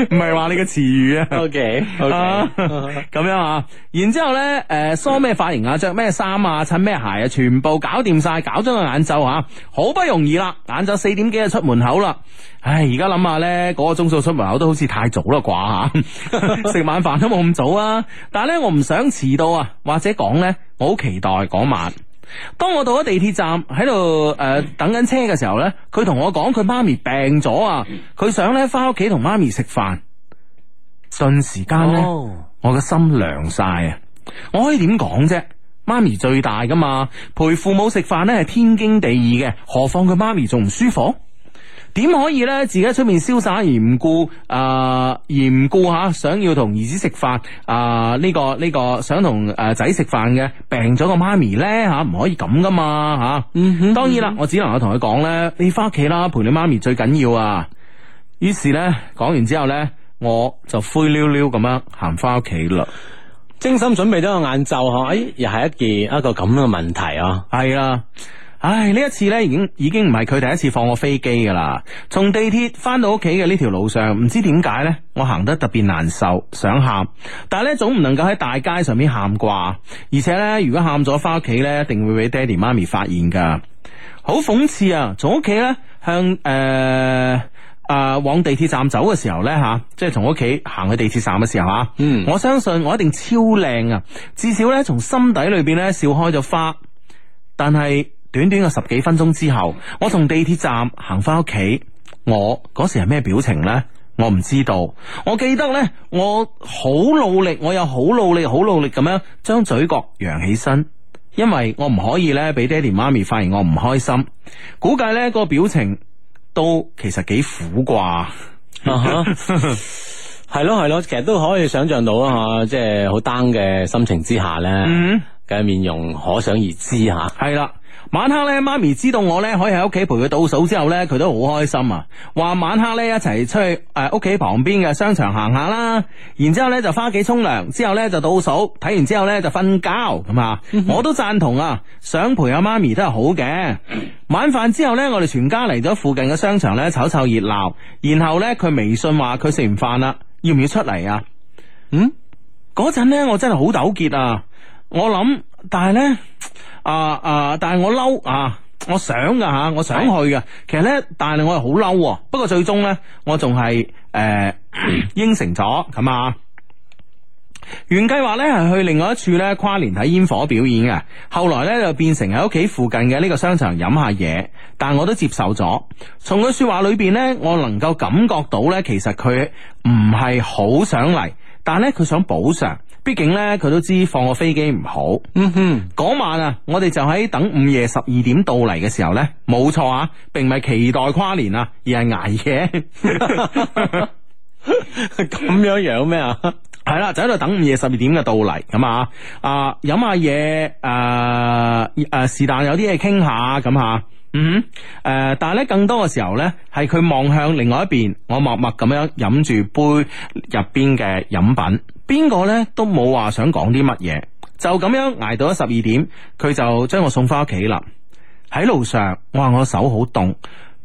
Speaker 3: 唔係話你嘅詞 語啊。
Speaker 1: ，OK
Speaker 3: 啊
Speaker 1: OK，
Speaker 3: 咁樣啊，然之後咧，誒、梳咩髮型啊，着咩衫啊，襯咩鞋啊，全部搞掂晒，搞咗個晏晝啊，好不容易啦，晏晝四點幾就出門口啦，唉，而家諗下咧，嗰、個鐘數出門口都好似太早啦啩吓， 食晚飯都冇咁早啊，但係咧我唔想遲到啊，或者講咧，我好期待嗰晚。當我到咗地鐵站喺度誒等緊車嘅時候咧，佢同我講佢媽咪病咗啊，佢想咧翻屋企同媽咪食飯，頓時間咧。
Speaker 1: 哦，
Speaker 3: 我嘅心涼晒啊！我可以點講啫？媽咪最大噶嘛，陪父母食飯咧係天經地義嘅，何況佢媽咪仲唔舒服？點可以咧自己喺出面瀟灑而唔顧啊而唔顧下想要同兒子食飯啊呢個呢、個想同誒仔食飯嘅病咗個媽咪咧吓唔可以咁噶嘛吓，當然啦，我只能夠同佢講咧，你翻屋企啦，陪你媽咪最緊要啊。於是咧講完之後咧，我就灰溜溜咁樣行翻屋企啦。
Speaker 1: 精心準備咗個晏晝嗬，哎，又係一件一個咁樣嘅問題啊，
Speaker 3: 係啦。唉，呢一次呢已經已經唔係佢第一次放我飛機噶啦。從地鐵翻到屋企嘅呢條路上，唔知點解呢，我行得特別難受，想喊，但係呢總唔能夠喺大街上面喊啩。而且呢，如果喊咗翻屋企呢，一定會俾爹哋媽咪發現噶。好諷刺啊！從屋企咧向誒。呃啊、往地鐵站走嘅時候咧吓、即係從屋企行去地鐵站嘅時候吓，
Speaker 1: 嗯
Speaker 3: 我相信我一定超靚啊！至少咧從心底裏邊咧笑開咗花。但係短短嘅十幾分鐘之後，我從地鐵站行翻屋企，我嗰時係咩表情呢？我唔知道。我記得呢，我好努力，我又好努力、好努力咁樣將嘴角揚起身，因為我唔可以呢俾爹哋媽咪發現我唔開心。估計呢個表情都其實幾苦啩。嗯
Speaker 1: 啊哈係咯係咯，其實都可以想象到啊，嚇即係好 down 嘅心情之下咧，
Speaker 3: 嗯
Speaker 1: 嘅、面容可想而知啊吓。
Speaker 3: 係啦。晚黑咧，媽咪知道我咧可以喺屋企陪佢倒數之後咧，佢都好開心啊！話晚黑咧一齊出去呃誒屋企旁邊嘅商場行下啦，然之後咧就翻屋企沖涼，之後咧就倒數，睇完之後咧就瞓覺咁啊！我都贊同啊，想陪阿媽咪都係好嘅。晚飯之後咧，我哋全家嚟咗附近嘅商場咧瞅瞅熱鬧，然後咧佢微信話佢食完飯啦，要唔要出嚟啊？嗰陣咧，我真係好糾結啊！我諗，但係咧，啊啊，但係我嬲啊！我想噶吓，我想去噶。其實咧，但係我係好嬲喎。不過最終咧，我仲係誒 應承咗咁啊。原計劃咧係去另外一處咧跨年睇煙火表演嘅，後來咧就變成喺屋企附近嘅呢個商場飲下嘢，但我都接受咗。從佢說話裏邊咧，我能夠感覺到咧，其實佢唔係好想嚟，但係咧佢想補償，畢竟咧佢都知放個飛機唔好。
Speaker 1: 嗯哼，
Speaker 3: 嗰晚啊，我哋就喺等午夜十二點到嚟嘅時候呢，冇錯啊，並唔係期待跨年啊，而係捱夜。
Speaker 1: 咁樣樣咩啊？
Speaker 3: 係啦，就喺度等午夜十二點嘅到嚟咁啊，啊飲下嘢，誒誒是但有啲嘢傾下咁啊，嗯，誒、但係咧更多嘅時候咧，係佢望向另外一邊，我默默咁樣飲住杯入邊嘅飲品，邊個咧都冇話想講啲乜嘢，就咁樣捱到咗十二點，佢就將我送翻屋企啦。喺路上，我話我手好凍，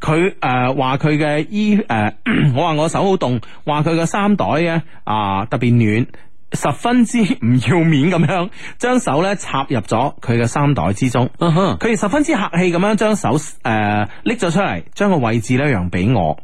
Speaker 3: 佢誒話佢嘅衣誒、呃 我話我手好凍，話佢嘅衫袋咧啊、特別暖，十分之唔要面咁樣，將手咧插入咗佢嘅衫袋之中。
Speaker 1: 啊哈，
Speaker 3: 佢哋十分之客氣咁樣將手誒拎咗出嚟，將個位置咧讓俾我。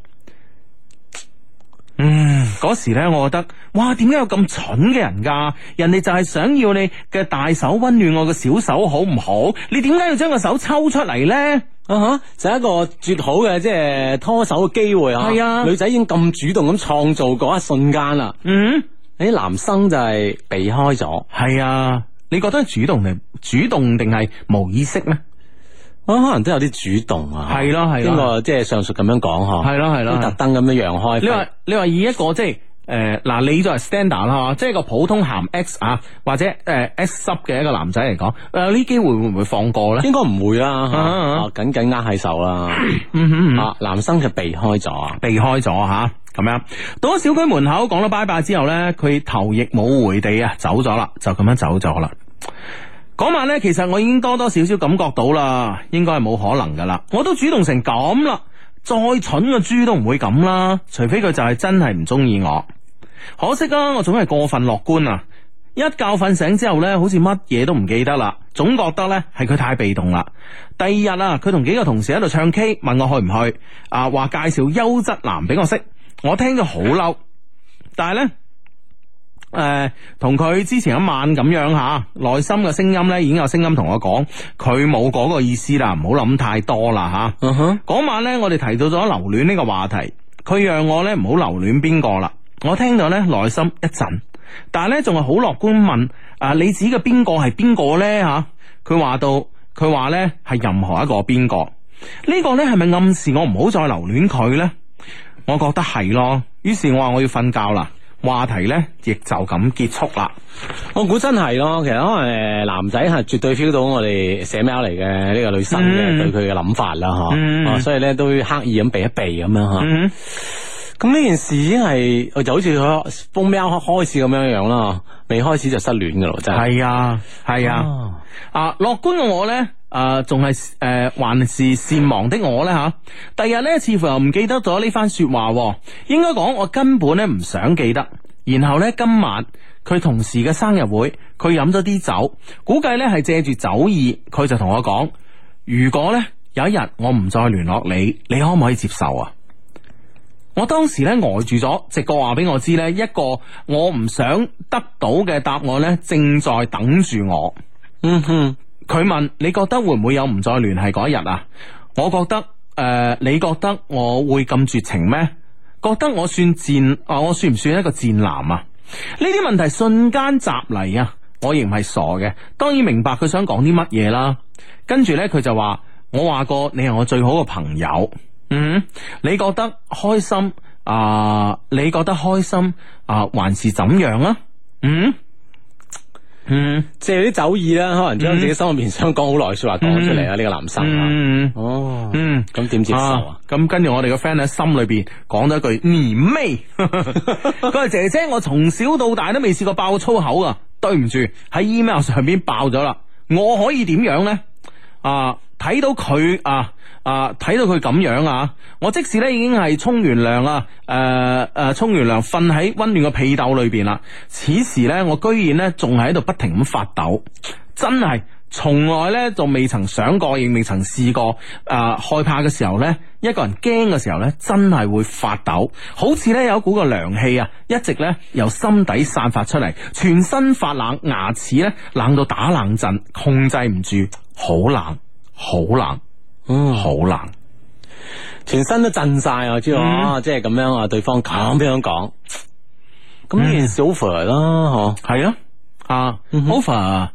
Speaker 3: 嗯，嗰時咧，我覺得，哇，點解有咁蠢嘅人噶？人哋就係想要你嘅大手温暖我嘅小手，好唔好？你點解要將個手抽出嚟呢？
Speaker 1: 啊哈，就係一個絕好嘅即係拖手嘅機會啊！
Speaker 3: 係啊
Speaker 1: 女仔已經咁主動咁創造嗰一瞬間啦，
Speaker 3: 嗯，
Speaker 1: 誒男生就係避開咗。
Speaker 3: 係啊，你覺得主動定主動定係無意識呢？
Speaker 1: 啊，可能都有啲主動啊，
Speaker 3: 係咯係咯
Speaker 1: 經過即係上述咁樣講嗬，
Speaker 3: 係咯係咯
Speaker 1: 咁特登咁樣讓開，
Speaker 3: 你話你話以一個即係誒嗱，你作為 standard 啦，即係個普通鹹 X 啊，或者誒、呃 X 濕嘅一個男仔嚟講，誒、呢機會會唔會放過咧？
Speaker 1: 應該唔會啦，嚇
Speaker 3: 啊啊嗯
Speaker 1: 啊緊緊握喺手啦， 啊男生就避開咗，
Speaker 3: 避開咗吓，咁樣到咗小區門口講咗拜拜之後咧，佢頭亦冇回地啊，走咗啦，就咁樣走咗啦。嗰晚咧，其實我已經多多少少感覺到啦，應該係冇可能噶啦。我都主動成咁啦，再蠢嘅豬都唔會咁啦，除非佢就係真係唔中意我。可惜啊，我總係過分樂觀啊！一覺瞓醒之後呢，好似乜嘢都唔記得啦，總覺得呢係佢太被動啦。第二日啊，佢同幾個同事喺度唱 K，問我去唔去啊？話介紹優質男俾我識，我聽咗好嬲，但係呢。誒，同佢、之前一晚咁樣吓，內心嘅聲音呢已經有聲音同我講，佢冇嗰個意思啦，唔好諗太多啦吓。嗰、晚呢，我哋提到咗留戀呢個話題，佢讓我呢唔好留戀邊個啦。我聽到呢內心一震，但係呢仲係好樂觀問，啊你指嘅邊個係邊個呢？吓、佢話到，佢話呢係任何一個邊個，呢、個呢係咪暗示我唔好再留戀佢呢？我覺得係咯，於是我話我要瞓覺啦。話題呢亦就咁結束啦。
Speaker 1: 我估真係咯，其實可能誒男仔係絕對 feel 到我哋寫 mail 嚟嘅呢個女生嘅對
Speaker 3: 嗯
Speaker 1: 佢嘅諗法啦，
Speaker 3: 嗯
Speaker 1: 嚇，啊所以咧都刻意咁避一避咁樣嚇。
Speaker 3: 嗯，
Speaker 1: 咁呢件事已經係就好似佢封 mail 開始咁樣樣啦，未開始就失戀噶咯，真係。
Speaker 3: 係啊，係啊。
Speaker 1: 啊
Speaker 3: 啊，樂觀嘅我呢，啊，仲係誒，還是善忘的我呢。吓、第日呢，似乎又唔記得咗呢番說話喎，應該講我根本呢唔想記得。然後呢，今晚佢同事嘅生日會，佢飲咗啲酒，估計呢係借住酒意，佢就同我講：如果呢有一日我唔再聯絡你，你可唔可以接受啊？我當時咧呆住咗，直覺話俾我知咧，一個我唔想得到嘅答案咧，正在等住我。
Speaker 1: 嗯哼，
Speaker 3: 佢問你覺得會唔會有唔再聯繫嗰一日啊？我覺得誒、呃你覺得我會咁絕情咩？覺得我算賤啊？我算唔算一個賤男啊？呢啲問題瞬間襲嚟啊！我亦唔係傻嘅，當然明白佢想講啲乜嘢啦。跟住呢，佢就話：我話過你係我最好嘅朋友。嗯，你覺得開心啊、你覺得開心啊、還是怎樣啊？嗯嗯
Speaker 1: 借啲酒意啦，可能將自己心入邊想講好耐說話講出嚟啊！呢個男生啊，
Speaker 3: 嗯
Speaker 1: 哦，
Speaker 3: 嗯。
Speaker 1: 咁點接受
Speaker 3: 啊
Speaker 1: 啊？！
Speaker 3: 咁跟住我哋個 friend 喺心裏邊講咗 一句你妹，佢話姐姐，我從小到大都未試過爆粗口啊！對唔住，喺 email 上邊爆咗啦，我可以點樣呢？啊！睇到佢啊啊！睇到佢咁樣啊！我即使咧已經係沖完涼啊，誒、誒，沖完涼瞓喺溫暖嘅被竇裏邊啦。此時咧，我居然咧仲係喺度不停咁發抖，真係從來咧就未曾想過，亦未曾試過。啊，害怕嘅時候咧，一個人驚嘅時候咧，真係會發抖，好似咧有一股嘅涼氣啊，一直咧由心底散發出嚟，全身發冷，牙齒咧冷到打冷震，控制唔住，好冷，好冷，
Speaker 1: 嗯，
Speaker 3: 好冷。
Speaker 1: 全身都震晒啊！知道啊，即係咁樣啊，對方咁樣講，咁呢件事 over 啦，嗬，
Speaker 3: 係啊，啊、o v e r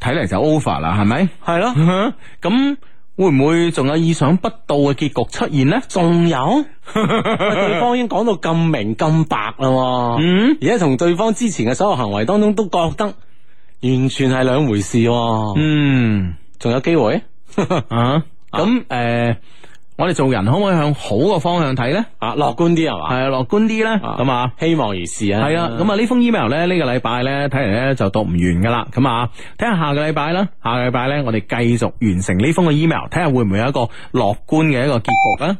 Speaker 3: 睇嚟就 over 啦，係咪？
Speaker 1: 係咯，
Speaker 3: 咁會唔會仲有意想不到嘅結局出現呢？
Speaker 1: 仲有，對方已經講到咁明咁白啦喎，
Speaker 3: 嗯
Speaker 1: 而且從對方之前嘅所有行為當中都覺得完全係兩回事喎，
Speaker 3: 嗯
Speaker 1: 仲有機會
Speaker 3: 啊，咁誒、呃我哋做人可唔可以向好嘅方向睇呢？
Speaker 1: 啊，樂觀啲係嘛？
Speaker 3: 係啊，樂觀啲咧，咁啊。
Speaker 1: 希望而是啊，
Speaker 3: 係啊，咁啊呢封 email 咧呢個禮拜咧睇嚟咧就讀唔完噶啦，咁啊睇下下個禮拜啦，下個禮拜咧我哋繼續完成呢封嘅 email，睇下會唔會有一個樂觀嘅一個結局啊！